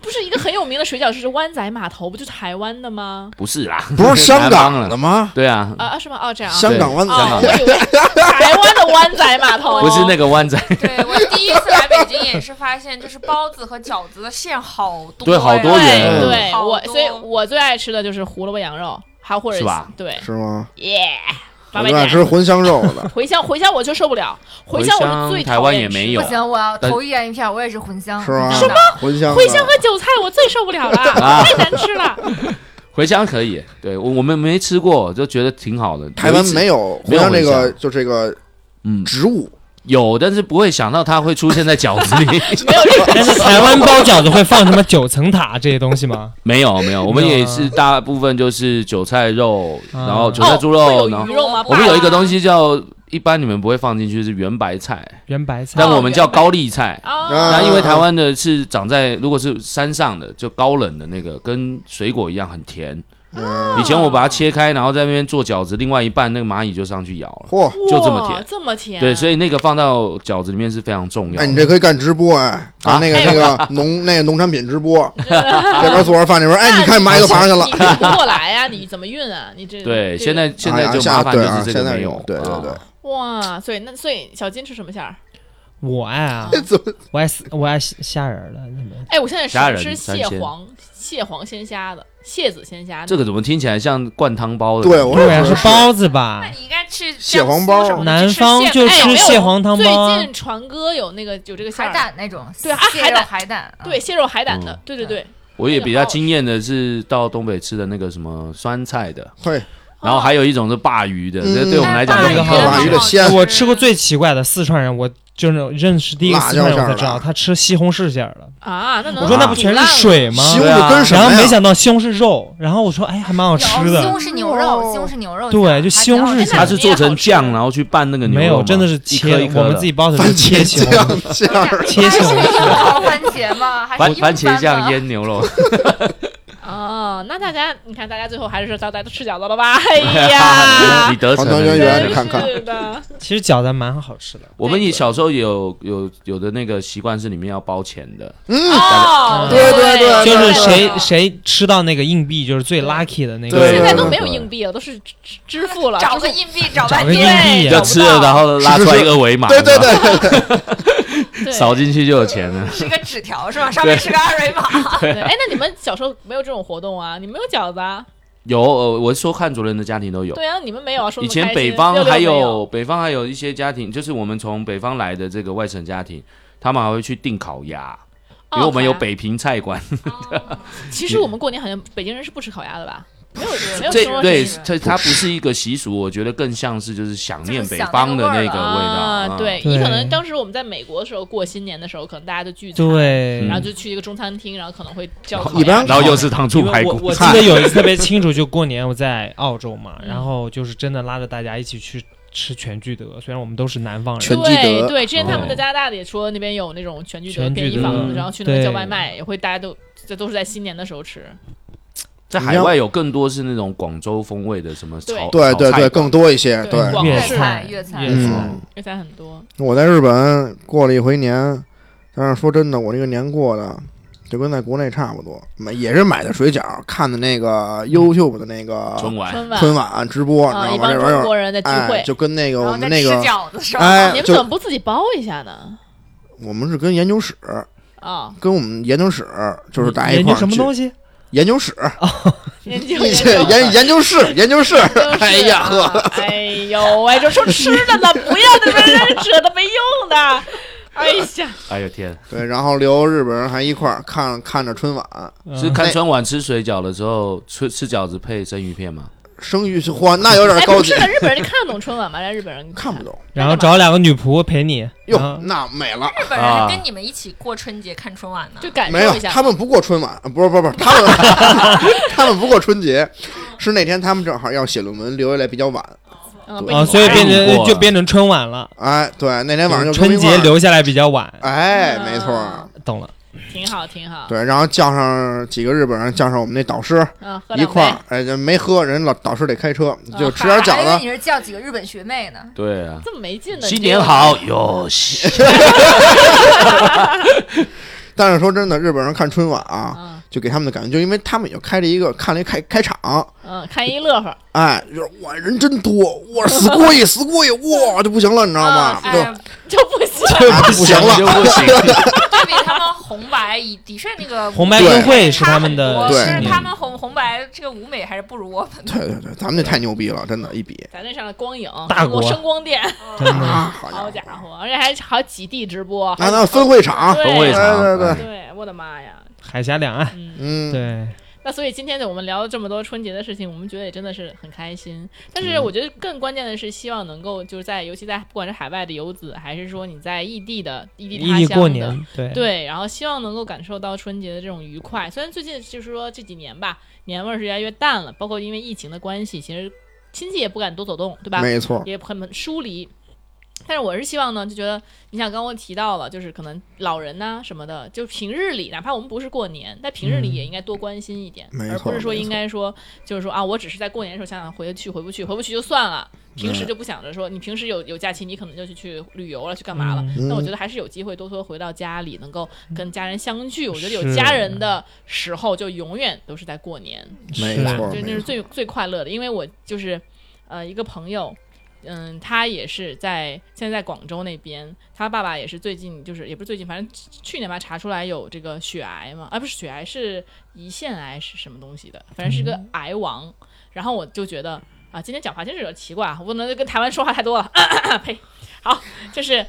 S17: 不是一个很有名的水饺是湾仔码头，不就是台湾的吗？
S7: 不是啦，
S6: 不是香港
S7: 的吗？对啊，
S17: 啊啊什么？哦这样啊，
S7: 香港湾仔
S17: 哦我以为台湾的湾仔码头，
S4: 哦
S7: 不是那个湾仔，
S22: 我第一次来北京也是发现，就是包子和饺子的馅好多呀，
S7: 对好多元嗯
S17: 对我，所以我最爱吃的就是胡萝卜羊肉，还有或者
S6: 是吧
S17: 对，
S6: 是吗？
S17: 耶，八
S6: 我
S17: 百
S6: 就爱
S17: 点。
S6: 吃茴香肉的
S17: 哦茴香，茴香我就受不了，茴香我是最
S7: 台湾也没有啊
S9: 不行，我要
S7: 但
S9: 投一人一票，我也是茴香。
S7: 是吗
S9: 真
S17: 什
S9: 的
S17: 么
S6: 茴香
S17: 茴香和韭菜我最受不了了，
S7: 啊
S17: 太难吃了。
S7: [LAUGHS] 茴香可以，对我我们没吃过，就觉得挺好的。
S6: 台湾没有茴香这
S7: 没有
S6: 个
S7: 茴，
S6: 就这个
S7: 嗯
S6: 植物
S7: 有，但是不会想到它会出现在饺子里。
S6: [LAUGHS]
S4: 但是台湾包饺子会放什么九层塔这些东西吗？
S7: 没有没有，我们
S4: 没有啊
S7: 也是大部分就是韭菜肉，
S4: 啊
S7: [LAUGHS] 然后韭菜猪
S4: 哦会有
S7: 肉，
S4: 鱼
S7: 然后
S4: 肉吗
S7: 我们有一个东西叫。一般你们不会放进去是圆白菜，
S4: 圆白菜
S6: 哦
S7: 但我们叫高丽菜。
S17: 哦
S6: 嗯
S7: 那因为台湾的是长在如果是山上的，就高冷的那个，跟水果一样很甜。
S17: 哦
S6: 嗯
S7: 以前我把它切开，然后在那边做饺子，另外一半那个蚂蚁就上去咬了，
S6: 嚯
S7: 就这么甜
S17: 哇，这么甜
S7: 对，所以那个放到饺子里面是非常重要的。
S6: 嗯哎，你这可以干直播哎，
S7: 啊
S6: 啊，那个那个
S7: [LAUGHS]
S6: 农那个农产品直播，这边做着饭，这边哎，你看蚂蚁都爬上去了
S17: 你。运不过来呀、你怎么运啊？你这
S7: 对，
S17: 这
S7: 现在现在
S6: 哎
S7: 就
S6: 呀
S7: 麻烦就
S6: 下对啊
S7: 是这个
S6: 现在
S7: 没有
S6: 有，对对对，
S17: 哇，所以那所以小金吃什么馅儿？
S4: 我爱
S6: [LAUGHS]
S4: 啊，我爱死我爱虾虾仁儿的。真的
S17: 哎，我现在
S7: 虾仁
S17: 是吃
S7: 三
S17: 蟹
S7: 鲜
S17: 黄蟹黄鲜虾的，蟹子鲜虾的。
S7: 这个怎么听起来像灌汤包的？
S6: 对我也
S4: 对啊，
S6: 是
S4: 是包子吧？
S17: 应该吃
S6: 蟹黄包
S4: 什么的南去吃方蟹就
S17: 哎
S4: 吃
S17: 没有
S4: 蟹黄汤包啊
S17: 最近传哥有那个有这个海
S9: 蛋那种，
S17: 对啊，
S9: 蟹
S17: 海
S9: 肉
S17: 胆
S9: 海胆，
S22: 啊
S17: 对蟹肉海胆的
S7: 嗯，
S17: 对对对，
S7: 我也比较惊艳的是到东北吃的那个什么酸菜的，
S6: 对，
S7: 然后还有一种是鲅鱼
S6: 嗯
S7: 的，这对我们来讲
S4: 那
S7: 就
S4: 个
S7: 很好
S4: 好
S7: 吃。
S4: 我吃过最奇怪的四川人，我就是认识第一个
S7: 辣椒
S4: 四川人，我
S7: 馅儿
S4: 才知道他吃西红柿馅儿的。
S6: 嗯
S17: 啊，那能
S7: [LAUGHS]
S4: 我说那不全是水吗？
S7: 啊
S6: 西红柿跟什么
S4: 啊
S6: 呀
S4: 然后没想到西红柿肉，然后我说哎还蛮好吃
S9: 西红
S4: 的。
S9: 柿牛
S6: 哦
S9: 肉，西红柿牛肉酱，
S4: 对，就西红
S17: [LAUGHS]
S4: 柿
S7: 它是做成酱，然后去拌那个牛肉吗。
S4: 没有真的是
S7: 一颗
S4: 切
S7: 一颗的
S4: 我们自己包的时候切西
S6: [LAUGHS]
S4: 红柿
S6: 这样
S17: [LAUGHS]
S6: 儿
S4: 切西红
S9: 是
S4: 柿。
S9: 烤番茄吗？还
S7: 番
S9: 是
S7: 番茄
S9: 酱
S7: 酱腌牛
S17: [LAUGHS]
S7: 肉。
S17: 哦，那大家你看，大家最后还是到大家都吃饺子
S7: [LAUGHS]
S17: 了吧？哎呀，
S7: 你得逞了
S6: 团团圆圆，
S7: 你
S6: 你看看，
S17: 是的，
S4: 其实饺子还蛮好吃的。
S7: 我们也小时候有有有的那个习惯是里面要包钱的，
S6: 嗯
S17: 哦
S6: 对对对
S4: 就
S6: 对
S4: 是
S6: 对
S4: 谁谁吃到那个硬币就是最 lucky 的那个。
S6: 对
S17: 现在都没有硬币了，都是支支支付了，
S23: 找
S17: 个
S23: 硬币找
S4: 半天找个
S9: [LAUGHS]
S4: 硬币
S7: 就吃了然后拉出来一个维
S6: [LAUGHS]
S7: 码，
S6: 对对对
S7: 对 [LAUGHS] 对，扫进去就有钱了。
S23: 是一个纸条是吧？上面是个二维码。
S7: 对啊
S17: 哎，那你们小时候没有这种活动啊？你们没有饺子啊？
S7: 有，呃我是说看主任的家庭都有。
S17: 对啊，你们没有啊？说
S7: 以
S17: 那么
S7: 前
S17: 开心
S7: 北方
S17: 六六
S7: 还
S17: 没有
S7: 有北方还有一些家庭，就是我们从北方来的这个外省家庭，他们还会去订烤鸭，
S17: 哦
S7: 因为我们有
S17: 烤鸭
S7: 北嗯平菜馆。
S17: 其实我们过年好像北京人是不吃烤鸭的吧？没有，没有
S7: 这
S17: 吃过
S7: 对
S17: 这个
S7: 它它不是一个习俗，我觉得更像是就是想念北方的那个味道。
S17: 啊
S7: 啊，
S17: 对，你可能当时我们在美国的时候过新年的时候，可能大家就聚餐，
S7: 嗯
S4: 对
S17: 然后就去一个中餐厅，然后可能会叫烤鸭
S7: 然后又是糖醋排骨
S4: 因为我我
S7: [LAUGHS]
S4: 记得有一次特别清楚，就过年我在澳洲嘛，然后就是真的拉着大家一起去吃全聚德，虽然我们都是南方人。
S17: 对对，之前他们在加拿大的也说那边有那种全聚德
S4: 全聚
S17: 便宜
S4: 德
S7: 嗯
S17: 房子，然后去那边
S4: 对
S17: 叫外卖，也会大家都这都是在新年的时候吃。
S7: 在海外有更多是那种广州风味的什么
S17: 对
S7: 炒
S6: 对对
S7: 炒菜
S6: 对，更多一些，
S17: 对
S6: 对
S17: 广粤菜粤菜粤菜
S6: 嗯，
S17: 粤菜很多。
S6: 我在日本过了一回年，但是说真的，我这个年过的就跟在国内差不多，买也是买的水饺，看的那个优秀的那个
S7: 哎春晚
S17: 春晚
S6: 春晚直播，
S17: 啊
S6: 你
S17: 一
S6: 知道吗？
S17: 帮
S6: 这玩意
S17: 中国人在
S6: 儿
S17: 聚会
S6: 哎，就跟那个我们
S17: 在
S6: 那个
S17: 是吧
S6: 哎，
S17: 你们
S6: 就
S17: 怎么不自己包一下呢？
S6: 我们是跟研究室
S17: 啊，
S6: 跟我们研究室就是大家一
S4: 研
S6: 块
S4: 究
S6: 儿
S4: 什么
S6: 去
S4: 东西？
S6: 研究室，
S17: 研究
S6: 一些研研究室，研究室， [LAUGHS] 哎呀呵，
S17: 哎呦喂，就说吃的呢，不要在这边扯的没用的。哎呀，
S7: 哎呦天，
S6: 对，然后留日本人还一块儿看看着春晚，
S7: 是看春晚吃水饺的时候吃吃饺子配生鱼片吗？
S6: 生育是花，那有点
S17: 哎，
S6: 高
S17: 不
S6: 级
S17: 是。的，日本人看得懂春晚吗？人家日本人
S6: 看不懂。
S4: 然
S17: 哎
S4: 后找两个女仆陪你。
S6: 哟，
S4: 啊
S6: 那美了。
S9: 日本人跟你们一起过春节看春晚呢，
S17: 就感
S6: 没有，他们不过春晚，不是不是不是，他们 [LAUGHS] 他们不过春节，是那天他们正好要写论文，留下来比较晚。
S17: 嗯
S6: 对
S4: 啊，
S17: 哎
S4: 所以变成就变成春晚了。
S6: 哎，对，那天晚上就
S4: 春节留下来比较晚。
S6: 哎，没错儿，
S4: 懂了。
S17: 挺好，挺好。
S6: 对，然后叫上几个日本人，叫上我们那导师
S17: 嗯喝两杯啊
S6: 一块儿，哎，这没喝，人老导师得开车，就吃点
S24: 还以为你
S6: 饺子。
S17: 哎
S24: 是叫几个日本学妹呢？
S7: 对啊，
S17: 这么没劲呢。
S7: 新年好，哟西。
S6: 但是说真的，日本人看春晚
S17: 嗯
S6: 啊，就给他们的感觉，就因为他们也开了一个看了一开开场，
S17: 嗯，看一乐呵。
S6: 哎，就是哇，人真多，哇，死过瘾，死过瘾，哇，就不行了，你知道吗？
S17: 啊
S6: 就
S17: [LAUGHS] 就不行
S6: 哎 [LAUGHS] 不行了，
S9: 啊对比他们红白，以的确那个
S4: 红白灯会是他们的
S9: 我
S6: 对
S9: 是
S6: 嗯
S9: 他们红红白这个舞美还是不如我们的。
S6: 对对对，咱们这太牛逼了，真的，一比
S17: 咱这上了光影，
S6: 大国
S17: 声光电，
S6: 真的啊
S17: 好家伙，而且还还几地直播，
S6: 那啊那分会场，
S17: 对
S6: 对对对，
S17: 对，我的妈呀！
S4: 海峡两岸。
S6: 嗯，
S4: 对。
S17: 那所以今天我们聊了这么多春节的事情，我们觉得也真的是很开心。但
S4: 嗯
S17: 是我觉得更关键的是，希望能够就是在，尤其在不管是海外的游子，还是说你在异地的异地他
S4: 异地
S17: 乡
S4: 过
S17: 的
S4: 年对
S17: 然后希望能够感受到春节的这种愉快。虽然最近就是说这几年吧，年味儿是越来越淡了，包括因为疫情的关系，其实亲戚也不敢多走动，对吧？
S6: 没错
S17: 也很疏离。但是我是希望呢，就觉得你想刚刚提到了，就是可能老人呐、什么的，就平日里，哪怕我们不是过年，在平日里
S9: 嗯
S17: 也应该多关心一点，
S9: 没
S17: 而不
S9: 错
S17: 是说
S9: 没
S17: 应
S9: 错
S17: 该说就是说啊，我只是在过年的时候想想回得去回不去，回不去就算了。平时
S9: 嗯
S17: 就不想着说，你平时有有假期，你可能就去去旅游了，去干嘛了
S9: 嗯？
S17: 那我
S9: 嗯
S17: 觉得还是有机会多多回到家里，能够跟家人相聚。我觉得有
S9: 是
S17: 家人的时候，就永远都是在过年，
S6: 嗯没
S17: 对吧
S6: 错
S17: 就
S6: 没
S17: 那是最最快乐的。因为我就是，呃，一个朋友，嗯，他也是在现在在广州那边，他爸爸也是最近就是也不是最近，反正去年吧查出来有这个血癌嘛，啊不是血癌是胰腺癌是什么东西的，反正是个
S9: 嗯
S17: 癌王。然后我就觉得啊，今天讲话真是有点奇怪啊，我不能跟台湾说话太多了，呸。好，就是，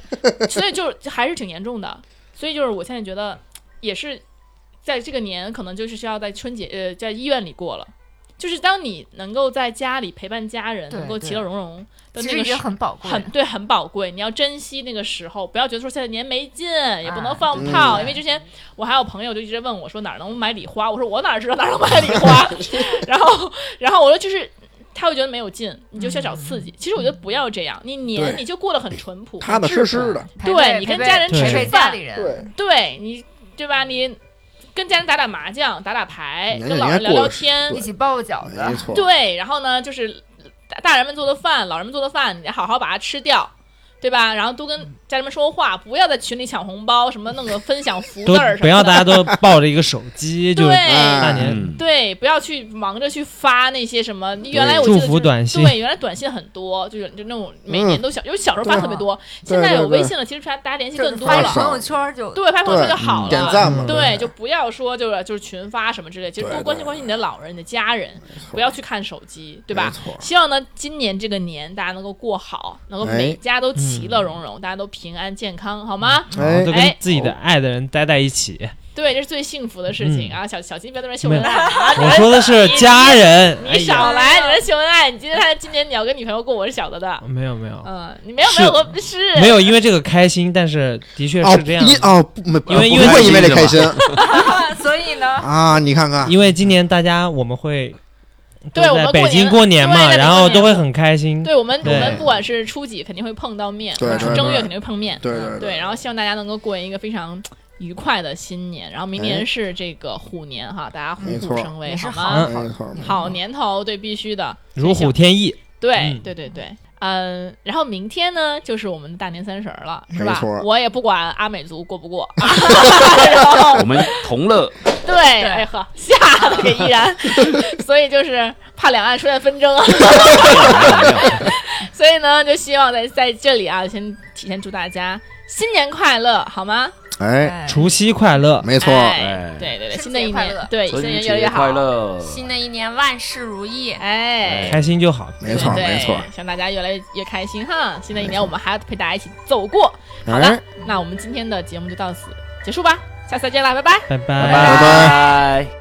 S17: 所以就是还是挺严重的，所以就是我现在觉得也是在这个年可能就是需要在春节呃在医院里过了。就是当你能够在家里陪伴家人，
S24: 对
S17: 能够其乐融融的
S24: 其
S17: 那
S24: 实
S17: 个
S24: 已经
S17: 时
S24: 很宝贵
S17: 很
S24: 了
S17: 对，很宝贵。你要珍惜那个时候，不要觉得说现在年没劲，也不能放
S24: 哎对
S17: 炮。
S24: 对
S17: 因为之前我还有朋友就一直问我说哪儿能买礼花，我说我哪知道哪儿能买礼
S24: [LAUGHS]
S17: 花，然后然后我说就是。他会觉得没有劲，你就需要找刺
S24: 嗯
S17: 激。其实我觉得不要这样，你年
S6: 对
S17: 你就过得很淳朴，
S6: 踏踏
S17: 很
S6: 实
S17: 质
S6: 实的
S24: 陪
S17: 朴对
S24: 陪
S17: 你跟
S24: 陪
S17: 家人吃
S24: 陪
S17: 吃
S24: 陪
S17: 饭，
S24: 家里人
S17: 对你对吧？你跟家人打打麻将，打打牌，
S24: 年
S17: 跟
S24: 年
S17: 老
S24: 应该
S17: 人聊
S24: 过
S17: 聊
S24: 得是
S17: 天，
S24: 对一起包个饺
S6: 哎
S24: 子没错
S17: 对，然后呢，就是大大人们做的饭，老人们做的饭，你得好好把它吃掉。对吧？然后多跟家人们说话，不要在群里抢红包，什么弄个分享福字
S4: 都
S17: 儿什么的。
S4: 不要大家都抱着一个手
S17: [LAUGHS]
S4: 机，就是
S17: 对
S6: 哎
S24: 嗯
S4: 大
S7: 嗯
S4: 年
S17: 对，不要去忙着去发那些什么。原来我记
S4: 祝
S17: 得、
S4: 福
S17: 就是、
S4: 短信
S17: 对，原来短信很多，就是就那种每年都小，因为小时候发
S24: 对啊
S17: 特别多，
S24: 对
S17: 现在有
S24: 对对
S17: 微信了，其实大家联系
S24: 就是
S17: 更多
S24: 发
S17: 了。
S24: 朋友圈就
S17: 对，发朋友圈就好了，
S24: 对嗯点赞嘛
S17: 对，
S24: 对
S17: 就不要说就是就是群发什么之类，就
S24: 对
S17: 多
S24: 对
S17: 关心关心你的老人、你的家人，不要去看手机，对吧
S24: 没错？
S17: 希望呢，今年这个年大家能够过好，能够
S4: 哎
S17: 每家都其乐融融，大家都平安健康，好吗？
S4: 然嗯啊后就
S17: 哎
S4: 跟自己的爱的人待在一起。嗯
S17: 对，这是最幸福的事情啊！小小金，不要在那边秀
S4: 没
S17: 恩
S4: 有
S17: 爱啊！
S4: 我说的是家人
S17: 你
S4: 哎呀
S17: 你少来，你在秀恩爱。你今天他今年你要跟女朋友过，我是晓得的。
S4: 没有没有
S17: 嗯，你没有
S4: 是
S17: 没有，我是
S4: 没有，因为这个开心，但是的确
S6: 哦
S4: 是这样
S6: 因哦不没
S4: 因为
S6: 不
S4: 因为
S6: 会因为这开心
S17: 所以呢，
S6: 啊，你看看，
S4: 因为今年大家我们会
S17: 对
S25: 都
S17: 我们
S25: 在
S17: 过年
S25: 北京过年
S17: 对在
S25: 嘛，
S17: 北京
S25: 然
S17: 过
S25: 后
S17: 年
S25: 都会很开心。
S17: 对我们，我
S25: 对
S17: 们不管是初几肯定会碰到面，
S25: 对对对
S17: 正月肯定会碰面，
S25: 对对
S17: 嗯
S25: 对
S17: 然后希望大家能够过一个非常愉快的新年，然后明年是这个虎年哈，大家虎
S25: 哎没
S17: 虎
S25: 错
S17: 生威，
S25: 也是
S17: 好
S25: 好
S17: 吗
S25: 年没错？
S17: 好年头，对，必须的，
S25: 如虎添翼。
S17: 对、
S25: 嗯
S17: 对对对。嗯，然后明天呢，就是我们的大年三十儿了，是
S26: 没
S17: 吧
S26: 错？
S17: 我也不管阿美族过
S25: [LAUGHS]
S17: 不过，
S26: 我们同
S7: [LAUGHS]
S26: 乐，
S17: 对，哎呵，吓得
S25: [LAUGHS]
S17: 给依然，所以就是怕两岸出现纷争啊。所以呢，就希望在在这里啊，先提前祝大家新年快乐，好吗？
S27: 哎，
S25: 除夕快乐，
S27: 没错
S17: 哎，对对对，新的一
S9: 快
S17: 年
S9: 乐，
S17: 对，新
S25: 春
S17: 的一年
S25: 节
S17: 越来越好，
S25: 快乐
S9: 新的一年万事如意，
S17: 哎
S25: 开心就好。
S27: 没错
S17: 对
S27: 没错，
S17: 希望大家越来越开心哈！新的一年我们还要陪大家一起走过。好
S27: 哎
S17: 的，那我们今天的节目就到此结束吧，下次再见啦，拜拜。
S25: 拜拜
S27: 拜拜。